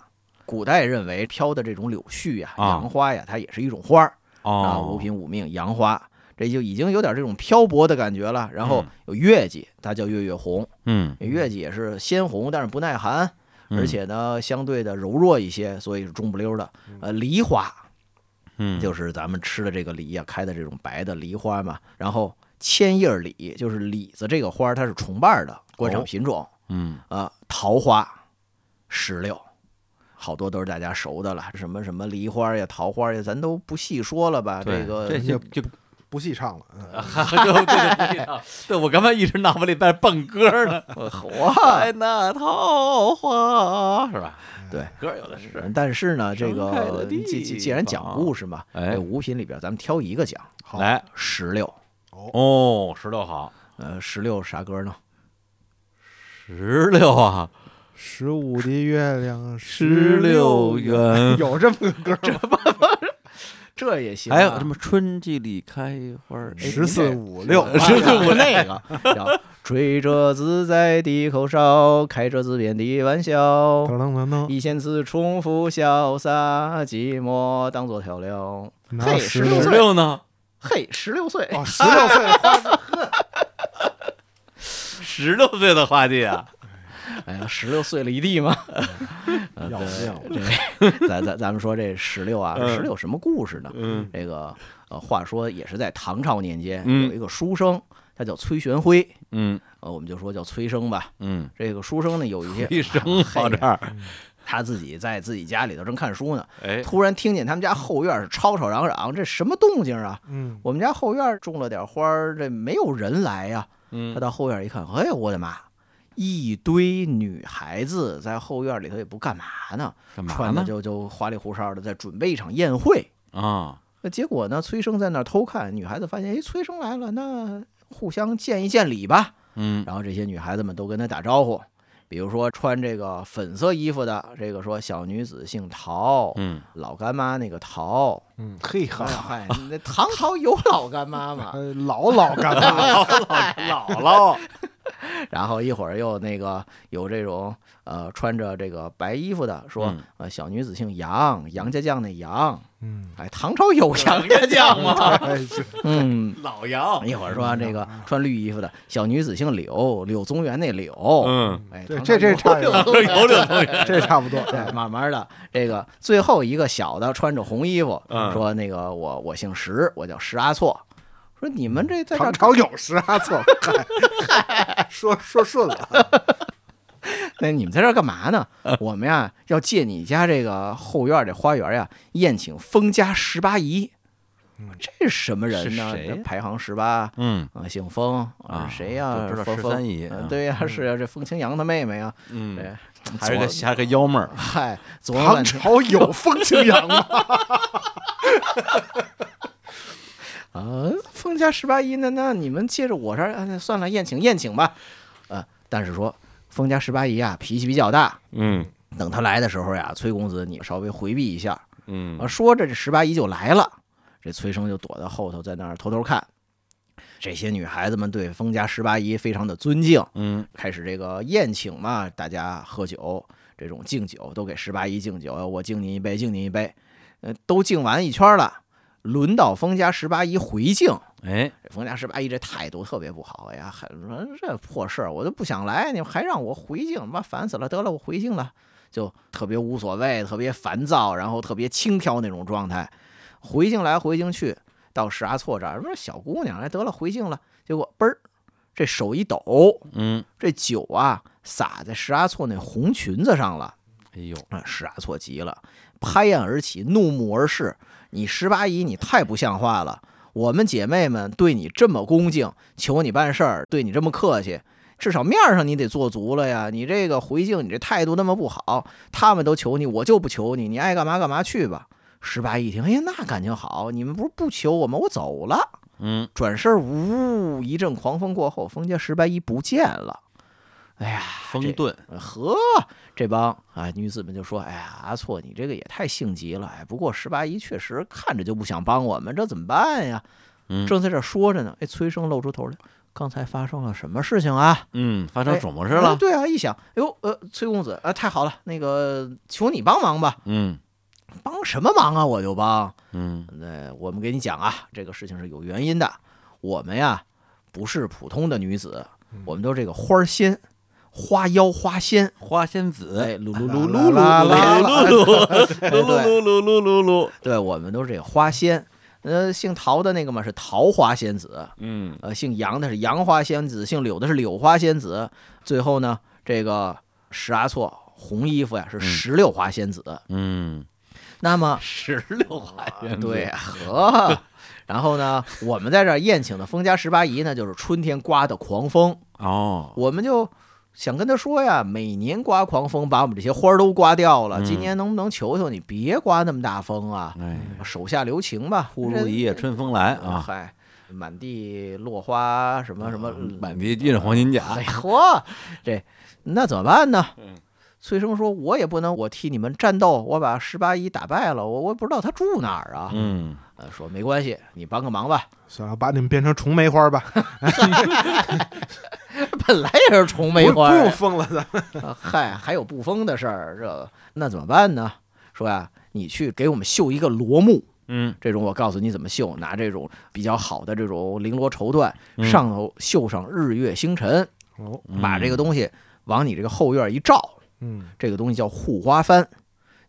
[SPEAKER 5] 古代认为飘的这种柳絮呀、
[SPEAKER 3] 啊
[SPEAKER 5] 杨花呀，它也是一种花儿啊，
[SPEAKER 3] 哦，
[SPEAKER 5] 五品五命杨花，这就已经有点这种漂泊的感觉了。然后有月季，它叫月月红，
[SPEAKER 3] 嗯，
[SPEAKER 5] 月季也是鲜红，但是不耐寒，
[SPEAKER 3] 嗯
[SPEAKER 5] 而且呢相对的柔弱一些，所以是中不溜的。呃，梨花
[SPEAKER 3] 嗯，
[SPEAKER 5] 就是咱们吃的这个梨呀、开的这种白的梨花嘛。然后千叶李就是李子这个花儿，它是重瓣儿的观赏
[SPEAKER 3] 哦
[SPEAKER 5] 品种。
[SPEAKER 3] 嗯
[SPEAKER 5] 啊，桃花、石榴，好多都是大家熟的了，什么什么梨花呀、桃花呀，咱都不细说了吧。
[SPEAKER 3] 对
[SPEAKER 5] 这个
[SPEAKER 3] 这些就
[SPEAKER 4] 不细唱了，嗯
[SPEAKER 3] 对对对，对我刚才一直脑子里在蹦歌 呢，哎
[SPEAKER 5] 火，
[SPEAKER 3] 那桃花是吧？
[SPEAKER 5] 对，
[SPEAKER 3] 嗯歌有的是
[SPEAKER 5] 但是呢，这
[SPEAKER 3] 盛开的
[SPEAKER 5] 个
[SPEAKER 3] 地
[SPEAKER 5] 既既既然讲
[SPEAKER 3] 方
[SPEAKER 5] 故事嘛，
[SPEAKER 3] 哎
[SPEAKER 5] 这五品里边咱们挑一个讲，
[SPEAKER 4] 好，
[SPEAKER 3] 来
[SPEAKER 5] 石榴。
[SPEAKER 3] 哦，石榴好，
[SPEAKER 5] 呃，石榴啥歌呢？
[SPEAKER 3] 石榴啊，
[SPEAKER 4] 十五的月亮
[SPEAKER 3] 十六圆
[SPEAKER 4] 有这么个歌吗？
[SPEAKER 5] 这也行、啊。
[SPEAKER 3] 还有哎什么春季里开花儿？哎
[SPEAKER 4] 十四五六，啊
[SPEAKER 5] 十四五那个，然后吹着自在的口哨，开着自编的玩笑，
[SPEAKER 4] 噔噔噔
[SPEAKER 5] 一线词重复潇洒，寂寞当作调料。
[SPEAKER 4] 噔，哪
[SPEAKER 5] 嘿
[SPEAKER 4] 有
[SPEAKER 5] 十
[SPEAKER 4] 十
[SPEAKER 5] 六
[SPEAKER 3] 石
[SPEAKER 5] 岁
[SPEAKER 3] 榴呢？
[SPEAKER 5] 嘿，十六岁，
[SPEAKER 4] 哦，十六岁的花
[SPEAKER 3] 十六岁的花季啊，
[SPEAKER 5] 哎呀，十六碎了一 地嘛。呃
[SPEAKER 4] 要命！
[SPEAKER 5] 这咱咱咱们说这石榴啊，
[SPEAKER 3] 嗯
[SPEAKER 5] 石榴什么故事呢？
[SPEAKER 3] 嗯
[SPEAKER 5] 这个呃，话说也是在唐朝年间，
[SPEAKER 3] 嗯
[SPEAKER 5] 有一个书生，他叫崔玄辉，
[SPEAKER 3] 嗯
[SPEAKER 5] 呃，我们就说叫崔生吧。
[SPEAKER 3] 嗯，
[SPEAKER 5] 这个书生呢，有一天啊
[SPEAKER 3] 一生到这儿，
[SPEAKER 5] 他自己在自己家里头正看书呢，
[SPEAKER 3] 哎，
[SPEAKER 5] 突然听见他们家后院是吵吵嚷嚷，这什么动静啊？
[SPEAKER 4] 嗯，
[SPEAKER 5] 我们家后院种了点花儿，这没有人来啊呀、他
[SPEAKER 3] 嗯
[SPEAKER 5] 到后院一看，哎呀，我的妈！一堆女孩子在后院里头也不干嘛呢，
[SPEAKER 3] 干嘛
[SPEAKER 5] 穿的
[SPEAKER 3] 呢？
[SPEAKER 5] 就就花里胡哨的，在准备一场宴会。
[SPEAKER 3] 啊，
[SPEAKER 5] 那结果呢，崔生在那儿偷看，女孩子发现，哎，崔生来了，那互相见一见礼吧。
[SPEAKER 3] 嗯
[SPEAKER 5] 然后这些女孩子们都跟他打招呼，比如说穿这个粉色衣服的，这个说小女子姓陶，
[SPEAKER 3] 嗯，
[SPEAKER 5] 老干妈那 个陶，
[SPEAKER 4] 嗯，嘿哈
[SPEAKER 5] 哎，嗨，那唐 朝有老干妈吗？
[SPEAKER 4] 呃老老干嘛？
[SPEAKER 3] 姥姥，
[SPEAKER 5] 然后一会儿又那个有这种呃穿着这个白衣服的说，
[SPEAKER 3] 嗯
[SPEAKER 5] 呃小女子姓杨，杨家将那杨，
[SPEAKER 4] 嗯，
[SPEAKER 5] 哎，唐朝有杨 家将吗？
[SPEAKER 4] 哎是
[SPEAKER 5] 嗯，
[SPEAKER 3] 老杨，
[SPEAKER 5] 一会儿说这个穿绿衣服的小女子姓柳，柳宗元那柳，
[SPEAKER 3] 嗯，
[SPEAKER 5] 哎，
[SPEAKER 4] 对
[SPEAKER 5] 唐
[SPEAKER 4] 这
[SPEAKER 5] 朝
[SPEAKER 4] 这
[SPEAKER 5] 有
[SPEAKER 4] 差不多，
[SPEAKER 3] 有柳宗元，
[SPEAKER 4] 这差不 多。哎
[SPEAKER 5] 对，慢慢的，这个最后一个小的穿着红衣服，
[SPEAKER 3] 嗯
[SPEAKER 5] 说那个我我姓石，我叫石阿错，说你们这在这
[SPEAKER 4] 唐
[SPEAKER 5] 儿
[SPEAKER 4] 朝有十阿错，嗨说说顺了。啊
[SPEAKER 5] 那你们在这儿干嘛呢？
[SPEAKER 3] 嗯
[SPEAKER 5] 我们呀要借你家这个后院这花园呀宴请封家十八姨，这是什么人
[SPEAKER 3] 嗯
[SPEAKER 5] 呢？
[SPEAKER 3] 是谁呀
[SPEAKER 5] 这排行十八。
[SPEAKER 3] 嗯
[SPEAKER 5] 啊，姓封
[SPEAKER 3] 啊
[SPEAKER 5] 是谁呀？
[SPEAKER 3] 就知道
[SPEAKER 5] 封
[SPEAKER 3] 十
[SPEAKER 5] 封
[SPEAKER 3] 三姨
[SPEAKER 5] 呃
[SPEAKER 3] 嗯
[SPEAKER 5] 对呀，是呀，这风清扬他妹妹呀，
[SPEAKER 3] 嗯，
[SPEAKER 5] 哎，
[SPEAKER 3] 还是个
[SPEAKER 5] 左
[SPEAKER 3] 还是个幺妹儿，
[SPEAKER 5] 嗨，左右
[SPEAKER 4] 唐
[SPEAKER 5] 乱
[SPEAKER 4] 朝有风清扬吗？
[SPEAKER 5] 啊，封家十八姨，那那你们借着我这儿，啊那算了，宴请宴请吧。呃，但是说封家十八姨啊，脾气比较大，
[SPEAKER 1] 嗯
[SPEAKER 5] 等她来的时候呀，崔公子你稍微回避一下。
[SPEAKER 1] 嗯
[SPEAKER 5] 啊，说着这十八姨就来了，这崔生就躲到后头，在那儿偷偷看。这些女孩子们对封家十八姨非常的尊敬，
[SPEAKER 3] 嗯
[SPEAKER 5] 开始这个宴请嘛，大家喝酒，这种敬酒都给十八姨敬酒，我敬您一杯，敬您一杯，呃，都敬完一圈了，轮到封家十八姨回敬。
[SPEAKER 3] 哎，
[SPEAKER 5] 这冯家十八姨这态度特别不好，哎呀，很这破事儿，我都不想来，你们还让我回敬，妈烦死了！得了，我回敬了，就特别无所谓，特别烦躁，然后特别轻佻那种状态，回敬来回敬去，到石阿错这儿，说小姑娘，哎，得了，回敬了，结果嘣儿，这手一抖，
[SPEAKER 3] 嗯，
[SPEAKER 5] 这酒啊洒在石阿错那红裙子上了。
[SPEAKER 3] 哎呦，
[SPEAKER 5] 啊，石阿错急了，拍案而起，怒目而视：“你十八姨，你太不像话了！我们姐妹们对你这么恭敬，求你办事儿，对你这么客气，至少面儿上你得做足了呀！你这个回敬，你这态度那么不好，他们都求你，我就不求你，你爱干嘛干嘛去吧。”十八姨一听，哎呀，那感情好，你们不是不求我吗？我走了。
[SPEAKER 3] 嗯，
[SPEAKER 5] 转身，呜，一阵狂风过后，封家十八姨不见了。哎呀，这
[SPEAKER 3] 风遁，
[SPEAKER 5] 呵，这帮啊女子们就说：“哎呀，阿错，你这个也太性急了。哎，不过十八姨确实看着就不想帮我们，这怎么办呀？”
[SPEAKER 3] 嗯
[SPEAKER 5] 正在这说着呢，哎，崔生露出头来，刚才发生了什么事情啊？
[SPEAKER 3] 嗯，发生什么事
[SPEAKER 5] 哎
[SPEAKER 3] 了？
[SPEAKER 5] 对啊，一想，哎呦，呃，崔公子，啊，太好了，那个求你帮忙吧，
[SPEAKER 3] 嗯
[SPEAKER 5] 帮什么忙啊？我就帮。
[SPEAKER 3] 嗯
[SPEAKER 5] 那我们给你讲啊，这个事情是有原因的。我们呀，不是普通的女子，我们都是这个花儿仙、花妖、花仙。
[SPEAKER 3] 花仙子，
[SPEAKER 5] 哎，噜噜噜
[SPEAKER 4] 噜
[SPEAKER 5] 噜噜
[SPEAKER 4] 噜
[SPEAKER 5] 噜噜噜
[SPEAKER 4] 噜噜，
[SPEAKER 3] 噜噜噜噜噜噜，
[SPEAKER 5] 对，我们都是这花仙。呃，姓陶的那个嘛是桃花仙子，
[SPEAKER 3] 嗯
[SPEAKER 5] 呃，姓杨的是杨花仙子，姓柳的是柳花仙子。最后呢，这个石阿错红衣服呀是石榴花仙子。
[SPEAKER 3] 嗯，
[SPEAKER 5] 那么，
[SPEAKER 3] 石榴花仙子，
[SPEAKER 5] 啊对，呵，然后呢，我们在这儿宴请的封家十八姨呢，就是春天刮的狂风，
[SPEAKER 3] 哦，
[SPEAKER 5] 我们就。想跟他说呀，每年刮狂风，把我们这些花儿都刮掉了。
[SPEAKER 3] 嗯
[SPEAKER 5] 今年能不能求求你别刮那么大风啊？
[SPEAKER 3] 哎，
[SPEAKER 5] 手下留情吧，
[SPEAKER 3] 忽如一夜春风来啊，嗯
[SPEAKER 5] 嗨，满地落花，什么什嗯么，
[SPEAKER 3] 满地尽是黄金甲，
[SPEAKER 5] 哎呀嚯，这那怎么办呢？崔生说：“我也不能，我替你们战斗，我把十八一打败了，我我也不知道他住哪儿啊。
[SPEAKER 3] 嗯，
[SPEAKER 5] 呃，说没关系，你帮个忙吧。
[SPEAKER 4] 算了，把你们变成虫梅花吧，
[SPEAKER 5] 本来也是崇 梅花
[SPEAKER 4] 不
[SPEAKER 5] 呀，
[SPEAKER 4] 用疯了的。
[SPEAKER 5] 啊嗨，还有不封的事儿，这个那怎么办呢？说呀、你去给我们绣一个罗幕，
[SPEAKER 3] 嗯，
[SPEAKER 5] 这种我告诉你怎么绣，拿这种比较好的这种绫罗绸缎，
[SPEAKER 3] 嗯
[SPEAKER 5] 上头绣上日月星辰，
[SPEAKER 4] 哦，
[SPEAKER 5] 把这个东西往你这个后院一照，
[SPEAKER 4] 嗯，
[SPEAKER 5] 这个东西叫护花幡。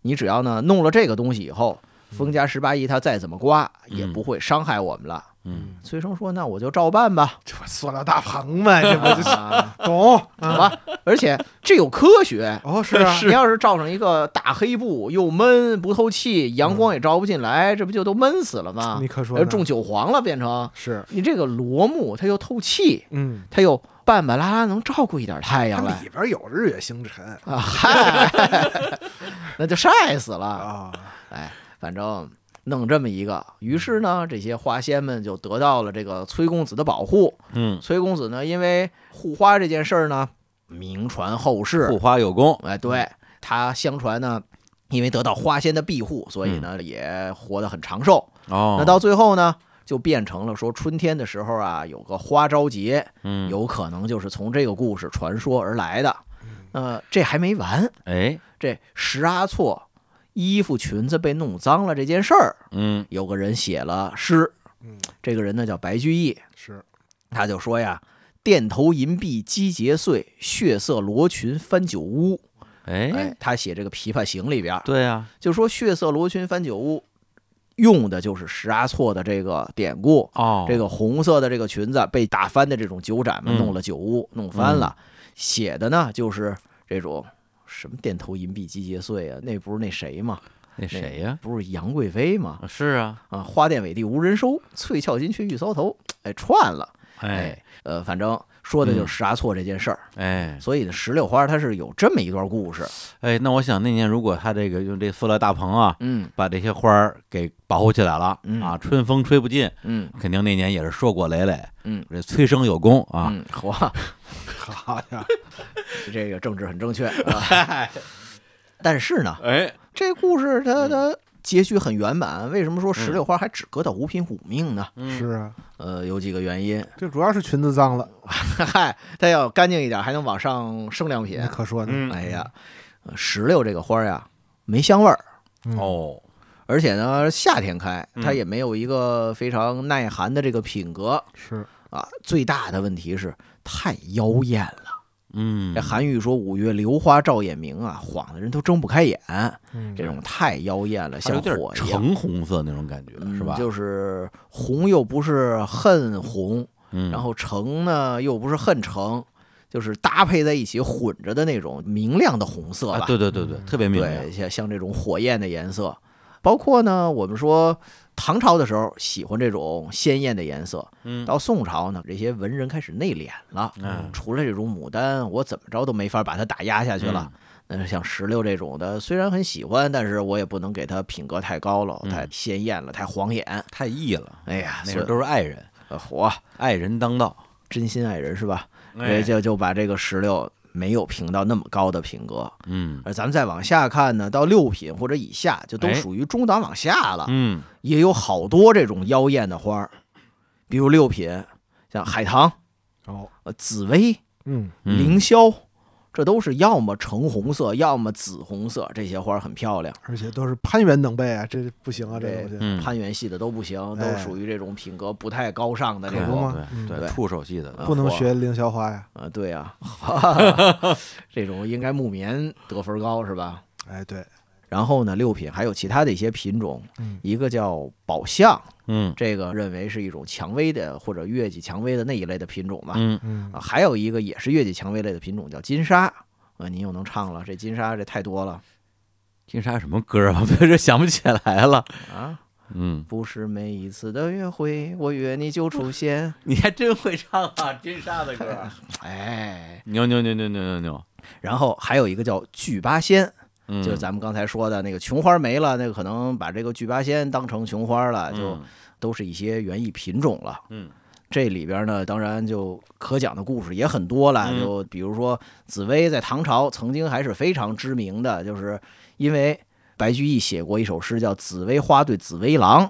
[SPEAKER 5] 你只要呢弄了这个东西以后，
[SPEAKER 4] 嗯
[SPEAKER 5] 封家十八姨她再怎么刮也
[SPEAKER 3] 嗯
[SPEAKER 5] 不会伤害我们了。
[SPEAKER 3] 嗯
[SPEAKER 5] 崔生说：“那我就照办吧。
[SPEAKER 4] 这不塑料大棚吗？这不就是
[SPEAKER 5] 啊
[SPEAKER 4] 懂
[SPEAKER 5] 好
[SPEAKER 4] 啊？
[SPEAKER 5] 吧， 而且这有科学，
[SPEAKER 4] 哦，是啊，
[SPEAKER 5] 你要是罩上一个大黑布，又闷不透气，阳光也照不进来，这不就都闷死了吗
[SPEAKER 4] 嗯你？可说
[SPEAKER 5] 呃，
[SPEAKER 4] 呢
[SPEAKER 5] 中韭黄了，变成
[SPEAKER 4] 是，
[SPEAKER 5] 你这个罗幕，它又透气，
[SPEAKER 4] 嗯，
[SPEAKER 5] 它又半半拉拉能照顾一点太
[SPEAKER 4] 它
[SPEAKER 5] 阳来
[SPEAKER 4] 里边有日月星辰
[SPEAKER 5] 啊，嗨， 那就晒死了。
[SPEAKER 4] 啊，
[SPEAKER 5] 哎，反正弄这么一个，于是呢，这些花仙们就得到了这个崔公子的保护。
[SPEAKER 3] 嗯，
[SPEAKER 5] 崔公子呢，因为护花这件事儿呢，名传后世，
[SPEAKER 3] 护花有功，
[SPEAKER 5] 哎，对他相传呢，因为得到花仙的庇护，所以呢也活得很长寿。
[SPEAKER 3] 嗯哦，
[SPEAKER 5] 嗯那到最后呢，就变成了说春天的时候啊，有个花朝节，
[SPEAKER 3] 嗯，
[SPEAKER 5] 有可能就是从这个故事传说而来的。
[SPEAKER 4] 嗯
[SPEAKER 5] 呃，这还没完，
[SPEAKER 3] 哎，
[SPEAKER 5] 这石阿错衣服裙子被弄脏了这件事儿，
[SPEAKER 3] 嗯
[SPEAKER 5] 有个人写了诗，
[SPEAKER 4] 嗯，
[SPEAKER 5] 这个人呢叫白居易，
[SPEAKER 4] 是，
[SPEAKER 5] 他就说呀。钿头银篦击节碎，血色罗裙翻酒污。
[SPEAKER 3] 哎，
[SPEAKER 5] 哎，他写这个《琵琶行》里边，
[SPEAKER 3] 对啊，
[SPEAKER 5] 就说血色罗裙翻酒污，用的就是石阿错的这个典故。
[SPEAKER 3] 哦，
[SPEAKER 5] 这个红色的这个裙子被打翻的这种酒盏嘛，
[SPEAKER 3] 嗯
[SPEAKER 5] 弄了酒污，弄翻了，写的呢就是这种什么钿头银篦击节碎啊，那不是那谁嘛，
[SPEAKER 3] 那
[SPEAKER 5] 那
[SPEAKER 3] 谁呀？
[SPEAKER 5] 不是杨贵妃嘛，
[SPEAKER 3] 啊是啊，
[SPEAKER 5] 啊，花钿委地无人收，翠翘金雀玉搔头，哎，串了，
[SPEAKER 3] 哎嗯
[SPEAKER 5] 哎，呃，反正说的就是石阿错这件事儿，
[SPEAKER 3] 哎
[SPEAKER 5] 所以呢，石榴花它是有这么一段故事，
[SPEAKER 3] 哎，那我想那年如果他这个用这塑料大棚啊，
[SPEAKER 5] 嗯
[SPEAKER 3] 把这些花儿给保护起来了
[SPEAKER 5] 嗯
[SPEAKER 3] 啊，春风吹不进，
[SPEAKER 5] 嗯
[SPEAKER 3] 肯定那年也是硕果累累。
[SPEAKER 5] 嗯
[SPEAKER 3] 这催生有功啊，
[SPEAKER 5] 嗯，哇，
[SPEAKER 4] 好呀，
[SPEAKER 5] 这个政治很 正确啊。但是呢，
[SPEAKER 3] 哎，
[SPEAKER 5] 这故事
[SPEAKER 3] 嗯
[SPEAKER 5] 它它结局很圆满。为什么说石榴花还只割到五品五命呢？
[SPEAKER 3] 嗯
[SPEAKER 4] 是啊，
[SPEAKER 5] 呃，有几个原因。
[SPEAKER 4] 这主要是裙子脏了，
[SPEAKER 5] 嗨，它要干净一点，还能往上升两品
[SPEAKER 4] 你。可说呢，
[SPEAKER 3] 嗯
[SPEAKER 5] 哎呀，呃石榴这个花呀，没香味儿，
[SPEAKER 4] 嗯，
[SPEAKER 3] 哦，
[SPEAKER 5] 而且呢，夏天开，它
[SPEAKER 3] 嗯
[SPEAKER 5] 也没有一个非常耐寒的这个品格
[SPEAKER 4] 是，
[SPEAKER 5] 啊。最大的问题是太妖艳了。
[SPEAKER 3] 嗯，
[SPEAKER 5] 这韩愈说“五月榴花照眼明”啊，晃的人都睁不开眼。
[SPEAKER 4] 嗯，
[SPEAKER 5] 这种太妖艳了，
[SPEAKER 3] 它
[SPEAKER 5] 像
[SPEAKER 3] 有点
[SPEAKER 5] 火一样，
[SPEAKER 3] 橙红色那种感觉，
[SPEAKER 5] 嗯
[SPEAKER 3] 是吧？
[SPEAKER 5] 就是红又不是恨红，
[SPEAKER 3] 嗯，
[SPEAKER 5] 然后橙呢又不是恨橙，就是搭配在一起混着的那种明亮的红色吧。
[SPEAKER 3] 啊，对对对对，特别明亮
[SPEAKER 5] 嗯对，像像这种火焰的颜色，包括呢，我们说唐朝的时候喜欢这种鲜艳的颜色，
[SPEAKER 3] 嗯
[SPEAKER 5] 到宋朝呢，这些文人开始内敛了，
[SPEAKER 3] 嗯
[SPEAKER 5] 除了这种牡丹，我怎么着都没法把它打压下去了。
[SPEAKER 3] 嗯
[SPEAKER 5] 但是像石榴这种的，虽然很喜欢，但是我也不能给它品格太高了，
[SPEAKER 3] 嗯
[SPEAKER 5] 太鲜艳了，太晃眼。
[SPEAKER 3] 太异了。
[SPEAKER 5] 哎呀，
[SPEAKER 3] 那
[SPEAKER 5] 所
[SPEAKER 3] 时
[SPEAKER 5] 以
[SPEAKER 3] 候都是爱人，
[SPEAKER 5] 呃火，
[SPEAKER 3] 爱人当道。
[SPEAKER 5] 真心爱人是吧？所
[SPEAKER 3] 哎
[SPEAKER 5] 以就就把这个石榴没有评到那么高的品格。
[SPEAKER 3] 嗯
[SPEAKER 5] 而咱们再往下看呢，到六品或者以下，就都
[SPEAKER 3] 哎
[SPEAKER 5] 属于中档往下了。
[SPEAKER 3] 嗯，
[SPEAKER 5] 也有好多这种妖艳的花儿，比如六品，像海棠、
[SPEAKER 4] 哦，
[SPEAKER 5] 呃紫薇、
[SPEAKER 4] 嗯，
[SPEAKER 3] 嗯
[SPEAKER 5] 凌霄，这都是要么橙红色，要么紫红色，这些花儿很漂亮。
[SPEAKER 4] 而且都是攀援等辈啊，这不行啊，这
[SPEAKER 5] 对
[SPEAKER 4] 东西，
[SPEAKER 3] 嗯
[SPEAKER 5] 攀援系的都不行，都
[SPEAKER 4] 哎
[SPEAKER 5] 属于这种品格不太高尚的这
[SPEAKER 4] 可
[SPEAKER 5] 种
[SPEAKER 4] 不吗
[SPEAKER 3] 对
[SPEAKER 4] 嗯
[SPEAKER 3] 对
[SPEAKER 5] 对
[SPEAKER 3] 触手系的
[SPEAKER 5] 嗯
[SPEAKER 4] 不能
[SPEAKER 5] 火
[SPEAKER 4] 学凌霄花呀，
[SPEAKER 5] 啊，对啊，哈这种应该木棉得分高是吧？
[SPEAKER 4] 哎，对，
[SPEAKER 5] 然后呢，六品还有其他的一些品种，
[SPEAKER 4] 嗯
[SPEAKER 5] 一个叫宝相，
[SPEAKER 3] 嗯
[SPEAKER 5] 这个认为是一种蔷薇的或者月季蔷薇的那一类的品种吧。
[SPEAKER 3] 嗯，
[SPEAKER 4] 嗯
[SPEAKER 5] 啊，，还有一个也是月季蔷薇类的品种叫金沙。啊，您又能唱了，这金沙这太多了
[SPEAKER 3] 金沙什么歌啊？我 这想不起来了。
[SPEAKER 5] 啊！
[SPEAKER 3] 嗯，
[SPEAKER 5] 不是每一次的约会，我约 你就出现。
[SPEAKER 3] 你还真会唱啊，金沙的歌。
[SPEAKER 5] 啊哎，
[SPEAKER 3] 牛牛牛牛牛牛牛。
[SPEAKER 5] 然后还有一个叫聚八仙，
[SPEAKER 3] 嗯，
[SPEAKER 5] 就是咱们刚才说的那个琼花没了，那个可能把这个聚八仙当成琼花了，就
[SPEAKER 3] 嗯
[SPEAKER 5] 都是一些园艺品种了。
[SPEAKER 3] 嗯，
[SPEAKER 5] 这里边呢，当然就可讲的故事也很多了。
[SPEAKER 3] 嗯
[SPEAKER 5] 就比如说紫薇在唐朝曾经还是非常知名的，就是因为白居易写过一首诗叫《紫薇花对紫薇郎》。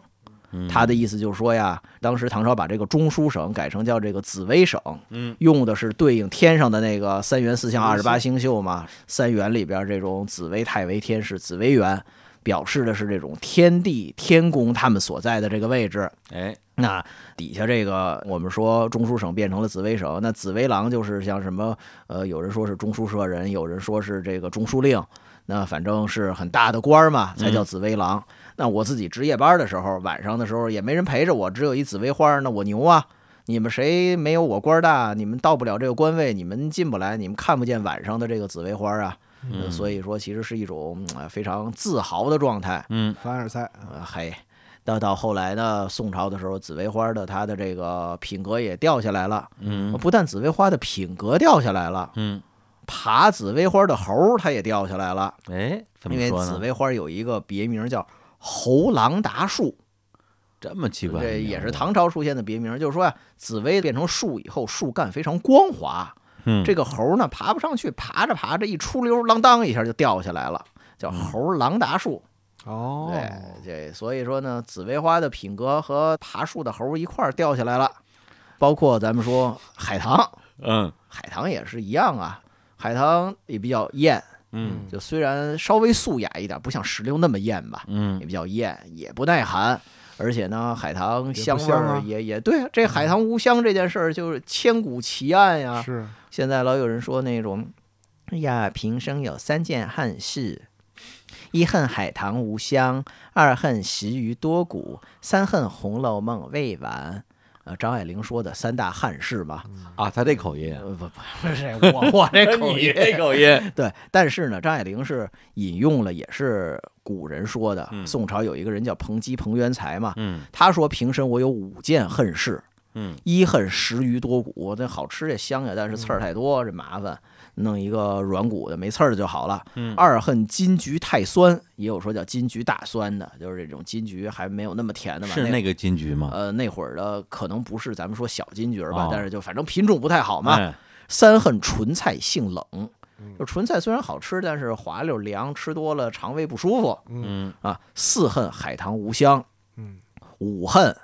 [SPEAKER 3] 嗯
[SPEAKER 5] 他的意思就是说呀，当时唐朝把这个中书省改成叫这个紫微省，
[SPEAKER 3] 嗯，
[SPEAKER 5] 用的是对应天上的那个三元四象
[SPEAKER 3] 嗯
[SPEAKER 5] 二十八星宿嘛，三元里边这种紫微、太微、天市、紫微垣，表示的是这种天地、天宫他们所在的这个位置。
[SPEAKER 3] 哎，
[SPEAKER 5] 那底下这个，我们说中书省变成了紫微省，那紫微郎就是像什么，呃，有人说是中书舍人，有人说是这个中书令，那反正是很大的官儿嘛，才叫紫微郎。那我自己值夜班的时候，晚上的时候也没人陪着我，只有一紫薇花儿，那我牛啊！你们谁没有我官儿大？你们到不了这个官位，你们进不来，你们看不见晚上的这个紫薇花儿啊！
[SPEAKER 3] 嗯
[SPEAKER 5] 所以说，其实是一种呃非常自豪的状态。
[SPEAKER 3] 嗯
[SPEAKER 4] 凡尔赛，啊
[SPEAKER 5] 呃，嘿，到到后来呢，宋朝的时候，紫薇花的它的这个品格也掉下来了。
[SPEAKER 3] 嗯
[SPEAKER 5] 不但紫薇花的品格掉下来了，
[SPEAKER 3] 嗯，
[SPEAKER 5] 爬紫薇花的猴儿它也掉下来了，
[SPEAKER 3] 哎，怎么
[SPEAKER 5] 因为
[SPEAKER 3] 说
[SPEAKER 5] 紫
[SPEAKER 3] 呢？
[SPEAKER 5] 薇花有一个别名叫猴郎达树，
[SPEAKER 3] 这么奇怪的
[SPEAKER 5] 这
[SPEAKER 3] 名字，
[SPEAKER 5] 也是唐朝出现的别名，就是说呀、紫薇变成树以后，树干非常光滑，
[SPEAKER 3] 嗯
[SPEAKER 5] 这个猴儿呢爬不上去，爬着爬着一出溜儿，啷当一下就掉下来了，叫
[SPEAKER 3] 嗯
[SPEAKER 5] 猴郎达树。
[SPEAKER 4] 哦
[SPEAKER 5] 对，这所以说呢，紫薇花的品格和爬树的猴儿一块儿掉下来了，包括咱们说海棠，
[SPEAKER 3] 嗯
[SPEAKER 5] 海棠也是一样啊。海棠也比较艳，
[SPEAKER 3] 嗯
[SPEAKER 5] 就虽然稍微素雅一点，不像石榴那么艳吧，
[SPEAKER 3] 嗯
[SPEAKER 5] 也比较艳，也不耐寒。而且呢，海棠香味
[SPEAKER 4] 香
[SPEAKER 5] 儿
[SPEAKER 4] 啊
[SPEAKER 5] 也也对啊，这海棠无香这件事儿就是千古奇案呀。
[SPEAKER 4] 嗯是
[SPEAKER 5] 现在老有人说那种，哎呀，平生有三件憾事：一恨海棠无香，二恨十鱼多骨，三恨《红楼梦》未完。呃，张爱玲说的三大憾事嘛，
[SPEAKER 3] 啊，他这口 音，
[SPEAKER 5] 呃不不不是我我这口
[SPEAKER 3] 你
[SPEAKER 5] 音，
[SPEAKER 3] 这口 音，
[SPEAKER 5] 对，但是呢，张爱玲是引用了也是古人说的，
[SPEAKER 3] 嗯
[SPEAKER 5] 宋朝有一个人叫彭基彭元才嘛，
[SPEAKER 3] 嗯
[SPEAKER 5] 他说平生我有五件恨事，
[SPEAKER 3] 嗯
[SPEAKER 5] 一恨食鱼多骨，这好吃这香呀，但是刺儿太多，这麻烦，弄一个软骨的没刺儿的就好了。
[SPEAKER 3] 嗯
[SPEAKER 5] 二恨金桔太酸，也有说叫金桔大酸的，就是这种金桔还没有那么甜的嘛。
[SPEAKER 3] 是那个金桔吗？
[SPEAKER 5] 呃那会儿的可能不是咱们说小金桔吧，
[SPEAKER 3] 哦
[SPEAKER 5] 但是就反正品种不太好嘛。
[SPEAKER 3] 哎，嗯
[SPEAKER 5] 三恨纯菜性冷，就纯菜虽然好吃，但是滑溜凉，吃多了肠胃不舒服
[SPEAKER 3] 嗯
[SPEAKER 5] 啊。四恨海棠无香，
[SPEAKER 4] 嗯，
[SPEAKER 5] 五恨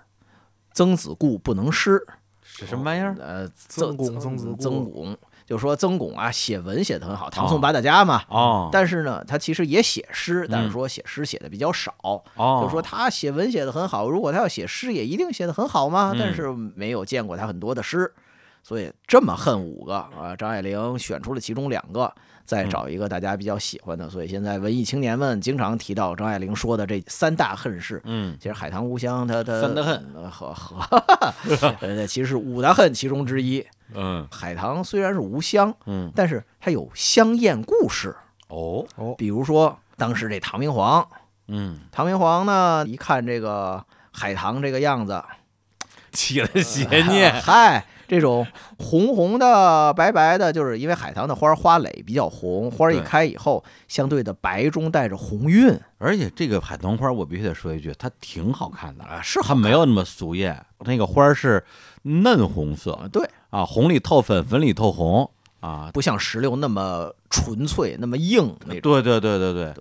[SPEAKER 5] 曾子固不能诗。
[SPEAKER 3] 是什么
[SPEAKER 4] 哦
[SPEAKER 3] 玩意儿？
[SPEAKER 5] 呃，
[SPEAKER 4] 曾巩曾子
[SPEAKER 5] 曾
[SPEAKER 4] 固
[SPEAKER 5] 曾巩，就说曾巩啊，写文写得很好，唐
[SPEAKER 4] 啊
[SPEAKER 5] 宋八大家嘛。
[SPEAKER 3] 哦，
[SPEAKER 5] 但是呢，他其实也写诗，但
[SPEAKER 3] 嗯
[SPEAKER 5] 是说写诗写的比较少。
[SPEAKER 3] 哦，
[SPEAKER 4] 啊
[SPEAKER 5] 就说他写文写的很好，如果他要写诗，也一定写的很好
[SPEAKER 4] 嗯
[SPEAKER 5] 嘛。但是没有见过他很多的诗，所以这么恨五个啊，张爱玲选出了其中两个，
[SPEAKER 4] 嗯
[SPEAKER 5] 再找一个大家比较喜欢的。所以现在文艺青年们经常提到张爱玲说的这三大恨事，
[SPEAKER 3] 嗯
[SPEAKER 5] 其实海棠无香，它它
[SPEAKER 3] 三大恨，
[SPEAKER 5] 呃和和，呃，其实是五大恨其中之一。
[SPEAKER 3] 嗯
[SPEAKER 5] 海棠虽然是无香，
[SPEAKER 3] 嗯
[SPEAKER 5] 但是它有香艳故事。
[SPEAKER 3] 哦
[SPEAKER 5] 比如说，当时这唐明皇，
[SPEAKER 3] 嗯，
[SPEAKER 5] 唐明皇呢，一看这个海棠这个样子，
[SPEAKER 3] 起了邪念，
[SPEAKER 5] 嗨，这种红红的、白白的，就是因为海棠的花儿花蕾比较红，花儿一
[SPEAKER 3] 对
[SPEAKER 5] 开以后，相对的白中带着红晕，
[SPEAKER 3] 而且这个海棠花，我必须得说一句，它挺好看的
[SPEAKER 5] 啊
[SPEAKER 3] 是它没有那么俗艳，那个花儿是嫩红
[SPEAKER 5] 啊
[SPEAKER 3] 色
[SPEAKER 5] 对，
[SPEAKER 3] 啊，红里透粉，粉里透红啊，
[SPEAKER 5] 不像石榴那么纯粹、那么硬那
[SPEAKER 3] 对
[SPEAKER 5] 种。
[SPEAKER 3] 对对对对，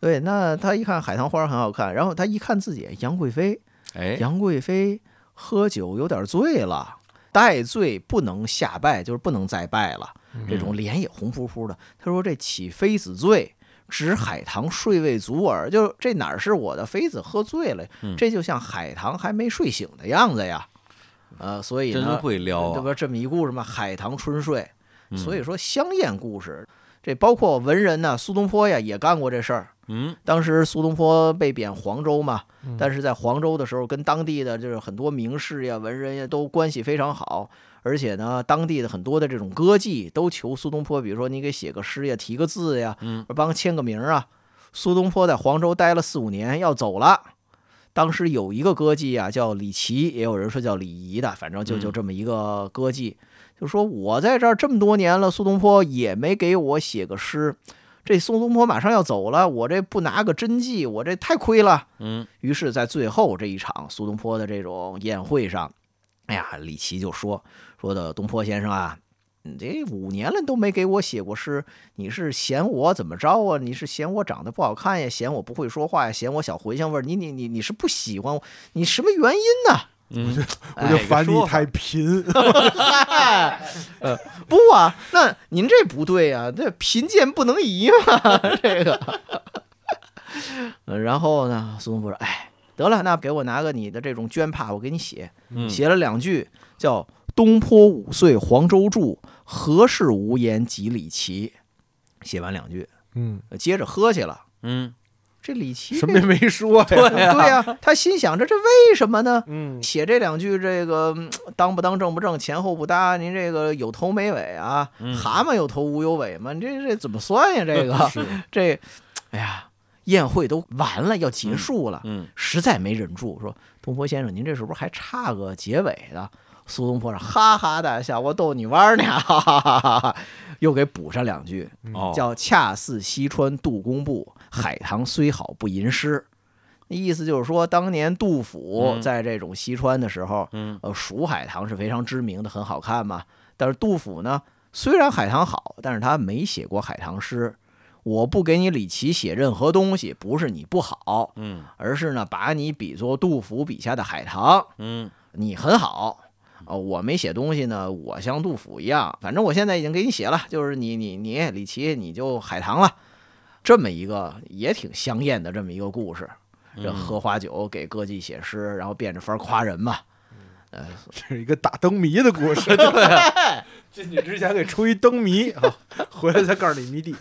[SPEAKER 5] 对，那他一看海棠花很好看，然后他一看自己杨贵妃，
[SPEAKER 3] 哎，
[SPEAKER 5] 杨贵妃喝酒有点醉了，带醉不能下拜，就是不能再拜了，
[SPEAKER 4] 嗯
[SPEAKER 5] 这
[SPEAKER 3] 嗯
[SPEAKER 5] 种脸也红扑扑的。他说：“这起妃子醉，指海棠睡未足耳，就是这哪是我的妃子喝醉了，
[SPEAKER 3] 嗯
[SPEAKER 5] 这就像海棠还没睡醒的样子呀。”呃，所以
[SPEAKER 3] 真
[SPEAKER 5] 呢，
[SPEAKER 3] 会撩
[SPEAKER 5] 这
[SPEAKER 3] 啊，
[SPEAKER 5] 不这么一故事吗？海棠春睡，
[SPEAKER 3] 嗯
[SPEAKER 5] 所以说香艳故事，这包括文人呢，苏东坡呀也干过这事儿。
[SPEAKER 3] 嗯
[SPEAKER 5] 当时苏东坡被贬黄州嘛，但是在黄州的时候，跟当地的就是很多名士呀、文人呀都关系非常好，而且呢，当地的很多的这种歌妓都求苏东坡，比如说你给写个诗呀、提个字呀，
[SPEAKER 3] 嗯，
[SPEAKER 5] 帮签个名啊。苏东坡在黄州待了四五年，要走了。当时有一个歌妓啊，叫李琦，也有人说叫李仪的，反正就
[SPEAKER 3] 嗯
[SPEAKER 5] 就这么一个歌妓，就说我在这儿这么多年了，苏东坡也没给我写个诗，这宋东坡马上要走了，我这不拿个真迹，我这太亏了。
[SPEAKER 3] 嗯，
[SPEAKER 5] 于是，在最后这一场苏东坡的这种宴会上，哎呀，李琦就说说的东坡先生啊，你这五年了都没给我写过诗，你是嫌我怎么着啊？你是嫌我长得不好看呀？嫌我不会说话呀？嫌我小茴香味儿？你你你你是不喜欢我？你什么原因呢？
[SPEAKER 3] 嗯
[SPEAKER 4] 我就
[SPEAKER 5] 哎
[SPEAKER 4] 烦你
[SPEAKER 3] 说
[SPEAKER 4] 太贫，
[SPEAKER 5] 嗨， 呃，不啊，那您这不对呀、这贫贱不能移嘛，这个。 呃然后呢，苏东坡说：“哎，得了，那给我拿个你的这种绢帕，我给你写。”
[SPEAKER 3] 嗯
[SPEAKER 5] 写了两句，叫“东坡五岁黄州住，何事无言及李琦”。写完两句，
[SPEAKER 4] 嗯，
[SPEAKER 5] 呃接着喝去了。
[SPEAKER 3] 嗯，
[SPEAKER 5] 这李琦
[SPEAKER 4] 什么也没说呀，
[SPEAKER 5] 对 呀、他心想着这为什么呢？
[SPEAKER 4] 嗯，
[SPEAKER 5] 写这两句，这个嗯当不当正不正，前后不搭，您这个有头没尾啊，
[SPEAKER 3] 嗯
[SPEAKER 5] 蛤蟆有头无有尾嘛，你这这怎么算呀？这个这，哎呀，宴会都完了，要结束了，
[SPEAKER 3] 嗯
[SPEAKER 5] 实在没忍住，说东坡先生，您这是不是还差个结尾的？苏东坡说：“哈哈大笑，我逗你玩呢，哈哈哈哈哈！”又给补上两句，
[SPEAKER 3] 哦，
[SPEAKER 5] 叫“恰似西川杜工部，海棠虽好不吟诗”。意思就是说，当年杜甫
[SPEAKER 3] 嗯
[SPEAKER 5] 在这种西川的时候，
[SPEAKER 3] 嗯
[SPEAKER 5] 呃，蜀海棠是非常知名的，很好看嘛。但是杜甫呢，虽然海棠好，但是他没写过海棠诗。我不给你李琦写任何东西，不是你不好，
[SPEAKER 3] 嗯
[SPEAKER 5] 而是呢，把你比作杜甫笔下的海棠，
[SPEAKER 3] 嗯
[SPEAKER 5] 你很好。啊，我没写东西呢，我像杜甫一样，反正我现在已经给你写了，就是你你你李琦你就海棠了，这么一个也挺香艳的这么一个故事。这
[SPEAKER 3] 嗯
[SPEAKER 5] 喝花酒给歌妓写诗，然后变着法儿夸人嘛。
[SPEAKER 4] 这是一个打灯谜的故事。 进去之前给出一灯谜啊，回来再告诉你谜底。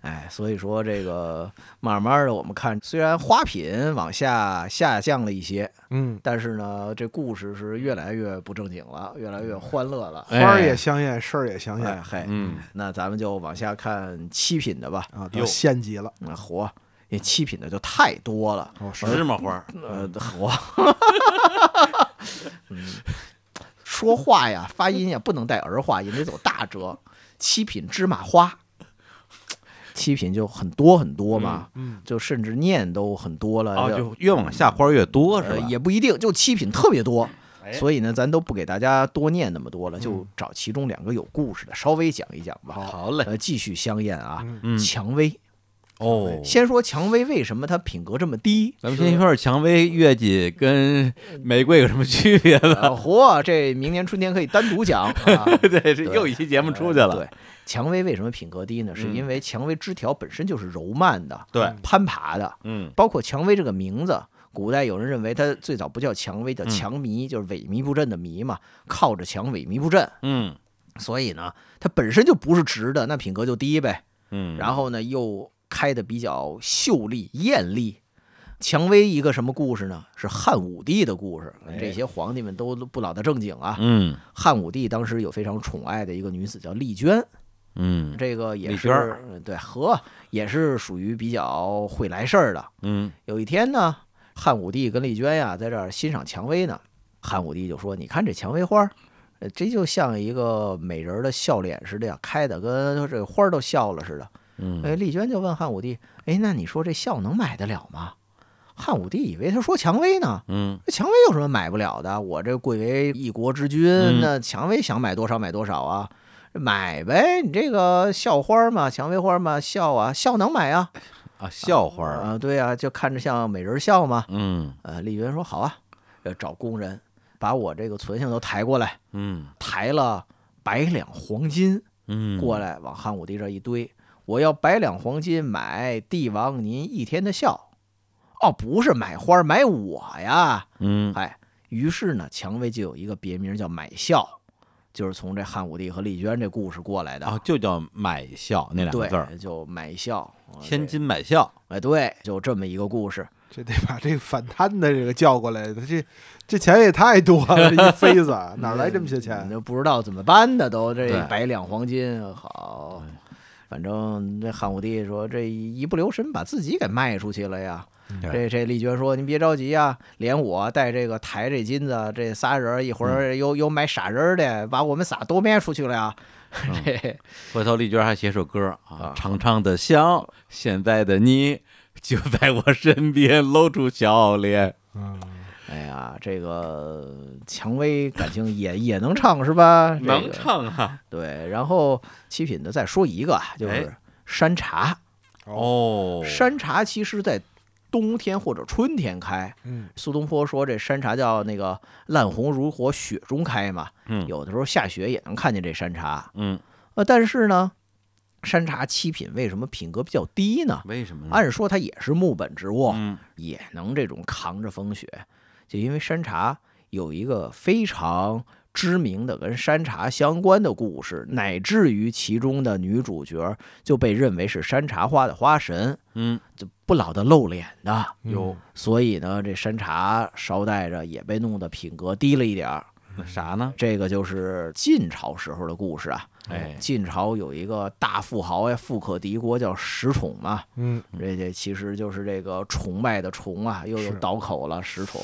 [SPEAKER 5] 哎，所以说这个慢慢的，我们看虽然花品往下下降了一些，
[SPEAKER 4] 嗯，
[SPEAKER 5] 但是呢，这故事是越来越不正经了，越来越欢乐了。
[SPEAKER 4] 嗯花儿
[SPEAKER 3] 哎
[SPEAKER 4] 也香艳，事儿也香艳
[SPEAKER 5] 哎嘿，
[SPEAKER 3] 嗯
[SPEAKER 5] 那咱们就往下看七品的吧。
[SPEAKER 4] 啊，
[SPEAKER 1] 哟
[SPEAKER 4] 到县级了。
[SPEAKER 5] 那活，那七品的就太多了。
[SPEAKER 4] 哦，是
[SPEAKER 3] 芝麻花儿，
[SPEAKER 5] 呃， 活，嗯，说话呀，发音呀，不能带儿化音，得走大折。七品芝麻花，七品就很多很多嘛。
[SPEAKER 4] 嗯，
[SPEAKER 5] 就甚至念都很多了，
[SPEAKER 3] 哦，
[SPEAKER 5] 要
[SPEAKER 3] 就越往下花儿越多是
[SPEAKER 5] 呃
[SPEAKER 3] 吧？
[SPEAKER 5] 也不一定，就七品特别多
[SPEAKER 3] 哎，嗯
[SPEAKER 5] 所以呢，咱都不给大家多念那么多了，就找其中两个有故事的稍微讲一讲吧。
[SPEAKER 3] 好嘞，
[SPEAKER 5] 呃，继续香艳啊，
[SPEAKER 3] 嗯
[SPEAKER 5] 蔷薇。
[SPEAKER 3] 哦，
[SPEAKER 5] 先说蔷薇为什么它品格这么低？
[SPEAKER 3] 咱们先说说蔷薇、月季跟
[SPEAKER 5] 嗯
[SPEAKER 3] 玫瑰有什么区别吧？
[SPEAKER 5] 呃嚯，这明年春天可以单独讲啊。
[SPEAKER 3] 对，这又一期节目 出去了。嗯
[SPEAKER 5] 呃对，蔷薇为什么品格低呢？是因为蔷薇枝条本身就是柔慢的、
[SPEAKER 3] 对，
[SPEAKER 5] 攀爬的，
[SPEAKER 3] 嗯
[SPEAKER 5] 包括蔷薇这个名字，古代有人认为它最早不叫蔷薇，叫
[SPEAKER 3] 嗯
[SPEAKER 5] 强迷，就是萎靡不振的迷嘛，靠着墙萎靡不振。
[SPEAKER 3] 嗯
[SPEAKER 5] 所以呢，它本身就不是直的，那品格就低呗。
[SPEAKER 3] 嗯，
[SPEAKER 5] 然后呢，又开的比较秀丽艳丽。蔷薇一个什么故事呢？是汉武帝的故事
[SPEAKER 3] 哎。
[SPEAKER 5] 这些皇帝们都不老的正经啊。
[SPEAKER 3] 嗯
[SPEAKER 5] 汉武帝当时有非常宠爱的一个女子叫丽娟，
[SPEAKER 3] 嗯
[SPEAKER 5] 这个也
[SPEAKER 3] 丽
[SPEAKER 5] 是
[SPEAKER 3] 娟儿
[SPEAKER 5] 呃对和也是属于比较会来事儿的。
[SPEAKER 3] 嗯
[SPEAKER 5] 有一天呢，汉武帝跟丽娟呀、在这儿欣赏蔷薇呢。汉武帝就说：“你看这蔷薇花儿，呃，这就像一个美人儿的笑脸似的呀，开的跟这花儿都笑了似的。”
[SPEAKER 3] 嗯
[SPEAKER 5] 哎，丽娟就问汉武帝：“哎，那你说这笑能买得了吗？”汉武帝以为他说蔷薇呢，
[SPEAKER 3] 嗯
[SPEAKER 5] 那蔷薇有什么买不了的？我这贵为一国之君，
[SPEAKER 3] 嗯
[SPEAKER 5] 那蔷薇想买多少买多少啊，买呗。你这个校花嘛，蔷薇花嘛，笑啊，笑能买啊。
[SPEAKER 3] 啊，校花儿，
[SPEAKER 5] 啊，对啊，就看着像美人笑嘛。
[SPEAKER 3] 嗯
[SPEAKER 5] 呃，丽媛说好啊，呃，找工人把我这个存性都抬过来，
[SPEAKER 3] 嗯
[SPEAKER 5] 抬了百两黄金
[SPEAKER 3] 嗯，
[SPEAKER 5] 过
[SPEAKER 3] 来，
[SPEAKER 5] 来，往汉武帝这一堆，我要百两黄金买帝王您一天的笑。哦，不是买花，买我呀。
[SPEAKER 3] 嗯
[SPEAKER 5] 哎，于是呢，蔷薇就有一个别名叫买笑，就是从这汉武帝和丽娟这故事过来的。
[SPEAKER 3] 啊，就叫买笑那两个字儿，
[SPEAKER 5] 对，就买笑，啊
[SPEAKER 3] 千。
[SPEAKER 5] 对
[SPEAKER 3] 金买笑，
[SPEAKER 5] 哎，对，就这么一个故事。
[SPEAKER 4] 这得把这个反贪的这个叫过来，他这这钱也太多了，这一飞子啊哪儿来这么些
[SPEAKER 5] 嗯
[SPEAKER 4] 钱？
[SPEAKER 5] 就不知道怎么办的都，这
[SPEAKER 3] 对
[SPEAKER 5] 百两黄金好。反正这汉武帝说，这一不留神把自己给卖出去了呀。
[SPEAKER 4] 嗯
[SPEAKER 5] 这这丽娟说：“您别着急啊，连我带这个
[SPEAKER 4] 嗯
[SPEAKER 5] 抬这金子，这仨人一会儿又又买傻人儿的，把我们仨都卖出去了呀。”
[SPEAKER 4] 嗯
[SPEAKER 5] 嘿
[SPEAKER 3] 回头丽娟还写首歌啊
[SPEAKER 5] 啊，
[SPEAKER 3] 尝尝的香，现在的你就在我身边，露出笑脸。
[SPEAKER 4] 嗯，
[SPEAKER 5] 哎呀，这个蔷薇感情也也能唱是吧？这
[SPEAKER 3] 能
[SPEAKER 5] 个
[SPEAKER 3] 唱啊？
[SPEAKER 5] 对，然后七品的再说一个啊，就
[SPEAKER 3] 哎
[SPEAKER 5] 是山茶。
[SPEAKER 3] 哦，
[SPEAKER 5] 山茶其实在冬天或者春天开。
[SPEAKER 4] 嗯，
[SPEAKER 5] 苏东坡说这山茶叫那个烂红如火雪中开嘛，
[SPEAKER 3] 嗯
[SPEAKER 5] 有的时候下雪也能看见这山茶。
[SPEAKER 3] 嗯，
[SPEAKER 5] 呃，但是呢，山茶七品为什么品格比较低呢？
[SPEAKER 3] 为什么呢？
[SPEAKER 5] 按说它也是木本植物，
[SPEAKER 3] 嗯
[SPEAKER 5] 也能这种扛着风雪，就因为山茶有一个非常知名的跟山茶相关的故事，乃至于其中的女主角就被认为是山茶花的花神，
[SPEAKER 3] 嗯，
[SPEAKER 5] 就不老的露脸的，
[SPEAKER 4] 有
[SPEAKER 5] 所以呢，这山茶捎带着也被弄得品格低了一点儿。
[SPEAKER 3] 那啥呢？
[SPEAKER 5] 这个就是晋朝时候的故事啊。
[SPEAKER 3] 哎，
[SPEAKER 5] 晋朝有一个大富豪呀，富可敌国，叫石崇嘛。
[SPEAKER 4] 嗯，
[SPEAKER 5] 这这其实就是这个崇拜的崇啊，又有
[SPEAKER 4] 是
[SPEAKER 5] 倒口了，石崇。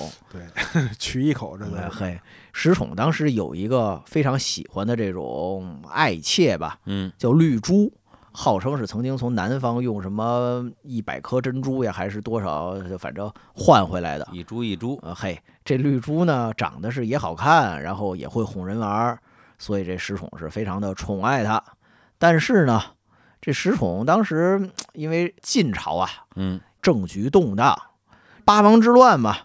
[SPEAKER 4] 取一口这都
[SPEAKER 5] 哎嘿，石崇当时有一个非常喜欢的这种爱妾吧，
[SPEAKER 3] 嗯
[SPEAKER 5] 叫绿珠，号称是曾经从南方用什么一百颗珍珠呀，还是多少，反正换回来的。
[SPEAKER 3] 一株一株，
[SPEAKER 5] 呃，嘿，这绿珠呢，长得是也好看，然后也会哄人玩儿，所以这石宠是非常的宠爱她。但是呢，这石宠当时嗯因为晋朝啊，
[SPEAKER 3] 嗯
[SPEAKER 5] 政局动荡，八王之乱嘛，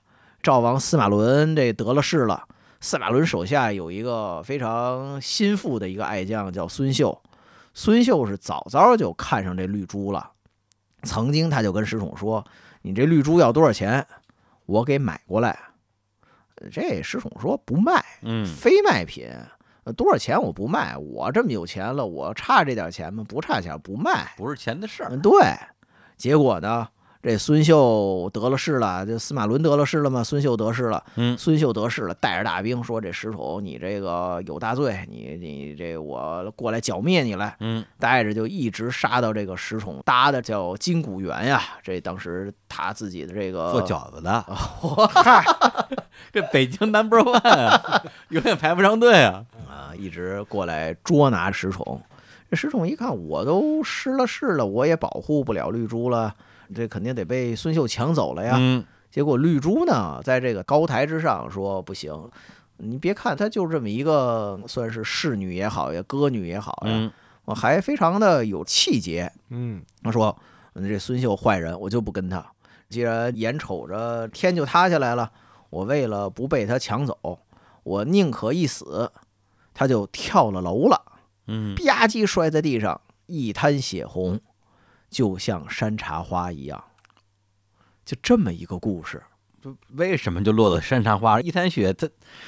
[SPEAKER 5] 赵王司马伦这得了势了。司马伦手下有一个非常心腹的一个爱将叫孙秀，孙秀是早早就看上这绿珠了。曾经他就跟石宠说：“你这绿珠要多少钱？我给买过来。”呃这石宠说不卖，
[SPEAKER 3] 嗯
[SPEAKER 5] 非卖品，呃多少钱我不卖。我这么有钱了，我差这点钱吗？不差钱，不卖。
[SPEAKER 3] 不是钱的事儿。
[SPEAKER 5] 嗯，对。结果呢，这孙秀得了势了，这司马伦得了势了嘛，孙秀得势了，
[SPEAKER 3] 嗯
[SPEAKER 5] 孙秀得势了，带着大兵说：“这石崇，你这个有大罪，你你这我过来剿灭你来。
[SPEAKER 3] 嗯”
[SPEAKER 5] 带着就一直杀到这个石崇搭的叫金谷园呀，这当时他自己的这个
[SPEAKER 3] 做饺子的，
[SPEAKER 5] 啊、
[SPEAKER 3] 这北京 number one，啊 永远排不上队啊！
[SPEAKER 5] 一直过来捉拿石崇。这石崇一看，我都失了势了，我也保护不了绿珠了，这肯定得被孙秀抢走了呀。
[SPEAKER 3] 嗯
[SPEAKER 5] 结果绿珠呢，在这个高台之上说不行，你别看她就这么一个算是侍女也好呀，歌女也好呀，
[SPEAKER 3] 嗯
[SPEAKER 5] 我还非常的有气节。
[SPEAKER 4] 嗯
[SPEAKER 5] 他说嗯这孙秀坏人，我就不跟他。既然眼瞅着天就塌下来了，我为了不被他抢走，我宁可一死。他就跳了楼了，
[SPEAKER 3] 嗯，
[SPEAKER 5] 吧唧摔在地上，一滩血红，就像山茶花一样。就这么一个故事。
[SPEAKER 3] 为什么就落到山茶花一滩血？它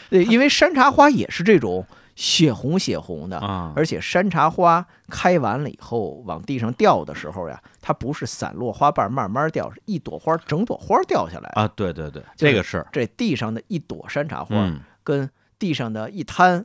[SPEAKER 5] 对，因为山茶花也是这种血红血红的，
[SPEAKER 3] 啊，
[SPEAKER 5] 而且山茶花开完了以后往地上掉的时候呀，它不是散落花瓣慢慢掉，是一朵花整朵花掉下来。
[SPEAKER 3] 啊，对对对，
[SPEAKER 5] 就是
[SPEAKER 3] 这个是，
[SPEAKER 5] 这地上的一朵山茶花
[SPEAKER 3] 嗯
[SPEAKER 5] 跟地上的一滩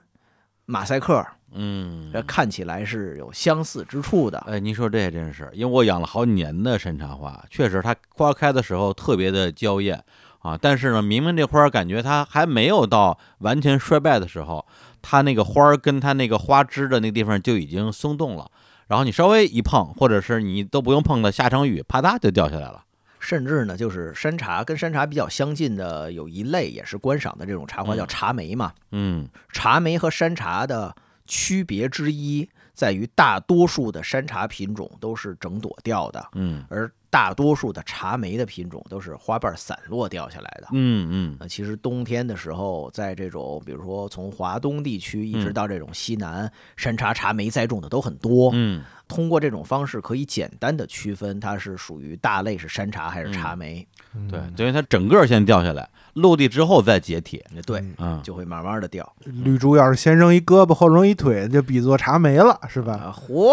[SPEAKER 5] 马赛克，
[SPEAKER 3] 嗯
[SPEAKER 5] 这，看起来是有相似之处的。
[SPEAKER 3] 哎，您说这还真是，因为我养了好几年的山茶花，确实它花开的时候特别的娇艳啊，但是呢，明明这花儿感觉它还没有到完全衰败的时候，它那个花儿跟它那个花枝的那个地方就已经松动了，然后你稍微一碰，或者是你都不用碰它，下场雨啪嗒就掉下来了。
[SPEAKER 5] 甚至呢，就是山茶跟山茶比较相近的有一类也是观赏的这种茶花，叫茶梅嘛。
[SPEAKER 3] 嗯
[SPEAKER 5] 茶梅和山茶的区别之一在于，大多数的山茶品种都是整朵掉的，
[SPEAKER 3] 嗯
[SPEAKER 5] 而大多数的茶梅的品种都是花瓣散落掉下来的。
[SPEAKER 3] 嗯嗯
[SPEAKER 5] 呃，其实冬天的时候，在这种比如说从华东地区一直
[SPEAKER 3] 嗯
[SPEAKER 5] 到这种西南，山茶、茶梅栽种的都很多。
[SPEAKER 3] 嗯
[SPEAKER 5] 通过这种方式，可以简单的区分它是属于大类是山茶还是茶梅。
[SPEAKER 4] 嗯，
[SPEAKER 3] 对，等于它整个先掉下来，落地之后再解体。
[SPEAKER 5] 对，
[SPEAKER 3] 嗯，
[SPEAKER 5] 就会慢慢的掉。
[SPEAKER 4] 绿珠要是先扔一胳膊后扔一腿，就比作茶梅了，是吧？
[SPEAKER 5] 啊，嚯，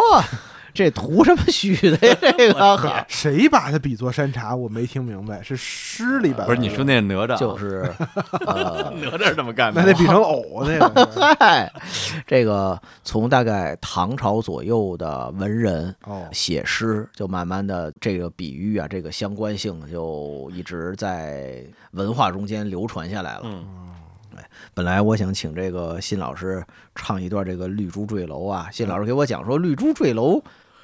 [SPEAKER 5] 这图什么虚的呀？这个好。
[SPEAKER 3] 啊
[SPEAKER 4] 谁把它比作山茶？我没听明白，是诗里边
[SPEAKER 3] 不是你说那哪吒，
[SPEAKER 5] 就是呃，
[SPEAKER 3] 哪吒是这么干的
[SPEAKER 4] 那得比成藕那 个
[SPEAKER 5] 嗨， 这个从大概唐朝左右的文人
[SPEAKER 4] 哦，
[SPEAKER 5] 写诗，就慢慢的这个比喻啊，这个相关性就一直在文化中间流传下来了。
[SPEAKER 3] 嗯
[SPEAKER 4] 嗯
[SPEAKER 5] 呀？本来我想请这个辛老师唱一段这个《绿珠坠楼》啊，辛老师给我讲说，《绿珠坠楼》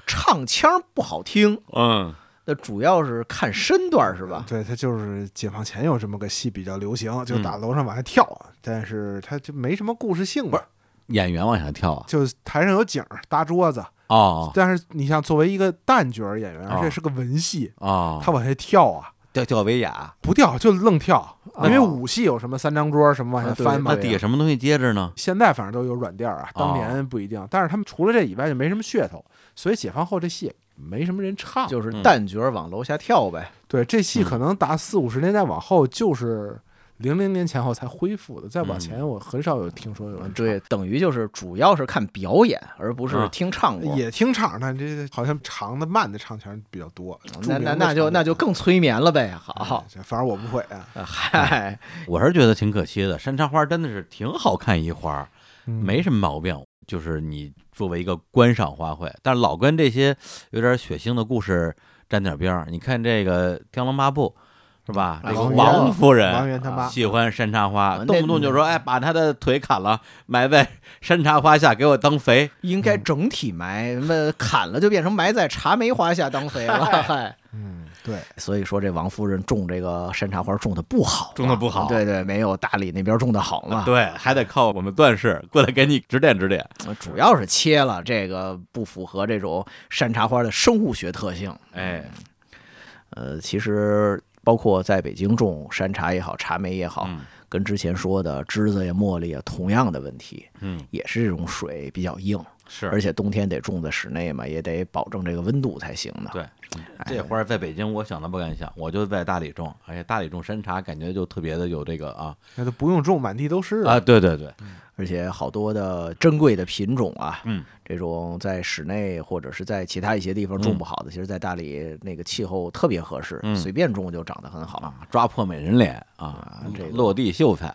[SPEAKER 5] 唱腔不好听，
[SPEAKER 3] 嗯，
[SPEAKER 5] 那主要是看身段儿是吧？
[SPEAKER 4] 对他就是解放前有这么个戏比较流行，就
[SPEAKER 3] 嗯
[SPEAKER 4] 打楼上往下跳，啊但是他就没什么故事性吧，
[SPEAKER 3] 演员往下跳啊，
[SPEAKER 4] 就是台上有景儿搭桌子，
[SPEAKER 5] 啊
[SPEAKER 3] 哦
[SPEAKER 4] 但是你像作为一个旦角儿演员，
[SPEAKER 3] 哦
[SPEAKER 4] 而且是个文戏，
[SPEAKER 3] 哦，
[SPEAKER 4] 他往下跳啊，
[SPEAKER 3] 掉掉维雅，
[SPEAKER 4] 不跳就愣跳，啊
[SPEAKER 5] 哦
[SPEAKER 4] 因为武戏有什么三张桌什么往
[SPEAKER 5] 啊
[SPEAKER 4] 下
[SPEAKER 5] 对
[SPEAKER 4] 翻嘛
[SPEAKER 3] 那，底下什么东西接着呢？
[SPEAKER 4] 现在反正都有软垫儿啊，当
[SPEAKER 3] 哦
[SPEAKER 4] 年不一定，但是他们除了这以外就没什么噱头，所以解放后这戏也没什么人唱，
[SPEAKER 5] 就是旦角儿往楼下跳呗。
[SPEAKER 4] 对这戏
[SPEAKER 3] 嗯
[SPEAKER 4] 可能打四五十年代往后就是。零零年前后才恢复的，再往
[SPEAKER 3] 嗯
[SPEAKER 4] 前我很少有听说有人唱
[SPEAKER 5] 嗯对，等于就是主要是看表演，而不
[SPEAKER 3] 啊
[SPEAKER 5] 是听唱过。
[SPEAKER 4] 也听唱，但这个好像长的慢的唱腔比较多。
[SPEAKER 5] 那那那就那就更催眠了呗。好，
[SPEAKER 4] 好，哎反正我不会啊。
[SPEAKER 3] 嗯
[SPEAKER 5] 呃 嗨，
[SPEAKER 3] 我是觉得挺可惜的，山茶花真的是挺好看一花儿，没什么毛病。就是你作为一个观赏花卉，但是老跟这些有点血腥的故事沾点边儿。你看这个《天龙八部》，是吧？这个
[SPEAKER 4] 哎王
[SPEAKER 3] 王
[SPEAKER 4] 源
[SPEAKER 3] 夫
[SPEAKER 4] 王
[SPEAKER 3] 人
[SPEAKER 4] 源他
[SPEAKER 5] 啊
[SPEAKER 4] 妈，
[SPEAKER 3] 喜欢山茶花，
[SPEAKER 5] 那
[SPEAKER 3] 动不动就说：“哎，把他的腿砍了，埋在山茶花下，给我当肥。
[SPEAKER 5] 应该整体埋，那砍了就变成埋在茶梅花下当肥了。嗨，
[SPEAKER 4] 嗯，对，
[SPEAKER 5] 所以说这王夫人种这个山茶花种的不好嘛，啊
[SPEAKER 3] 种得不好
[SPEAKER 5] 对对，没有大理那边种的好嘛。
[SPEAKER 3] 对，还得靠我们段氏过来给你指点指点。
[SPEAKER 5] 对，主要是切了这个不符合这种山茶花的生物学特性。
[SPEAKER 3] 哎，
[SPEAKER 5] 呃，其实包括在北京种山茶也好，茶梅也好，
[SPEAKER 3] 嗯
[SPEAKER 5] 跟之前说的栀子呀、茉莉呀，同样的问题，
[SPEAKER 3] 嗯，
[SPEAKER 5] 也是这种水比较硬，
[SPEAKER 3] 是
[SPEAKER 5] 而且冬天得种在室内嘛，也得保证这个温度才行呢。哎
[SPEAKER 3] 对，这花儿在北京我想都不敢想，我就在大理种，而且大理种山茶，感觉就特别的有这个啊
[SPEAKER 4] 那都不用种，满地都是
[SPEAKER 3] 啊，。对对对，
[SPEAKER 5] 而且好多的珍贵的品种啊，
[SPEAKER 3] 嗯，
[SPEAKER 5] 这种在室内或者是在其他一些地方种不好的，其实，在大理那个气候特别合适，
[SPEAKER 3] 嗯
[SPEAKER 5] 随便种就长得很好。
[SPEAKER 3] 啊，抓破美人脸啊
[SPEAKER 5] 这个，
[SPEAKER 3] 落地秀才，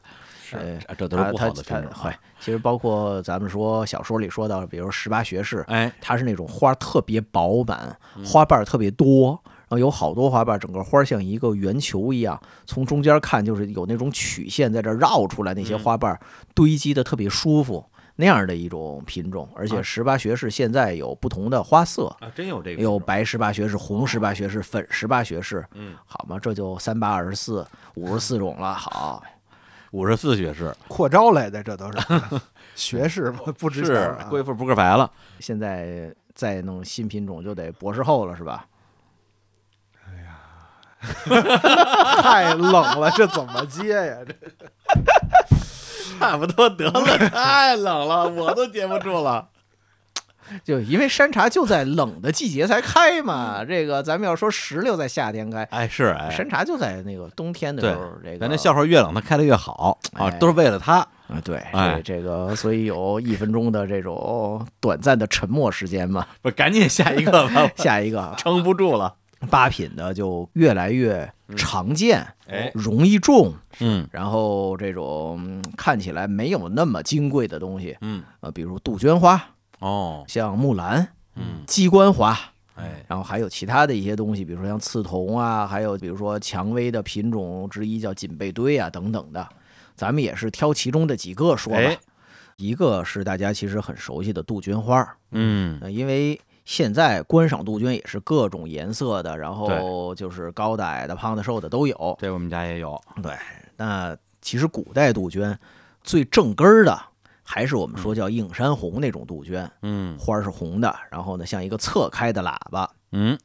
[SPEAKER 5] 呃
[SPEAKER 3] 啊这都是不好的品
[SPEAKER 5] 它它
[SPEAKER 3] 种
[SPEAKER 5] 它
[SPEAKER 3] 啊。
[SPEAKER 5] 嗨，其实包括咱们说小说里说到，比如十八学士，
[SPEAKER 3] 哎，
[SPEAKER 5] 它是那种花特别饱满，
[SPEAKER 3] 嗯
[SPEAKER 5] 花瓣儿特别多，然后有好多花瓣儿，整个花儿像一个圆球一样，从中间看就是有那种曲线在这儿绕出来，那
[SPEAKER 3] 嗯
[SPEAKER 5] 些花瓣儿堆积的特别舒服。那样的一种品种，而且
[SPEAKER 3] 啊
[SPEAKER 5] 十八学士现在有不同的花色，
[SPEAKER 3] 啊，真有这
[SPEAKER 5] 有白十八学士、红十八学士、粉十八学士，
[SPEAKER 3] 嗯，
[SPEAKER 5] 好嘛，这就三八二十四五十四种了。好，
[SPEAKER 3] 五十四学士，
[SPEAKER 4] 扩招来的，这 都是学士嘛，不值钱
[SPEAKER 3] 是
[SPEAKER 4] 啊。
[SPEAKER 3] 贵妇扑克牌了，
[SPEAKER 5] 现在再弄新品种就得博士后了，是吧？
[SPEAKER 4] 啊太冷了，这怎么接呀？这
[SPEAKER 3] 差不多得了，太冷了，我都接不住了。
[SPEAKER 5] 就因为山茶就在冷的季节才开嘛，这个咱们要说石榴在夏天开，
[SPEAKER 3] 哎，是嗯哎，
[SPEAKER 5] 山茶就在那个冬天的时候，这个
[SPEAKER 3] 咱这笑话越冷，它开的越好啊，
[SPEAKER 5] 哎
[SPEAKER 3] 都是为了它。
[SPEAKER 5] 啊，对，
[SPEAKER 3] 哎
[SPEAKER 5] 这这个所以有一分钟的这种短暂的沉默时间 嘛。
[SPEAKER 3] 不，赶紧 下一个吧，
[SPEAKER 5] 下一个
[SPEAKER 3] 撑不住了。
[SPEAKER 5] 八品的就越来越常见，
[SPEAKER 3] 哎
[SPEAKER 5] 容易种，
[SPEAKER 3] 嗯
[SPEAKER 5] 然后这种嗯看起来没有那么金贵的东西，
[SPEAKER 3] 嗯，
[SPEAKER 5] 呃，比如杜鹃花，
[SPEAKER 3] 哦，
[SPEAKER 5] 像木兰、
[SPEAKER 3] 嗯，
[SPEAKER 5] 鸡冠花，
[SPEAKER 3] 哎，
[SPEAKER 5] 然后还有其他的一些东西，比如说像刺桐啊，还有比如说蔷薇的品种之一叫锦背堆啊等等的，咱们也是挑其中的几个说吧。
[SPEAKER 3] 哎
[SPEAKER 5] 一个是大家其实很熟悉的杜鹃花儿，
[SPEAKER 3] 嗯
[SPEAKER 5] 呃因为现在观赏杜鹃也是各种颜色的，然后
[SPEAKER 3] 对
[SPEAKER 5] 就是高的、矮的、胖的、瘦的都有。
[SPEAKER 3] 这我们家也有，
[SPEAKER 5] 对，那其实古代杜鹃最正根儿的还是我们说叫映山红那种杜鹃，
[SPEAKER 3] 嗯
[SPEAKER 5] 花儿是红的，然后呢像一个侧开的喇叭，
[SPEAKER 3] 嗯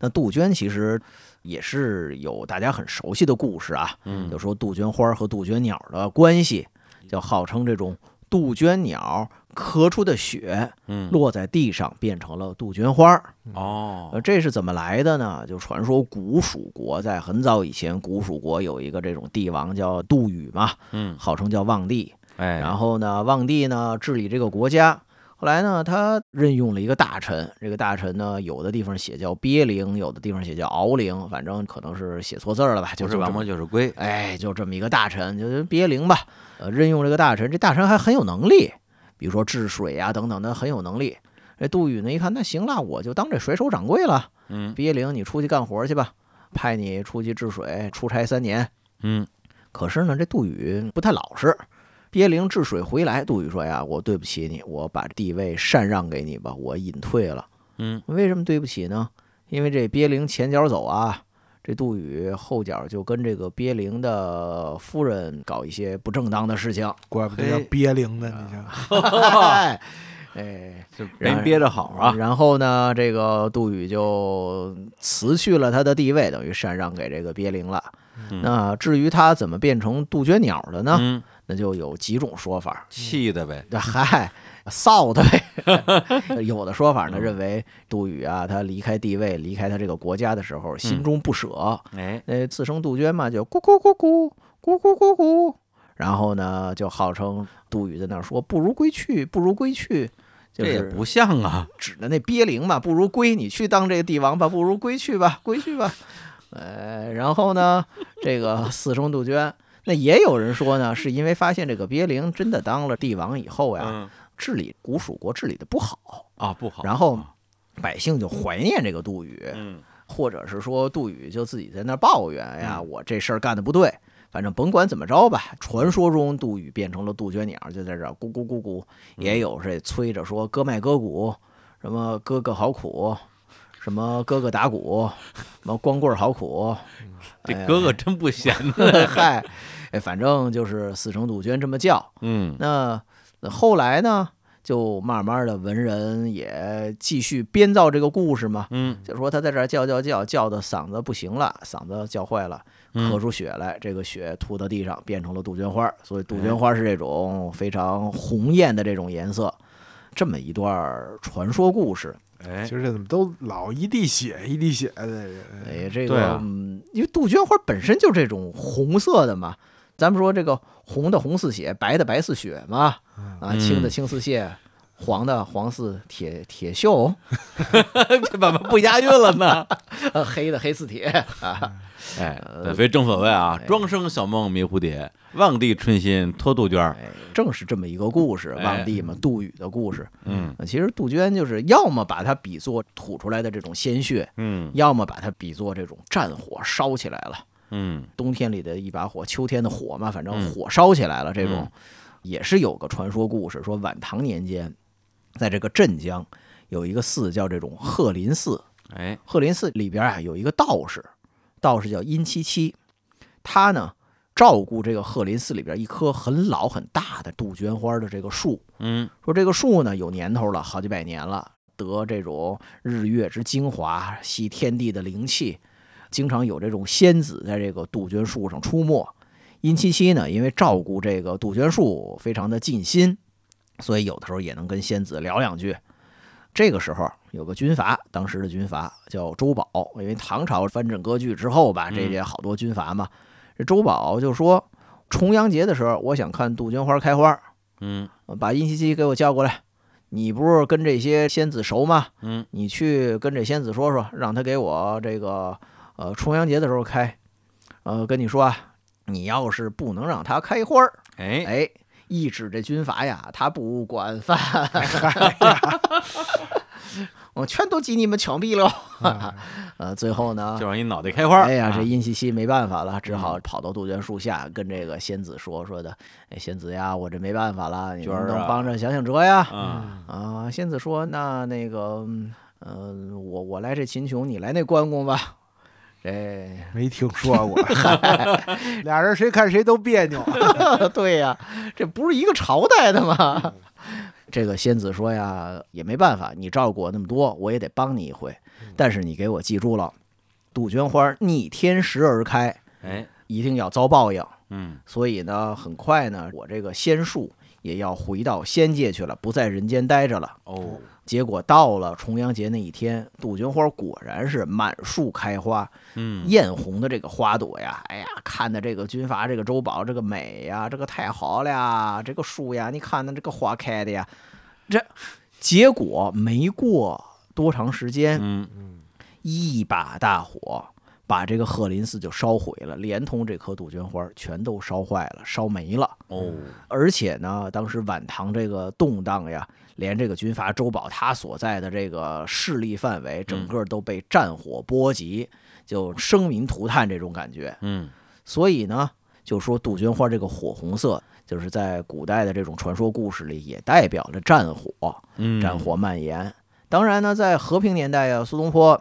[SPEAKER 5] 那杜鹃其实也是有大家很熟悉的故事啊，
[SPEAKER 3] 嗯
[SPEAKER 5] 有说杜鹃花儿和杜鹃鸟的关系，叫号称这种杜鹃鸟咳出的血
[SPEAKER 3] 嗯，
[SPEAKER 5] 落在地上变成了杜鹃花儿。
[SPEAKER 3] 哦
[SPEAKER 5] 呃，，这是怎么来的呢？就传说古蜀国在很早以前，古蜀国有一个这种帝王叫杜宇嘛，
[SPEAKER 3] 嗯，
[SPEAKER 5] 号称叫望帝，
[SPEAKER 3] 哎，
[SPEAKER 5] 然后呢，望帝呢治理这个国家。后来呢，他任用了一个大臣，这个大臣呢，有的地方写叫鳖灵，有的地方写叫敖灵，反正可能是写错字儿了吧，就
[SPEAKER 3] 不
[SPEAKER 5] 是
[SPEAKER 3] 是王八就是龟，
[SPEAKER 5] 哎，就这么一个大臣，就是鳖灵吧。呃，任用这个大臣，这大臣还很有能力，比如说治水啊等等的，很有能力。这杜宇呢一看，那行了，我就当这水手掌柜了。
[SPEAKER 3] 嗯
[SPEAKER 5] 鳖灵，你出去干活去吧，派你出去治水，出差三年。
[SPEAKER 3] 嗯
[SPEAKER 5] 可是呢，这杜宇不太老实，鳖灵治水回来，杜宇说哎呀，我对不起你，我把地位禅让给你吧，我隐退了。
[SPEAKER 3] 嗯
[SPEAKER 5] 为什么对不起呢？因为这鳖灵前脚走啊，这杜宇后脚就跟这个鳖灵的夫人搞一些不正当的事 情。
[SPEAKER 4] 怪不得叫
[SPEAKER 3] 嘿
[SPEAKER 4] 鳖灵呢，你想，
[SPEAKER 5] 哎，哎
[SPEAKER 3] 这没憋着好啊，
[SPEAKER 5] 然后呢，这个杜宇就辞去了他的地位，等于禅让给这个鳖灵了。
[SPEAKER 3] 嗯
[SPEAKER 5] 那至于他怎么变成杜鹃鸟的呢？
[SPEAKER 3] 嗯，
[SPEAKER 5] 那就有几种说法。
[SPEAKER 3] 气的呗，
[SPEAKER 5] 嗨，臊的呗。 有的说法呢，
[SPEAKER 3] 嗯
[SPEAKER 5] 认为杜宇啊，他离开地位、离开他这个国家的时候，
[SPEAKER 3] 嗯
[SPEAKER 5] 心中不舍，
[SPEAKER 3] 哎，
[SPEAKER 5] 呃，自生杜鹃嘛，就咕咕咕咕咕咕咕咕，然后呢，就号称杜宇在那儿说“不如归去，不如归去”，就
[SPEAKER 3] 这也
[SPEAKER 5] 是
[SPEAKER 3] 不像啊，
[SPEAKER 5] 指的那鳖灵嘛，不如归你去当这个帝王吧，不如归去吧，归去吧。呃，然后呢，这个四生杜鹃，那也有人说呢，是因为发现这个鳖灵真的当了帝王以后呀，
[SPEAKER 3] 嗯
[SPEAKER 5] 治理古蜀国治理的不好，
[SPEAKER 3] 啊不好，
[SPEAKER 5] 然后百姓就怀念这个杜宇，
[SPEAKER 3] 嗯
[SPEAKER 5] 或者是说杜宇就自己在那儿抱怨哎呀，我这事儿干的不对。反正甭管怎么着吧，传说中杜宇变成了杜鹃鸟，就在这儿咕咕咕咕，也有这催着说割麦割谷，什么哥哥好苦，什么哥哥打鼓，什么光棍儿好苦，
[SPEAKER 3] 这哥哥真不闲呢，
[SPEAKER 5] 嗨，哎，反正就是四声杜鹃这么叫。
[SPEAKER 3] 嗯
[SPEAKER 5] 那呃后来呢，就慢慢的文人也继续编造这个故事嘛，
[SPEAKER 3] 嗯
[SPEAKER 5] 就说他在这儿叫叫叫叫的嗓子不行了，嗓子叫坏了，
[SPEAKER 3] 嗯
[SPEAKER 5] 咳出血来，这个血吐到地上变成了杜鹃花儿，所以杜鹃花儿是这种非常红艳的这种颜色。这么一段儿传说故事，
[SPEAKER 3] 哎
[SPEAKER 4] 今儿这怎么都老一滴血一滴血的？
[SPEAKER 5] 哎，这
[SPEAKER 1] 对
[SPEAKER 5] 个、
[SPEAKER 1] 啊
[SPEAKER 5] 嗯因为杜鹃花本身就这种红色的嘛，咱们说这个红的红似血，白的白似雪嘛，啊，青的
[SPEAKER 3] 嗯
[SPEAKER 5] 青似蟹，黄的黄似铁铁锈，
[SPEAKER 3] 这怎么 不押韵了呢？
[SPEAKER 5] 呃 黑的黑似铁 啊，
[SPEAKER 3] 哎，所以正所谓啊，庄生晓梦迷蝴蝶，望帝春心托杜鹃儿。
[SPEAKER 5] 哎，正是这么一个故事，
[SPEAKER 3] 哎
[SPEAKER 5] 望帝嘛，杜宇的故事。
[SPEAKER 3] 嗯
[SPEAKER 5] 呃其实杜鹃就是要么把它比作吐出来的这种鲜血，
[SPEAKER 3] 嗯
[SPEAKER 5] 要么把它比作这种战火烧起来了。
[SPEAKER 3] 嗯
[SPEAKER 5] 冬天里的一把火，秋天的火嘛，反正
[SPEAKER 3] 嗯
[SPEAKER 5] 火烧起来了。这种
[SPEAKER 3] 嗯
[SPEAKER 5] 也是有个传说故事，说晚唐年间，在这个镇江有一个寺叫这种鹤林寺，
[SPEAKER 3] 哎
[SPEAKER 5] 鹤林寺里边啊有一个道士，道士叫殷七七，他呢照顾这个鹤林寺里边一棵很老很大的杜鹃花的这个树，
[SPEAKER 3] 嗯
[SPEAKER 5] 说这个树呢有年头了，好几百年了，得这种日月之精华，吸天地的灵气，经常有这种仙子在这个杜鹃树上出没。殷七七呢，因为照顾这个杜鹃树非常的尽心，所以有的时候也能跟仙子聊两句。这个时候有个军阀，当时的军阀叫周保，因为唐朝藩镇割据之后吧，这些好多军阀嘛。这周保就说，重阳节的时候，我想看杜鹃花开花，
[SPEAKER 3] 嗯
[SPEAKER 5] 把殷西西给我叫过来。你不是跟这些仙子熟吗？
[SPEAKER 3] 嗯，
[SPEAKER 5] 你去跟这仙子说说，让他给我这个呃重阳节的时候开。呃，跟你说啊，你要是不能让它开花儿，
[SPEAKER 3] 哎
[SPEAKER 5] 哎，一指这军阀呀，他不管 饭，我全都给你们枪毙了。
[SPEAKER 4] 啊
[SPEAKER 5] 呃，最后呢
[SPEAKER 3] 就，让你脑袋开花儿。
[SPEAKER 5] 哎呀，这
[SPEAKER 3] 啊嗯
[SPEAKER 5] 殷西西没办法了，只好跑到杜鹃树下跟这个仙子说说的，哎，仙子呀，我这没办法了，你
[SPEAKER 3] 娟
[SPEAKER 5] 能
[SPEAKER 3] 儿
[SPEAKER 5] 不能
[SPEAKER 3] 啊
[SPEAKER 5] 帮着想想辙呀？
[SPEAKER 3] 啊，
[SPEAKER 5] 啊，仙子说：“那那个，嗯呃，我我来这秦琼，你来那关公吧。” 哎，
[SPEAKER 4] 没听说过， 俩人谁看谁都别扭。
[SPEAKER 5] 对呀、这不是一个朝代的吗？
[SPEAKER 3] 嗯
[SPEAKER 5] 这个仙子说呀，也没办法，你照顾我那么多，我也得帮你一回。
[SPEAKER 3] 嗯
[SPEAKER 5] 但是你给我记住了，杜鹃花逆天时而开，
[SPEAKER 3] 哎
[SPEAKER 5] 一定要遭报应。
[SPEAKER 3] 嗯
[SPEAKER 5] 所以呢，很快呢，我这个仙术也要回到仙界去了，不在人间待着了。
[SPEAKER 3] 哦
[SPEAKER 5] 结果到了重阳节那一天，杜鹃花果然是满树开花，
[SPEAKER 3] 嗯
[SPEAKER 5] 艳红的这个花朵呀，哎呀，看的这个军阀这个周保这个美呀，这个太好了呀，这个树呀，你看那这个花开的呀，这结果没过多长时间，
[SPEAKER 3] 嗯
[SPEAKER 5] 一把大火把这个鹤林寺就烧毁了，连同这棵杜鹃花全都烧坏了，烧没了。
[SPEAKER 3] 哦
[SPEAKER 5] 而且呢，当时晚唐这个动荡呀，连这个军阀周保他所在的这个势力范围，整个都被战火波及，就生民涂炭这种感觉。
[SPEAKER 3] 嗯
[SPEAKER 5] 所以呢，就说杜鹃花这个火红色就是在古代的这种传说故事里，也代表了战火，
[SPEAKER 3] 嗯
[SPEAKER 5] 战火蔓延。当然呢，在和平年代呀、苏东坡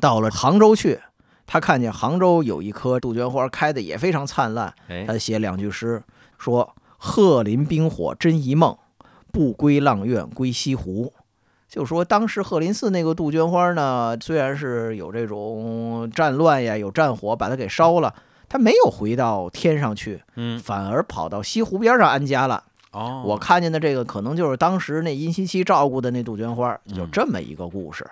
[SPEAKER 5] 到了杭州去，他看见杭州有一棵杜鹃花开的也非常灿烂，
[SPEAKER 3] 哎
[SPEAKER 5] 他写两句诗，说：“鹤林冰火真一梦，不归阆苑归西湖。”就说当时鹤林寺那个杜鹃花呢，虽然是有这种战乱呀，有战火把它给烧了，它没有回到天上去，
[SPEAKER 3] 嗯
[SPEAKER 5] 反而跑到西湖边上安家了。
[SPEAKER 3] 哦，
[SPEAKER 5] 我看见的这个可能就是当时那殷西期照顾的那杜鹃花，
[SPEAKER 3] 嗯
[SPEAKER 5] 有这么一个故事。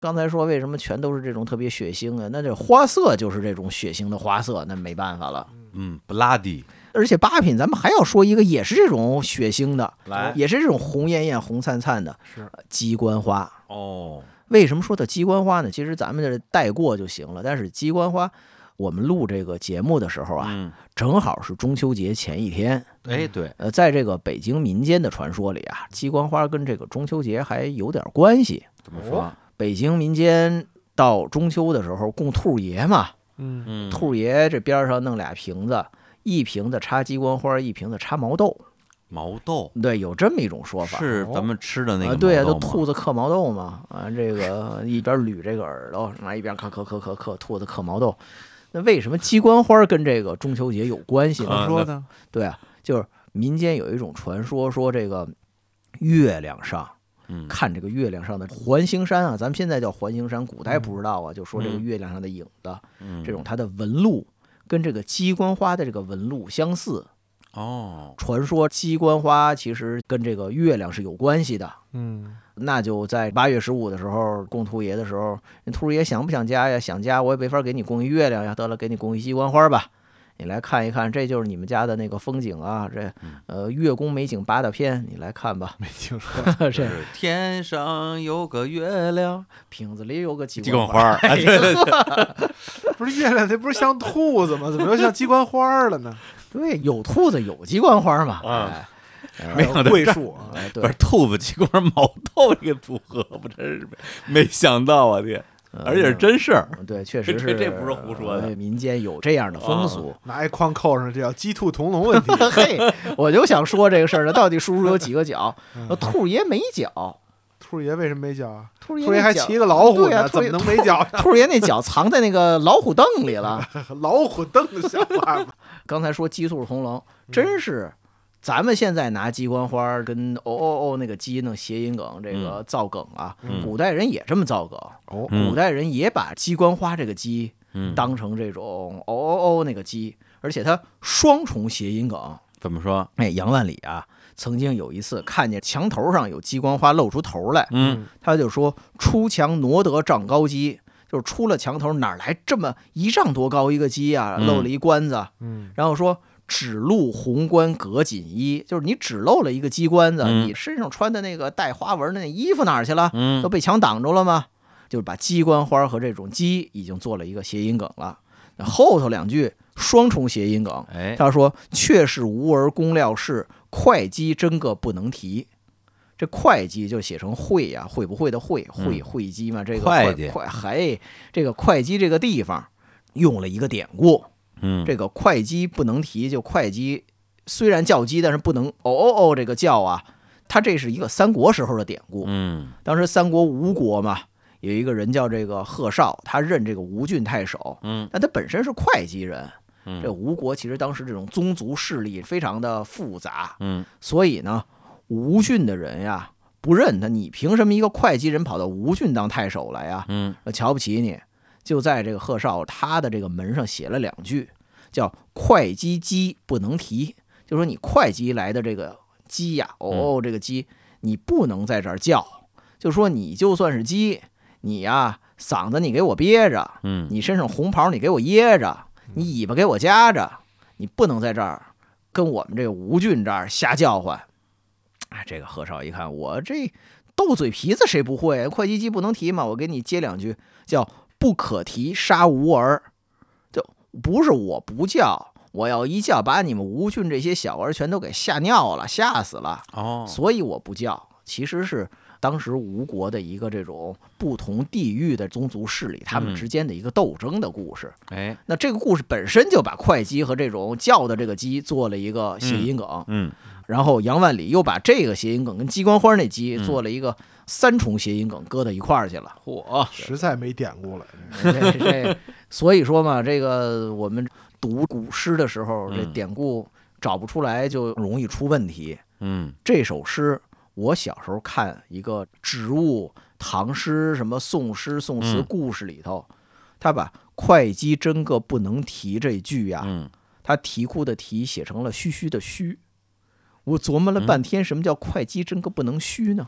[SPEAKER 5] 刚才说为什么全都是这种特别血腥啊？那这花色就是这种血腥的花色，那没办法了。
[SPEAKER 3] 嗯不拉地
[SPEAKER 5] 而且八品咱们还要说一个，也是这种血腥的，
[SPEAKER 3] 来
[SPEAKER 5] 也是这种红艳艳、红灿灿的，
[SPEAKER 4] 是
[SPEAKER 5] 呃鸡冠花。
[SPEAKER 3] 哦，
[SPEAKER 5] 为什么说到鸡冠花呢？其实咱们这带过就行了。但是鸡冠花，我们录这个节目的时候啊，
[SPEAKER 3] 嗯
[SPEAKER 5] 正好是中秋节前一天。
[SPEAKER 3] 哎对，
[SPEAKER 5] 呃，在这个北京民间的传说里啊，鸡冠花跟这个中秋节还有点关系。
[SPEAKER 3] 怎
[SPEAKER 4] 啊
[SPEAKER 3] 么说？啊
[SPEAKER 5] 北京民间到中秋的时候供兔爷嘛，
[SPEAKER 4] 嗯，
[SPEAKER 3] 嗯
[SPEAKER 5] 兔爷这边上弄俩瓶子，一瓶子插鸡冠花，一瓶子插毛豆。
[SPEAKER 3] 毛豆
[SPEAKER 5] 对，有这么一种说法。
[SPEAKER 3] 是咱们吃的那
[SPEAKER 5] 啊，
[SPEAKER 3] 个
[SPEAKER 5] 对呀、
[SPEAKER 3] 毛
[SPEAKER 5] 都
[SPEAKER 3] 豆吗
[SPEAKER 5] 兔子嗑毛豆嘛，啊，这个一边捋这个耳朵，啊，一边嗑嗑嗑嗑嗑，兔子嗑毛豆。那为什么鸡冠花跟这个中秋节有关系
[SPEAKER 4] 怎
[SPEAKER 5] 呢？
[SPEAKER 3] 啊
[SPEAKER 4] 么说呢？
[SPEAKER 5] 对啊，就是民间有一种传说，说这个月亮上
[SPEAKER 3] 嗯
[SPEAKER 5] 看这个月亮上的环形山啊，咱们现在叫环形山，古代不知道啊，就说这个
[SPEAKER 3] 嗯
[SPEAKER 5] 月亮上的影子，
[SPEAKER 3] 嗯
[SPEAKER 5] 这种它的纹路跟这个鸡冠花的这个纹路相似。
[SPEAKER 3] 哦
[SPEAKER 5] 传说鸡冠花其实跟这个月亮是有关系的。
[SPEAKER 4] 嗯，
[SPEAKER 5] 那就在八月十五的时候供兔爷的时候，那兔爷想不想家呀？想家，我也没法给你供一月亮呀。得了，给你供一鸡冠花吧。你来看一看，这就是你们家的那个风景啊！这
[SPEAKER 3] 嗯
[SPEAKER 5] 呃，月宫美景八大篇，你来看吧。
[SPEAKER 4] 没听说。
[SPEAKER 5] 这
[SPEAKER 3] 是天上有个月亮，
[SPEAKER 5] 瓶子里有个鸡
[SPEAKER 3] 鸡
[SPEAKER 5] 冠
[SPEAKER 3] 冠花儿， 哎对对对，
[SPEAKER 4] 不是月亮，那不是像兔子吗？怎么又像鸡冠花儿了呢？
[SPEAKER 5] 对，有兔子有鸡冠花嘛？
[SPEAKER 3] 啊
[SPEAKER 5] 哎，
[SPEAKER 3] 没想到
[SPEAKER 4] 桂
[SPEAKER 3] 这
[SPEAKER 4] 树啊，
[SPEAKER 5] 哎，
[SPEAKER 3] 不
[SPEAKER 5] 对
[SPEAKER 3] 是，兔子鸡冠毛豆这个组合，我真是没没想到啊，天，而且是真事儿，
[SPEAKER 5] 嗯对，确实
[SPEAKER 3] 这
[SPEAKER 5] 是，
[SPEAKER 3] 这不是胡说的啊
[SPEAKER 5] 呃民间有这样的风俗。
[SPEAKER 4] 拿一筐扣上，这叫鸡兔同笼问题。
[SPEAKER 5] 嘿，我就想说这个事儿了，到底叔叔有几个脚？
[SPEAKER 4] 嗯
[SPEAKER 5] 呃兔爷没脚，
[SPEAKER 4] 兔爷为什么没脚啊？
[SPEAKER 5] 兔爷
[SPEAKER 4] 兔爷还
[SPEAKER 5] 那脚
[SPEAKER 4] 骑个老虎
[SPEAKER 5] 对呀
[SPEAKER 4] 呢，
[SPEAKER 5] 兔
[SPEAKER 4] 怎
[SPEAKER 5] 爷
[SPEAKER 4] 么能没啊脚？
[SPEAKER 5] 兔 儿爷那脚藏在那个老虎凳里了。
[SPEAKER 4] 老虎凳像话 吗？
[SPEAKER 5] 刚才说鸡兔同笼，
[SPEAKER 4] 嗯
[SPEAKER 5] 真是，咱们现在拿鸡冠花儿跟哦哦哦那个鸡弄谐音梗，这个造梗啊，
[SPEAKER 3] 嗯
[SPEAKER 5] 古代人也这么造梗。
[SPEAKER 4] 哦
[SPEAKER 3] 嗯
[SPEAKER 5] 古代人也把鸡冠花这个鸡
[SPEAKER 3] 嗯
[SPEAKER 5] 当成这种哦哦哦那个鸡，而且它双重谐音梗。
[SPEAKER 3] 怎么说？
[SPEAKER 5] 哎，杨万里啊，曾经有一次看见墙头上有鸡冠花露出头来，
[SPEAKER 3] 嗯，
[SPEAKER 5] 他就说“出墙挪得丈高鸡”，就是出了墙头哪儿来这么一丈多高一个鸡呀、
[SPEAKER 3] 嗯
[SPEAKER 5] 露了一冠子。
[SPEAKER 4] 嗯，
[SPEAKER 5] 然后说“只露红冠隔锦衣”，就是你只露了一个鸡冠子，
[SPEAKER 3] 嗯
[SPEAKER 5] 你身上穿的那个带花纹的那衣服哪儿去了？
[SPEAKER 3] 嗯
[SPEAKER 5] 都被墙挡住了吗？就是把鸡冠花和这种鸡已经做了一个谐音梗了。那后头两句双重谐音梗，
[SPEAKER 3] 哎，
[SPEAKER 5] 他说：“却是无儿公料事，会稽真个不能提。”这会稽就写成会呀、会不会的会，
[SPEAKER 3] 嗯
[SPEAKER 5] 会会稽嘛，这个
[SPEAKER 3] 会
[SPEAKER 5] 会
[SPEAKER 3] 计
[SPEAKER 5] 会嘿，这个会稽这个地方用了一个典故，
[SPEAKER 3] 嗯，
[SPEAKER 5] 这个会稽不能提，就会稽虽然叫鸡，但是不能哦哦哦这个叫啊，它这是一个三国时候的典故，
[SPEAKER 3] 嗯
[SPEAKER 5] 当时三国吴国嘛，有一个人叫这个贺绍，他任这个吴郡太守，
[SPEAKER 3] 嗯，
[SPEAKER 5] 但他本身是会稽人。
[SPEAKER 3] 嗯
[SPEAKER 5] 这吴国其实当时这种宗族势力非常的复杂，
[SPEAKER 3] 嗯
[SPEAKER 5] 所以呢，吴郡的人呀不认他，你凭什么一个会稽人跑到吴郡当太守来呀？
[SPEAKER 3] 嗯
[SPEAKER 5] 呃瞧不起你。就在这个贺绍他的这个门上写了两句，叫“会稽鸡不能提”，就说你会稽来的这个鸡呀，哦，这个鸡你不能在这儿叫，就说你就算是鸡，你呀、嗓子你给我憋着，
[SPEAKER 3] 嗯，
[SPEAKER 5] 你身上红袍你给我掖着，你尾巴给我夹着，你不能在这儿跟我们这个吴郡这儿瞎叫唤。哎，这个贺绍一看，我这斗嘴皮子谁不会？啊会稽鸡不能提嘛，我给你接两句，叫不可提杀吴儿，就不是我不叫。我要一叫，把你们吴郡这些小儿全都给吓尿了，吓死了。
[SPEAKER 3] 哦，
[SPEAKER 5] 所以我不叫，其实是当时吴国的一个这种不同地域的宗族势力他
[SPEAKER 3] 嗯
[SPEAKER 5] 们之间的一个斗争的故事。
[SPEAKER 3] 哎，
[SPEAKER 5] 那这个故事本身就把会稽和这种叫的这个鸡做了一个谐音梗，
[SPEAKER 3] 嗯，
[SPEAKER 5] 然后杨万里又把这个谐音梗跟鸡冠花那鸡
[SPEAKER 3] 嗯
[SPEAKER 5] 做了一个三重谐音梗，搁到一块儿去了。
[SPEAKER 3] 嚯，
[SPEAKER 4] 实在没典故了。
[SPEAKER 3] 嗯
[SPEAKER 5] 这这，所以说嘛，这个我们读古诗的时候，这
[SPEAKER 3] 嗯
[SPEAKER 5] 典故找不出来就容易出问题。
[SPEAKER 3] 嗯
[SPEAKER 5] 这首诗我小时候看一个植物唐诗、什么宋诗、宋词
[SPEAKER 3] 嗯
[SPEAKER 5] 故事里头，他把“会稽真个不能提”这句呀、
[SPEAKER 3] 嗯，
[SPEAKER 5] 他啼哭的啼写成了嘘嘘的嘘。我琢磨了
[SPEAKER 3] 嗯
[SPEAKER 5] 半天，什么叫会稽真个不能虚呢？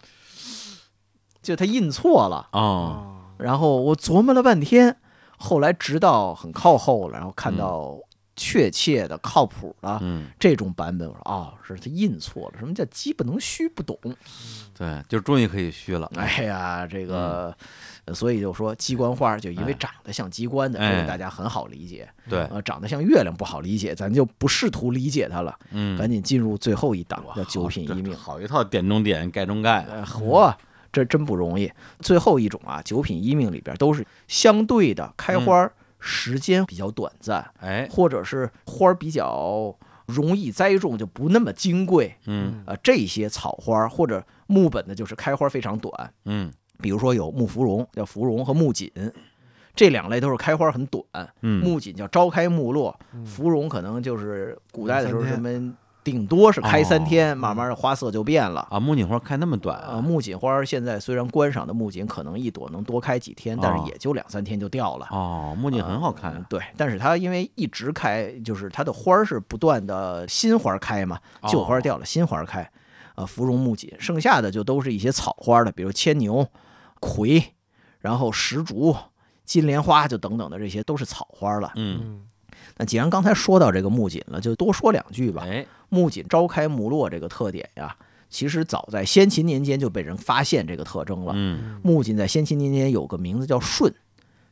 [SPEAKER 5] 就他印错了。
[SPEAKER 3] 哦，
[SPEAKER 4] 啊，
[SPEAKER 5] 然后我琢磨了半天，后来直到很靠后了，然后看到确切的、靠谱的
[SPEAKER 3] 嗯，
[SPEAKER 5] 这种版本，我说哦，是他印错了。什么叫鸡不能虚？不懂。
[SPEAKER 3] 对，就终于可以虚了，
[SPEAKER 5] 哎呀，这个，呃所以就说鸡冠花，就因为
[SPEAKER 3] 嗯哎
[SPEAKER 5] 长得像鸡冠的，
[SPEAKER 3] 哎
[SPEAKER 5] 这个大家很好理解。
[SPEAKER 3] 对，
[SPEAKER 5] 呃，长得像月亮不好理解，咱就不试图理解它了。
[SPEAKER 3] 嗯，
[SPEAKER 5] 赶紧进入最后一档，叫九
[SPEAKER 3] 好
[SPEAKER 5] 品
[SPEAKER 3] 这
[SPEAKER 5] 一命。
[SPEAKER 3] 好一嗯套点中点，盖中盖，
[SPEAKER 5] 呃，活，这真不容易。最后一种啊，九品一命里边都是相对的开花儿时间比较短暂，
[SPEAKER 3] 嗯哎，
[SPEAKER 5] 或者是花儿比较容易栽种，就不那么金贵。
[SPEAKER 3] 嗯
[SPEAKER 5] 呃，这些草花儿或者木本的，就是开花儿非常短，
[SPEAKER 3] 嗯
[SPEAKER 5] 比如说有木芙蓉，叫芙蓉和木槿。这两类都是开花儿很短，
[SPEAKER 3] 嗯，
[SPEAKER 5] 木槿叫朝开暮落，
[SPEAKER 4] 嗯
[SPEAKER 5] 芙蓉可能就是古代的时候什么，顶多是开三
[SPEAKER 3] 哦
[SPEAKER 5] 天，慢慢的花色就变了。
[SPEAKER 3] 啊，木槿花开那么短
[SPEAKER 5] 啊，木槿花儿现在虽然观赏的木槿可能一朵能多开几天，但
[SPEAKER 3] 哦
[SPEAKER 5] 是也就两三天就掉了。
[SPEAKER 3] 哦，木槿很好看
[SPEAKER 5] 嗯，对，但是它因为一直开，就是它的花儿是不断的新花儿开嘛，
[SPEAKER 3] 啊哦
[SPEAKER 5] 旧花儿掉了，新花儿开。啊，芙蓉、木槿，剩下的就都是一些草花的，比如牵牛、葵，然后石竹、金莲花，就等等的这些都是草花了。
[SPEAKER 3] 嗯，
[SPEAKER 4] 嗯，
[SPEAKER 5] 那既然刚才说到这个木槿了，就多说两句吧。
[SPEAKER 3] 哎，
[SPEAKER 5] 木槿朝开暮落这个特点呀，其实早在先秦年间就被人发现这个特征了。
[SPEAKER 3] 嗯，
[SPEAKER 5] 木槿在先秦年间有个名字叫瞬，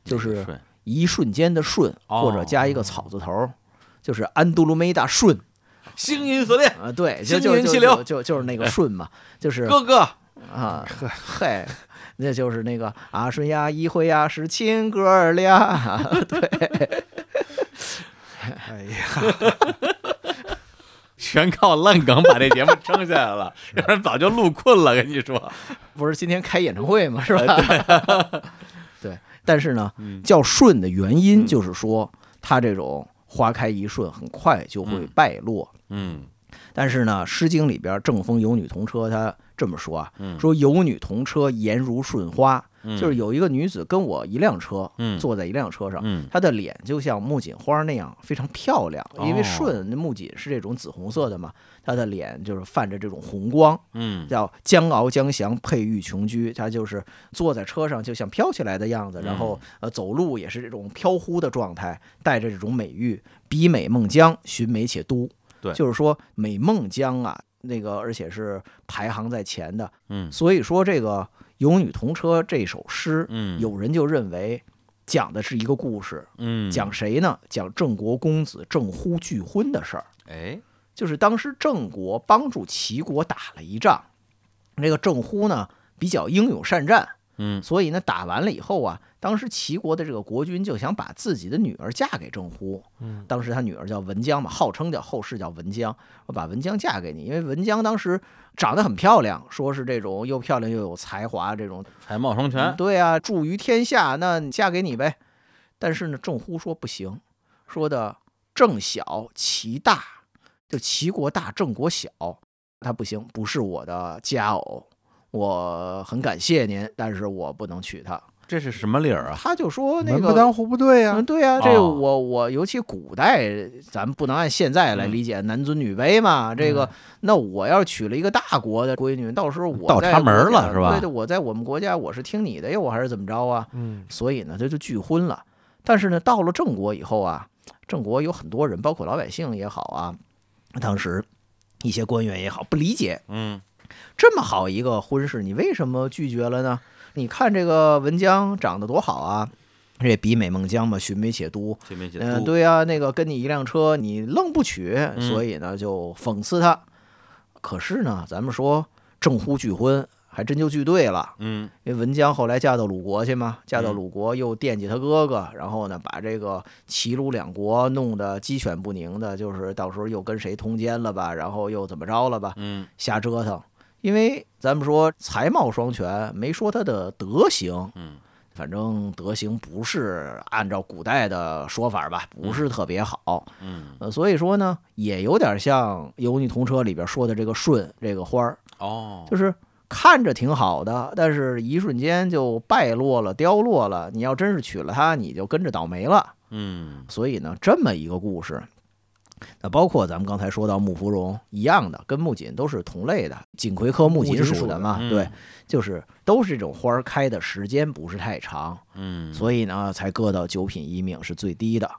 [SPEAKER 5] 就是
[SPEAKER 3] 顺
[SPEAKER 5] 一瞬间的瞬，
[SPEAKER 3] 哦
[SPEAKER 5] 或者加一个草字头儿，就是安杜卢梅达瞬
[SPEAKER 3] 星云锁链，
[SPEAKER 5] 啊，对，就
[SPEAKER 3] 星
[SPEAKER 5] 就
[SPEAKER 3] 云
[SPEAKER 5] 就
[SPEAKER 3] 气流
[SPEAKER 5] 就就就是那 个瞬嘛，就是
[SPEAKER 3] 哥哥，
[SPEAKER 5] 啊，嘿，那就是那个阿顺呀、一辉呀是亲哥儿俩， 嗯
[SPEAKER 4] 哎呀，
[SPEAKER 3] 全靠烂梗把这节目撑下来 了，要不然早就录困了。跟你说，
[SPEAKER 5] 不是今天开演唱会嘛，是吧？
[SPEAKER 3] 哎
[SPEAKER 5] 对，但是呢，
[SPEAKER 3] 嗯
[SPEAKER 5] 叫顺的原因就是说，它这种花开一瞬，很快就会
[SPEAKER 3] 嗯
[SPEAKER 5] 败落。
[SPEAKER 3] 嗯
[SPEAKER 5] 但是呢，《诗经》里边“正风有女同车”，他这么说啊，
[SPEAKER 3] 嗯
[SPEAKER 5] 说有女同车，颜如顺花，
[SPEAKER 3] 嗯
[SPEAKER 5] 就是有一个女子跟我一辆车，
[SPEAKER 3] 嗯
[SPEAKER 5] 坐在一辆车上。
[SPEAKER 3] 嗯
[SPEAKER 5] 她的脸就像木槿花那样非常漂亮，因为
[SPEAKER 3] 哦
[SPEAKER 5] 顺木槿是这种紫红色的嘛，她的脸就是泛着这种红光，
[SPEAKER 3] 嗯
[SPEAKER 5] 叫江翱江翔佩玉琼居，他就是坐在车上就像飘起来的样子，然
[SPEAKER 3] 嗯
[SPEAKER 5] 后呃走路也是这种飘忽的状态，带着这种美誉，比美孟姜，寻美且都。
[SPEAKER 3] 对
[SPEAKER 5] 就是说美孟姜啊，那个而且是排行在前的，
[SPEAKER 3] 嗯
[SPEAKER 5] 所以说这个《有女同车》这首诗，
[SPEAKER 3] 嗯
[SPEAKER 5] 有人就认为讲的是一个故事，
[SPEAKER 3] 嗯
[SPEAKER 5] 讲谁呢？讲郑国公子郑忽拒婚的事儿。
[SPEAKER 3] 哎
[SPEAKER 5] 就是当时郑国帮助齐国打了一仗，这个郑忽呢比较英勇善战，
[SPEAKER 3] 嗯
[SPEAKER 5] 所以呢打完了以后啊，当时齐国的这个国君就想把自己的女儿嫁给郑忽，
[SPEAKER 4] 嗯，
[SPEAKER 5] 当时他女儿叫文姜嘛，号称叫后世叫文姜，我把文姜嫁给你，因为文姜当时长得很漂亮，说是这种又漂亮又有才华这种，
[SPEAKER 3] 才貌双全，
[SPEAKER 5] 对啊，著于天下，那你嫁给你呗。但是呢，郑忽说不行，说的郑小齐大，就齐国大，郑国小，他不行，不是我的佳偶。我很感谢您，但是我不能娶她。
[SPEAKER 3] 这是什么理儿啊？
[SPEAKER 5] 他就说那
[SPEAKER 4] 门不
[SPEAKER 5] 个，
[SPEAKER 4] 当户不对呀
[SPEAKER 5] 嗯，。对呀、这个
[SPEAKER 3] 哦
[SPEAKER 5] 我我尤其古代，咱们不能按现在
[SPEAKER 3] 嗯
[SPEAKER 5] 来理解男尊女卑嘛。这个，那我要娶了一个大国的闺女，到时候我
[SPEAKER 3] 倒
[SPEAKER 5] 在
[SPEAKER 3] 插门
[SPEAKER 5] 国家
[SPEAKER 3] 了是吧
[SPEAKER 5] 对对，我在我们国家我是听你的呀，我还是怎么着啊？
[SPEAKER 4] 嗯，
[SPEAKER 5] 所以呢，他就拒婚了。但是呢，到了郑国以后啊，郑国有很多人，包括老百姓也好啊，当时一些官员也好，不理解
[SPEAKER 3] 嗯
[SPEAKER 5] 这么好一个婚事，你为什么拒绝了呢？你看这个文姜长得多好啊，这比美孟姜嘛，寻美且都。
[SPEAKER 3] 这边写
[SPEAKER 5] 嗯、
[SPEAKER 3] 都
[SPEAKER 5] 对呀、那个跟你一辆车，你愣不娶，所以呢就讽刺他。可是呢，咱们说郑忽拒婚，还真就聚对了。
[SPEAKER 3] 嗯
[SPEAKER 5] 因为文姜后来嫁到鲁国去嘛，嫁到
[SPEAKER 3] 嗯
[SPEAKER 5] 鲁国又惦记他哥哥，然后呢，把这个齐鲁两国弄得鸡犬不宁的，就是到时候又跟谁通奸了吧，然后又怎么着了吧，
[SPEAKER 3] 嗯
[SPEAKER 5] 瞎折腾。因为咱们说才貌双全，没说他的德行，
[SPEAKER 3] 嗯，
[SPEAKER 5] 反正德行不是按照古代的说法吧，不是特别好，
[SPEAKER 3] 嗯，
[SPEAKER 5] 呃，所以说呢，也有点像《油腻童车》里边说的这个舜这个花儿，
[SPEAKER 3] 哦，
[SPEAKER 5] 就是看着挺好的，但是一瞬间就败落了、凋落了。你要真是娶了她，你就跟着倒霉了。
[SPEAKER 3] 嗯
[SPEAKER 5] 所以呢，这么一个故事，那包括咱们刚才说到木芙蓉一样的，跟木槿都是同类的，锦葵科木
[SPEAKER 4] 木
[SPEAKER 5] 槿
[SPEAKER 4] 槿
[SPEAKER 5] 属
[SPEAKER 4] 属
[SPEAKER 5] 的
[SPEAKER 4] 的
[SPEAKER 5] 嘛，
[SPEAKER 3] 嗯
[SPEAKER 5] 啊对，就是都是这种花儿开的时间不是太长，
[SPEAKER 3] 嗯，
[SPEAKER 5] 所以呢才搁到九品一命是最低的。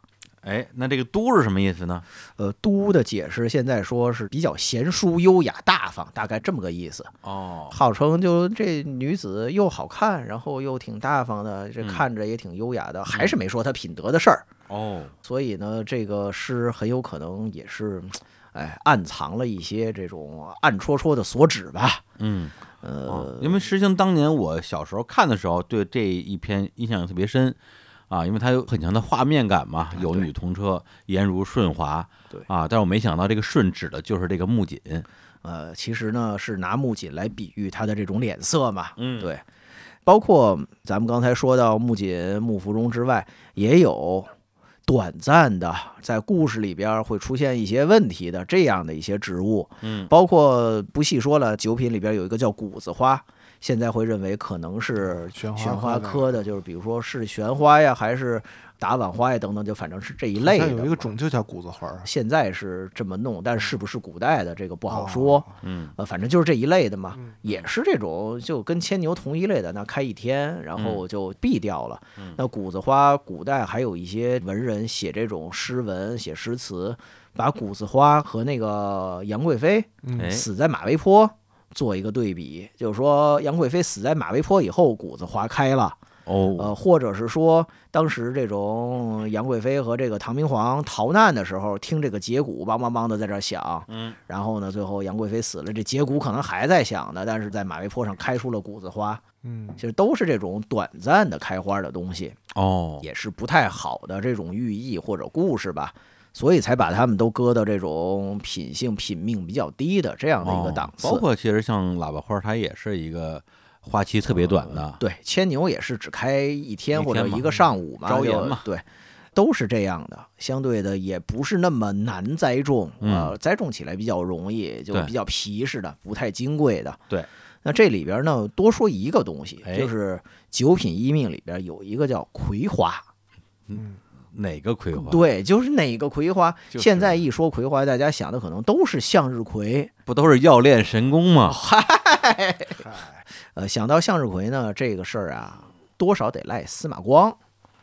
[SPEAKER 3] 哎，那这个都是什么意思呢？
[SPEAKER 5] 呃，都的解释现在说是比较贤淑、优雅、大方，大概这么个意思。
[SPEAKER 3] 哦，
[SPEAKER 5] 号称就这女子又好看，然后又挺大方的，这
[SPEAKER 3] 嗯
[SPEAKER 5] 看着也挺优雅的，还是没说她品德的事儿。
[SPEAKER 3] 哦，
[SPEAKER 5] 所以呢，这个诗很有可能也是，哎，暗藏了一些这种暗戳戳的所指吧。
[SPEAKER 3] 嗯，
[SPEAKER 5] 呃，
[SPEAKER 3] 因为诗经当年我小时候看的时候，对这一篇印象特别深啊，因为它有很强的画面感嘛，有女童车，颜如舜华，
[SPEAKER 5] 啊对
[SPEAKER 3] 啊，但是我没想到这个舜指的就是这个木槿，
[SPEAKER 5] 呃，其实呢是拿木槿来比喻她的这种脸色嘛。
[SPEAKER 3] 嗯
[SPEAKER 5] 对，包括咱们刚才说到木槿、木芙蓉之外，也有短暂的在故事里边会出现一些问题的这样的一些植物。
[SPEAKER 3] 嗯，
[SPEAKER 5] 包括不细说了，九品里边有一个叫谷子花，现在会认为可能是
[SPEAKER 4] 玄花
[SPEAKER 5] 玄花
[SPEAKER 4] 科的
[SPEAKER 5] 科的，就是比如说是玄花呀，还是打碗花呀等等，就反正是这一类
[SPEAKER 4] 好
[SPEAKER 5] 的
[SPEAKER 4] 像
[SPEAKER 5] 嘛。
[SPEAKER 4] 有一个嗯种就叫谷子花儿啊，
[SPEAKER 5] 现在是这么弄，但是不是古代的这个不
[SPEAKER 4] 哦啊
[SPEAKER 5] 好说。
[SPEAKER 3] 嗯
[SPEAKER 5] 呃，反正就是这一类的嘛
[SPEAKER 4] 嗯，
[SPEAKER 5] 也是这种就跟牵牛同一类的，那开一天，然后就毙掉了。那谷子花，古代还有一些文人写这种诗文、写诗词，把谷子花和那个杨贵妃
[SPEAKER 3] 哎
[SPEAKER 4] 嗯，
[SPEAKER 5] 死在马嵬坡做一个对比，就是说杨贵妃死在马嵬坡以后，谷子花开了，
[SPEAKER 3] 哦，
[SPEAKER 5] 呃，或者是说当时这种杨贵妃和这个唐明皇逃难的时候，听这个节鼓梆梆梆的在这儿响，
[SPEAKER 3] 嗯，
[SPEAKER 5] 然后呢，最后杨贵妃死了，这节鼓可能还在响呢，但是在马嵬坡上开出了谷子花，
[SPEAKER 4] 嗯，
[SPEAKER 5] 其实都是这种短暂的开花的东西，
[SPEAKER 3] 哦，
[SPEAKER 5] 也是不太好的这种寓意或者故事吧。所以才把他们都搁到这种品性品命比较低的这样的一个
[SPEAKER 3] 哦
[SPEAKER 5] 档次，
[SPEAKER 3] 包括其实像喇叭花，它也是一个花期特别短的，
[SPEAKER 5] 对，牵牛也是只开一天
[SPEAKER 3] 一
[SPEAKER 5] 或者
[SPEAKER 3] 天嘛
[SPEAKER 5] 一个上午嘛，
[SPEAKER 3] 朝
[SPEAKER 5] 就
[SPEAKER 3] 颜嘛
[SPEAKER 5] 对，都是这样的。相对的也不是那么难栽种，呃，栽种起来比较容易，就
[SPEAKER 3] 嗯对
[SPEAKER 5] 比较皮实的，不太金贵的。
[SPEAKER 3] 对，
[SPEAKER 5] 那这里边呢，多说一个东西，
[SPEAKER 3] 哎
[SPEAKER 5] 就是九品一命里边有一个叫葵花，
[SPEAKER 3] 哪个葵花？，
[SPEAKER 5] 对，就是哪个葵花？
[SPEAKER 3] 就是
[SPEAKER 5] 现在一说葵花，大家想的可能都是向日葵，
[SPEAKER 3] 不都是要练神功吗？
[SPEAKER 5] 哦呃，想到向日葵呢，这个事儿啊，多少得赖司马光。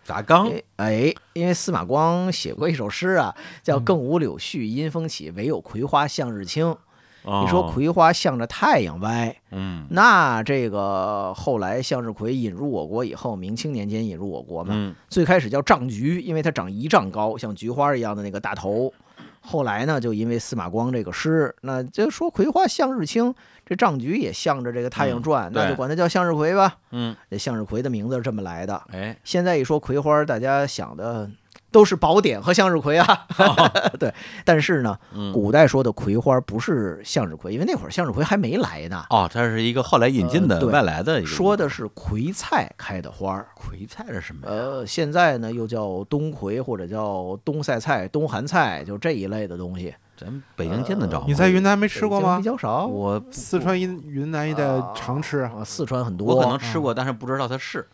[SPEAKER 3] 砸缸，
[SPEAKER 5] 哎，因为司马光写过一首诗啊，
[SPEAKER 3] 嗯
[SPEAKER 5] 叫“更无柳絮因风起，唯有葵花向日倾”。
[SPEAKER 3] 你
[SPEAKER 5] 你说，葵花向着太阳歪，
[SPEAKER 3] 哦嗯
[SPEAKER 5] 那这个后来向日葵引入我国以后，明清年间引入我国嘛，
[SPEAKER 3] 嗯
[SPEAKER 5] 最开始叫丈菊，因为它长一丈高，像菊花一样的那个大头。后来呢，就因为司马光这个诗，那就说葵花向日倾，这丈菊也向着这个太阳
[SPEAKER 3] 嗯
[SPEAKER 5] 转，那
[SPEAKER 3] 对
[SPEAKER 5] 就管它叫向日葵吧。
[SPEAKER 3] 嗯，
[SPEAKER 5] 这向日葵的名字是这么来的。
[SPEAKER 3] 哎，
[SPEAKER 5] 现在一说葵花，大家想的都是宝典和向日葵啊。 对，但是呢，
[SPEAKER 3] 哦嗯
[SPEAKER 5] 古代说的葵花不是向日葵，因为那会儿向日葵还没来呢，
[SPEAKER 3] 哦，它是一个后来引进
[SPEAKER 5] 呃
[SPEAKER 3] 的
[SPEAKER 5] 对
[SPEAKER 3] 外来的一个
[SPEAKER 5] 说的是葵菜开的花儿。
[SPEAKER 3] 葵菜是什么呀？
[SPEAKER 5] 呃，现在呢又叫冬葵或者叫冬塞菜、东韩菜，就这一类的东西。
[SPEAKER 3] 咱北京见得
[SPEAKER 5] 呃
[SPEAKER 3] 着吗？
[SPEAKER 4] 你在云南没吃过
[SPEAKER 5] 哦北京比
[SPEAKER 4] 吗？
[SPEAKER 5] 较少，
[SPEAKER 3] 我
[SPEAKER 4] 四川、云云南一带常吃啊
[SPEAKER 5] 啊四川很多，
[SPEAKER 3] 我可能吃
[SPEAKER 5] 哦
[SPEAKER 3] 过，但是不知道它是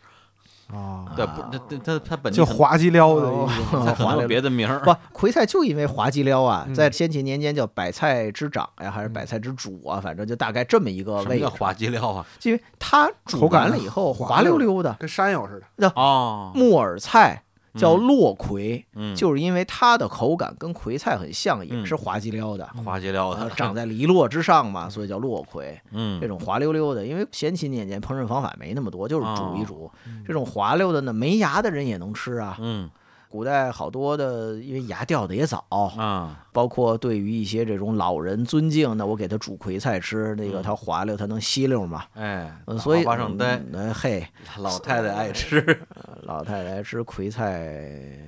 [SPEAKER 4] 啊，
[SPEAKER 3] 对不？它它它本地
[SPEAKER 4] 就滑稽撩的一 种，
[SPEAKER 5] 哦
[SPEAKER 3] 还
[SPEAKER 5] 华
[SPEAKER 3] 有
[SPEAKER 5] 丽
[SPEAKER 3] 别的名儿
[SPEAKER 5] 不，葵菜就因为滑稽撩啊，
[SPEAKER 4] 嗯
[SPEAKER 5] 在先秦年间叫百菜之长呀，还是百菜之主啊，反正就大概这么一个
[SPEAKER 3] 嗯什么
[SPEAKER 5] 位置
[SPEAKER 3] 叫。滑稽料啊？
[SPEAKER 5] 因为它煮
[SPEAKER 4] 口感
[SPEAKER 5] 完了以后
[SPEAKER 4] 滑
[SPEAKER 5] 滑溜
[SPEAKER 4] 溜
[SPEAKER 5] 溜的。
[SPEAKER 4] 跟山药似的。
[SPEAKER 3] 哦，
[SPEAKER 5] 木耳菜叫
[SPEAKER 3] 嗯
[SPEAKER 5] 落葵，
[SPEAKER 3] 嗯，
[SPEAKER 5] 就是因为它的口感跟葵菜很像，也
[SPEAKER 3] 嗯
[SPEAKER 5] 是滑稽溜的。
[SPEAKER 3] 滑稽料
[SPEAKER 5] 呃
[SPEAKER 3] 的，
[SPEAKER 5] 长在篱落之上嘛，所以叫落葵。
[SPEAKER 3] 嗯
[SPEAKER 5] 这种滑溜溜的，因为先秦年间烹饪方法没那么多，就是煮一
[SPEAKER 3] 哦
[SPEAKER 5] 煮。这种滑溜的呢，没牙的人也能吃啊。
[SPEAKER 3] 嗯
[SPEAKER 5] 古代好多的，因为牙掉的也早，
[SPEAKER 3] 啊，
[SPEAKER 5] 包括对于一些这种老人尊敬，那我给他煮葵菜吃，那个
[SPEAKER 3] 嗯
[SPEAKER 5] 他滑溜，他能吸溜嘛。
[SPEAKER 3] 哎
[SPEAKER 5] 嗯，所以
[SPEAKER 3] 花生呆，
[SPEAKER 5] 嗯哎嘿，
[SPEAKER 3] 老太太爱吃，
[SPEAKER 5] 老太太吃葵菜，
[SPEAKER 3] 哎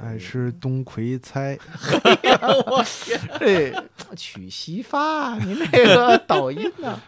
[SPEAKER 5] 嗯
[SPEAKER 4] 爱吃冬葵菜，
[SPEAKER 5] 嘿， 娶媳妇儿，您这个抖音啊呢？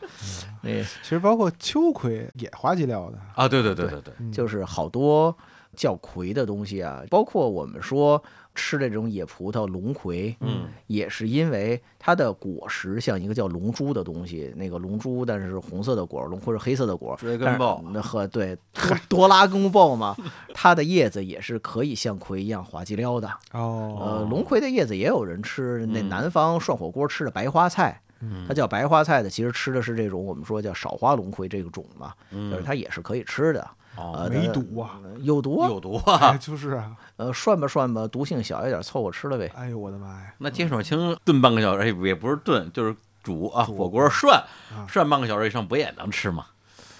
[SPEAKER 5] 那
[SPEAKER 3] 嗯
[SPEAKER 4] 其实包括秋葵也花季料的，
[SPEAKER 3] 啊，对对对对对，
[SPEAKER 5] 就是好多叫葵的东西啊，包括我们说吃的这种野葡萄、龙葵，
[SPEAKER 3] 嗯，
[SPEAKER 5] 也是因为它的果实像一个叫龙珠的东西，那个龙珠但是是红色的果，龙葵是黑色的果。
[SPEAKER 3] 追
[SPEAKER 5] 但
[SPEAKER 3] 根
[SPEAKER 5] 是
[SPEAKER 3] 爆，
[SPEAKER 5] 那和对 多多拉宫爆 嘛，它的叶子也是可以像葵一样滑稽撩的。
[SPEAKER 4] 哦，
[SPEAKER 5] 呃，龙葵的叶子也有人吃，那
[SPEAKER 3] 嗯
[SPEAKER 5] 南方涮火锅吃的白花菜，
[SPEAKER 4] 嗯
[SPEAKER 5] 它叫白花菜的，其实吃的是这种我们说叫少花龙葵这个种嘛，
[SPEAKER 3] 嗯
[SPEAKER 5] 就是它也是可以吃的，
[SPEAKER 3] 哦
[SPEAKER 5] 呃，
[SPEAKER 4] 没
[SPEAKER 5] 它
[SPEAKER 4] 毒 啊，
[SPEAKER 5] 呃有毒啊，
[SPEAKER 3] 有毒啊！
[SPEAKER 4] 哎，就是啊，
[SPEAKER 5] 呃，涮吧涮吧，毒性小一点，凑合吃了呗。
[SPEAKER 4] 哎呦我的妈呀，
[SPEAKER 3] 那金水清炖半个小时，哎，也不是炖，就是煮啊，火锅涮
[SPEAKER 4] 啊
[SPEAKER 3] 涮半个小时以上，不也能吃吗？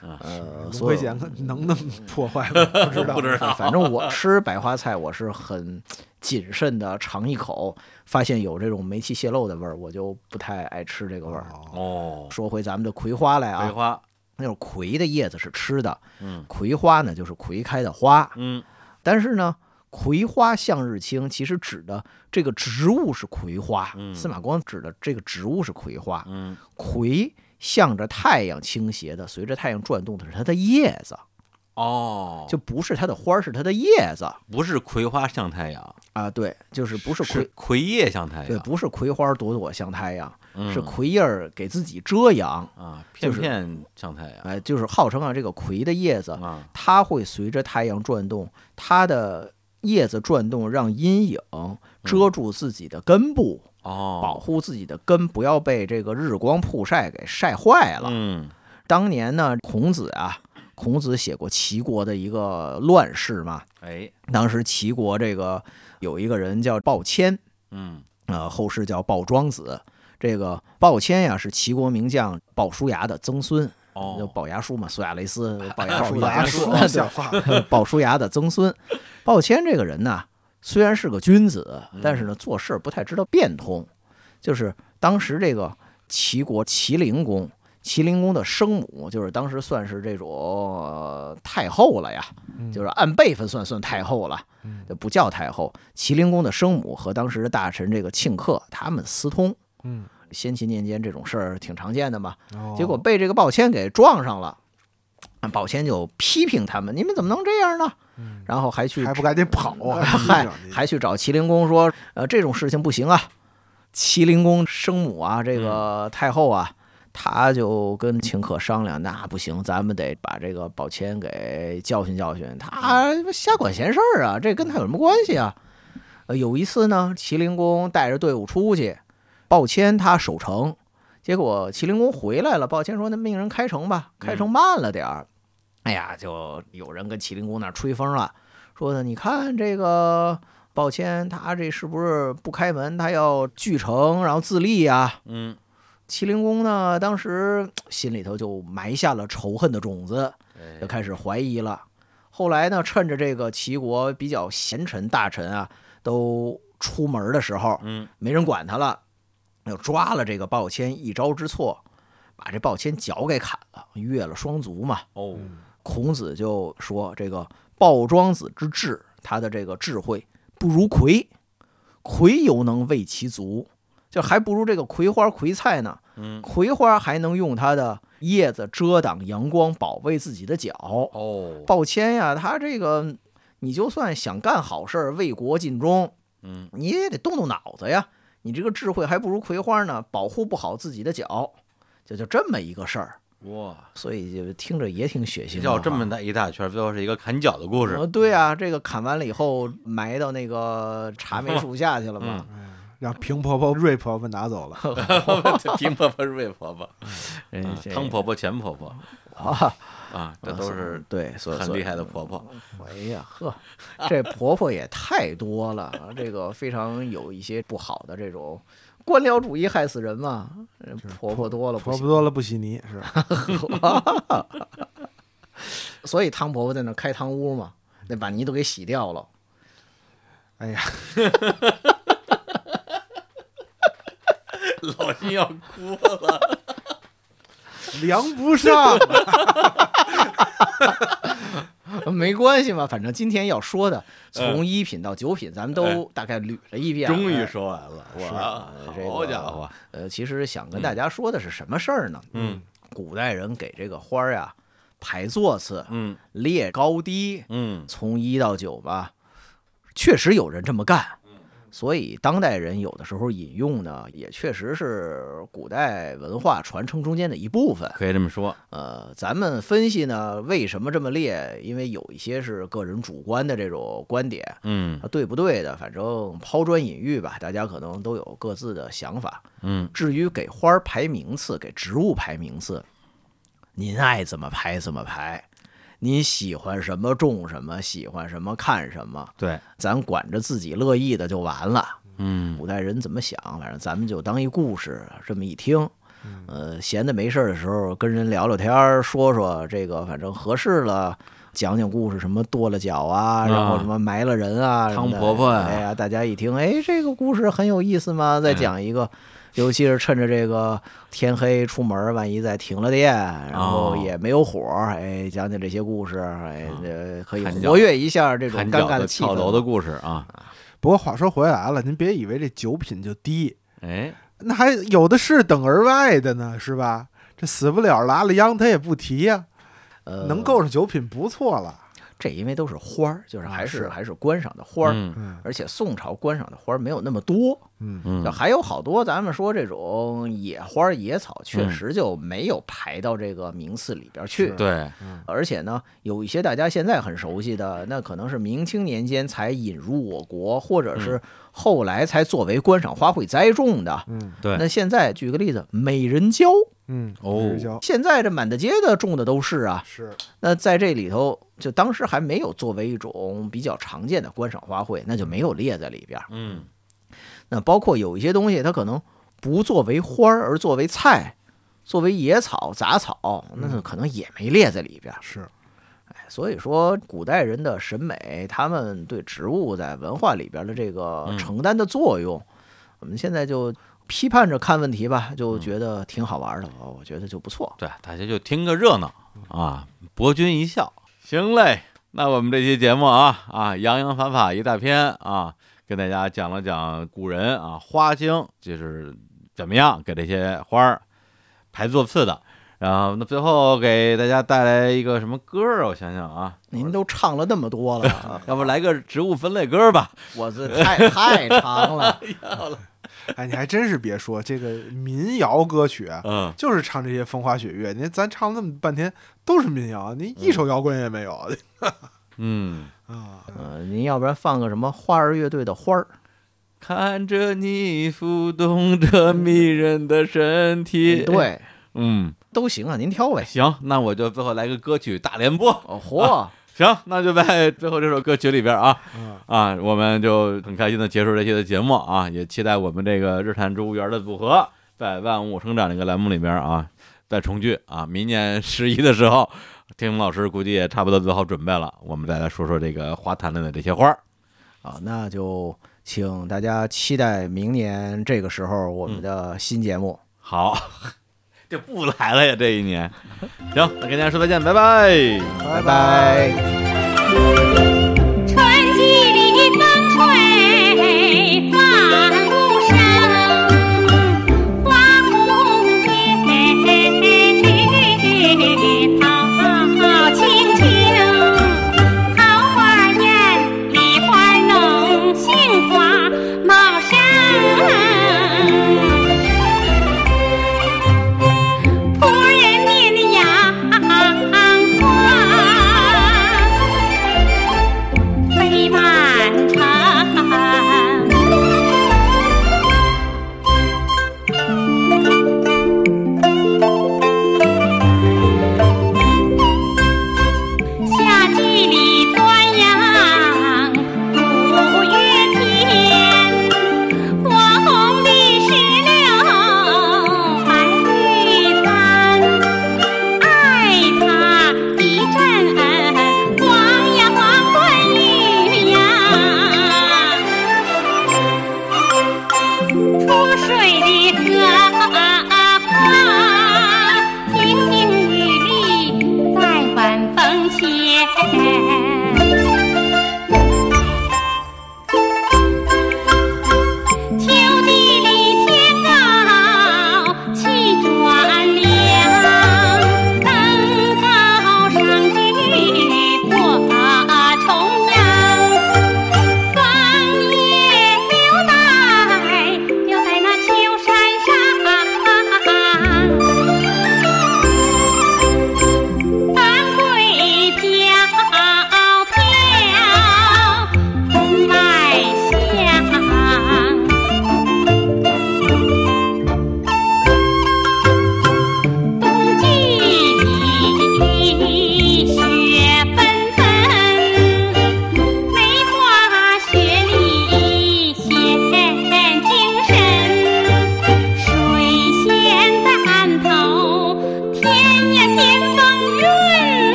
[SPEAKER 5] 呃，
[SPEAKER 4] 龙
[SPEAKER 5] 所
[SPEAKER 4] 葵
[SPEAKER 5] 以
[SPEAKER 4] 碱能那么破坏吗？不知道，
[SPEAKER 3] 不知道
[SPEAKER 5] 反正我吃白花菜，我是很谨慎的，尝一口，发现有这种煤气泄漏的味儿，我就不太爱吃这个味儿。
[SPEAKER 4] 哦
[SPEAKER 3] 哦，
[SPEAKER 5] 说回咱们的葵花来
[SPEAKER 3] 葵
[SPEAKER 5] 啊，
[SPEAKER 3] 花，
[SPEAKER 5] 那种葵的叶子是吃的，
[SPEAKER 3] 嗯
[SPEAKER 5] 葵花呢就是葵开的花，
[SPEAKER 3] 嗯，
[SPEAKER 5] 但是呢，葵花向日葵其实指的这个植物是葵花，
[SPEAKER 3] 嗯
[SPEAKER 5] 司马光指的这个植物是葵花。
[SPEAKER 3] 嗯，
[SPEAKER 5] 葵向着太阳倾斜的，随着太阳转动的是它的叶子，
[SPEAKER 3] 哦，
[SPEAKER 5] 就不是它的花儿，是它的叶子
[SPEAKER 3] 不是葵花像太阳，
[SPEAKER 5] 啊。对，就是不是葵，
[SPEAKER 3] 葵叶像太
[SPEAKER 5] 对，
[SPEAKER 3] 阳，
[SPEAKER 5] 不是葵花朵朵像太阳，
[SPEAKER 3] 哎嗯
[SPEAKER 5] 是葵叶儿给自己遮阳。
[SPEAKER 3] 啊，片
[SPEAKER 5] 就是
[SPEAKER 3] 片像太阳
[SPEAKER 5] 哎，就是号称啊，这个葵的叶子，
[SPEAKER 3] 啊，
[SPEAKER 5] 它会随着太阳转动，它的叶子转动让阴影
[SPEAKER 3] 嗯
[SPEAKER 5] 遮住自己的根部。
[SPEAKER 3] 哦，
[SPEAKER 5] 保护自己的根不要被这个日光曝晒给晒坏了。
[SPEAKER 3] 嗯
[SPEAKER 5] 当年呢，孔子啊，孔子写过齐国的一个乱世嘛。
[SPEAKER 3] 哎，
[SPEAKER 5] 当时齐国这个有一个人叫鲍谦，
[SPEAKER 3] 嗯
[SPEAKER 5] 呃，后世叫鲍庄子。这个鲍谦呀、是齐国名将鲍叔牙的曾孙，就
[SPEAKER 3] 哦，
[SPEAKER 5] 鲍牙叔嘛，苏亚雷斯，鲍牙
[SPEAKER 4] 鲍
[SPEAKER 5] 叔，
[SPEAKER 4] 牙
[SPEAKER 5] 叔
[SPEAKER 4] 叔，像话吗，
[SPEAKER 5] 鲍叔牙的曾孙。鲍谦这个人呢，虽然是个君子
[SPEAKER 3] 嗯，
[SPEAKER 5] 但是呢，做事儿不太知道变通。就是当时这个齐国齐灵公，齐灵公的生母，就是当时算是这种、呃太后了呀，
[SPEAKER 4] 嗯
[SPEAKER 5] 就是按辈分算算太后了，
[SPEAKER 4] 嗯
[SPEAKER 5] 就不叫太后。齐灵公的生母和当时的大臣这个庆克，他们私通。
[SPEAKER 4] 嗯，
[SPEAKER 5] 先秦年间这种事儿挺常见的嘛，
[SPEAKER 4] 哦
[SPEAKER 5] 结果被这个鲍谦给撞上了。鲍谦就批评他们：“你们怎么能这样呢？”
[SPEAKER 4] 嗯
[SPEAKER 5] 然后还去
[SPEAKER 4] 还不赶紧跑啊，
[SPEAKER 5] 嗨
[SPEAKER 4] 你
[SPEAKER 5] 还去找麒麟公说：“呃，这种事情不行啊。”麒麟公生母啊，这
[SPEAKER 4] 嗯
[SPEAKER 5] 个太后啊，她就跟秦可商量，那不行，咱们得把这个宝谦给教训教训，他
[SPEAKER 4] 嗯
[SPEAKER 5] 瞎管闲事儿啊，这跟他有什么关系啊？呃，有一次呢，麒麟公带着队伍出去，鲍谦他守城，结果麒麟公回来了，鲍谦说：“那命人开城吧，开城慢了点儿。哎呀，就有人跟麒麟公那儿吹风了，说呢，你看这个鲍谦，他这是不是不开门，他要据城，然后自立呀、
[SPEAKER 3] 嗯，
[SPEAKER 5] 麒麟公呢，当时心里头就埋下了仇恨的种子，
[SPEAKER 3] 哎
[SPEAKER 5] 就开始怀疑了。后来呢，趁着这个齐国比较贤臣大臣啊都出门的时候，
[SPEAKER 3] 嗯
[SPEAKER 5] 没人管他了，又抓了这个鲍谦一招之错，把这鲍谦脚给砍了，越了双足嘛。
[SPEAKER 3] 哦，
[SPEAKER 5] 孔子就说这个鲍庄子之智，他的这个智慧不如葵，葵犹能喂其足，就还不如这个葵花葵菜呢。
[SPEAKER 3] 嗯
[SPEAKER 5] 葵花还能用它的叶子遮挡阳光，保卫自己的脚。
[SPEAKER 3] 哦，
[SPEAKER 5] 鲍谦呀，他这个你就算想干好事儿，为国尽忠，
[SPEAKER 3] 嗯
[SPEAKER 5] 你也得动动脑子呀。你这个智慧还不如葵花呢，保护不好自己的脚，就就这么一个事儿。
[SPEAKER 3] 哇，
[SPEAKER 5] 所以就听着也挺血腥的哈。
[SPEAKER 3] 绕这么大一大圈，最后是一个砍脚的故事
[SPEAKER 5] 呃，对啊，这个砍完了以后埋到那个 茶梅树下去了嘛。
[SPEAKER 3] 嗯
[SPEAKER 4] 让平婆婆、瑞婆婆拿走了，
[SPEAKER 3] 平婆婆、瑞婆婆、
[SPEAKER 5] 人
[SPEAKER 3] 嗯
[SPEAKER 5] 家
[SPEAKER 3] 汤婆婆、钱婆婆
[SPEAKER 5] 啊，
[SPEAKER 3] 啊，这都是
[SPEAKER 5] 对，所以
[SPEAKER 3] 很厉害的婆婆。
[SPEAKER 5] 哎呀呵，这婆婆也太多了，这个非常有一些不好的这种官僚主义害死人嘛。呃婆婆多了不
[SPEAKER 4] 婆婆
[SPEAKER 5] 行，
[SPEAKER 4] 多了不稀泥是吧？
[SPEAKER 5] 所以汤婆婆在那开汤屋嘛，那把泥都给洗掉了。
[SPEAKER 4] 哎呀，
[SPEAKER 3] 老金要哭 了。
[SPEAKER 4] 量不上，
[SPEAKER 5] 没关系嘛，反正今天要说的，从一品到九品，咱们都大概捋了一遍。
[SPEAKER 3] 哎终于
[SPEAKER 5] 哎
[SPEAKER 3] 说完了，
[SPEAKER 5] 是啊
[SPEAKER 3] 哇
[SPEAKER 5] 这个
[SPEAKER 3] 好家伙，
[SPEAKER 5] 呃，其实想跟大家说的是什么事儿呢？
[SPEAKER 3] 嗯
[SPEAKER 5] 古代人给这个花儿呀排座次、
[SPEAKER 3] 嗯
[SPEAKER 5] 列高低，
[SPEAKER 3] 嗯
[SPEAKER 5] 从一到九吧，确实有人这么干。所以当代人有的时候引用呢，也确实是古代文化传承中间的一部分。
[SPEAKER 3] 可以这么说，
[SPEAKER 5] 呃，咱们分析呢，为什么这么列？因为有一些是个人主观的这种观点，
[SPEAKER 3] 嗯
[SPEAKER 5] 啊，对不对的，反正抛砖引玉吧，大家可能都有各自的想法。
[SPEAKER 3] 嗯
[SPEAKER 5] 至于给花儿排名次，给植物排名次，您爱怎么排怎么排，您喜欢什么种什么，喜欢什么看什么，
[SPEAKER 3] 对，
[SPEAKER 5] 咱管着自己乐意的就完了。
[SPEAKER 3] 嗯
[SPEAKER 5] 古代人怎么想，反正咱们就当一故事这么一听。
[SPEAKER 3] 嗯
[SPEAKER 5] 呃，闲的没事儿的时候跟人聊聊天儿，说说这个，反正合适了。讲讲故事，什么剁了脚啊，然后
[SPEAKER 3] 啊
[SPEAKER 5] 什么埋了人啊，
[SPEAKER 3] 汤
[SPEAKER 5] 什么的
[SPEAKER 3] 婆婆呀
[SPEAKER 5] 哎呀，大家一听，哎，这个故事很有意思嘛，
[SPEAKER 3] 嗯
[SPEAKER 5] 再讲一个，尤其是趁着这个天黑出门，万一再停了电，然后
[SPEAKER 3] 哦
[SPEAKER 5] 也没有火，哎，讲讲这些故事，哎，
[SPEAKER 3] 啊
[SPEAKER 5] 这可以
[SPEAKER 3] 看脚
[SPEAKER 5] 活跃一下这种
[SPEAKER 3] 砍
[SPEAKER 5] 尴
[SPEAKER 3] 脚
[SPEAKER 5] 尬
[SPEAKER 3] 的
[SPEAKER 5] 气
[SPEAKER 3] 跳
[SPEAKER 5] 氛。
[SPEAKER 3] 楼的故事啊，
[SPEAKER 4] 不过话说回来了，您别以为这九品就低，
[SPEAKER 3] 哎，
[SPEAKER 4] 那还有的是等而外的呢，是吧？这死不了拉了秧，他也不提呀、
[SPEAKER 5] 呃，
[SPEAKER 4] 能够上九品不错了。
[SPEAKER 5] 这因为都是花儿，就是
[SPEAKER 4] 啊
[SPEAKER 5] 还是、
[SPEAKER 4] 是
[SPEAKER 5] 还是观赏的花儿，
[SPEAKER 3] 嗯
[SPEAKER 4] 嗯
[SPEAKER 5] 而且宋朝观赏的花儿没有那么多，
[SPEAKER 4] 嗯，
[SPEAKER 5] 就
[SPEAKER 3] 嗯
[SPEAKER 5] 还有好多咱们说这种野花儿野草，确
[SPEAKER 3] 嗯
[SPEAKER 5] 实就没有排到这个名次里边儿去。
[SPEAKER 4] 是
[SPEAKER 3] 对，
[SPEAKER 5] 而且呢，有一些大家现在很熟悉的，那可能是明清年间才引入我国，
[SPEAKER 3] 嗯
[SPEAKER 5] 或者是后来才作为观赏花卉栽种的。
[SPEAKER 4] 嗯
[SPEAKER 3] 对
[SPEAKER 5] 那现在举个例子，美人蕉，
[SPEAKER 4] 嗯，
[SPEAKER 3] 哦
[SPEAKER 4] 美人蕉
[SPEAKER 5] 现在这满大街的种的都是啊。
[SPEAKER 4] 是
[SPEAKER 5] 那在这里头，就当时还没有作为一种比较常见的观赏花卉，那就没有列在里边儿。
[SPEAKER 3] 嗯
[SPEAKER 5] 那包括有一些东西，它可能不作为花儿，而作为菜，作为野草、杂草，那可能也没列在里边儿。
[SPEAKER 4] 是，
[SPEAKER 5] 所以说，古代人的审美，他们对植物在文化里边的这个
[SPEAKER 3] 嗯
[SPEAKER 5] 承担的作用，我们现在就批判着看问题吧，就觉得挺好玩的，我觉得就不错。
[SPEAKER 3] 对，大家就听个热闹啊，博君一笑。行嘞，那我们这期节目啊啊，洋洋洒洒一大篇啊，跟大家讲了讲古人啊花经，就是怎么样给这些花儿排座次的。然后，那最后给大家带来一个什么歌儿啊？我想想啊，
[SPEAKER 5] 您都唱了那么多了，
[SPEAKER 3] 要不来个植物分类歌儿吧？
[SPEAKER 5] 我这太太长了。
[SPEAKER 4] 哎，你还真是别说，这个民谣歌曲啊，
[SPEAKER 3] 嗯，
[SPEAKER 4] 就是唱这些风花雪月。您咱唱了那么半天都是民谣，您一首摇滚也没有 啊、
[SPEAKER 3] 嗯，
[SPEAKER 5] 呃，您要不然放个什么花儿乐队的花儿，
[SPEAKER 3] 看着你浮动着迷人的身
[SPEAKER 5] 哎
[SPEAKER 3] 体，，
[SPEAKER 5] 对，
[SPEAKER 3] 哎嗯，
[SPEAKER 5] 都行啊，您挑呗。
[SPEAKER 3] 行，那我就最后来个歌曲大联播。
[SPEAKER 5] 哦，嚯，
[SPEAKER 3] 行，那就在最后这首歌曲里边啊
[SPEAKER 4] 嗯
[SPEAKER 3] 啊，我们就很开心的结束这期的节目啊，也期待我们这个日坛植物园的组合在万物生长这个栏目里边啊再重聚啊，明年十一的时候，天明老师估计也差不多做好准备了，我们再来说说这个花坛里的这些花儿。
[SPEAKER 5] 啊，那就请大家期待明年这个时候我们的新节目。
[SPEAKER 3] 好， 就不来了呀，这一年。行，那跟大家说再见，拜拜。
[SPEAKER 5] 拜拜
[SPEAKER 2] 春季里风吹万物生，花红叶，草青青，桃花艳，梨花浓，杏花茂盛。仆人面的阳光。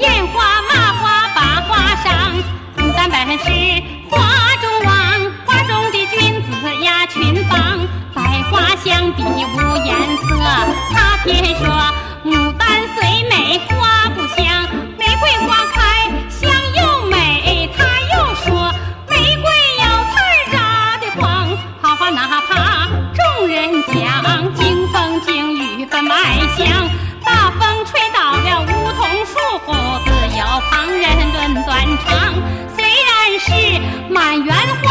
[SPEAKER 2] 变卦、麻卦、八卦上，牡丹本是花中王，花中的君子呀群芳，百花相比无颜色，他偏说牡丹虽美花不香，玫瑰花开香又美，他又说玫瑰有刺儿扎的慌，好话哪怕众人讲，经风经雨分外香，大风吹倒了梧桐树，不自有旁人论断肠。虽然是满园花。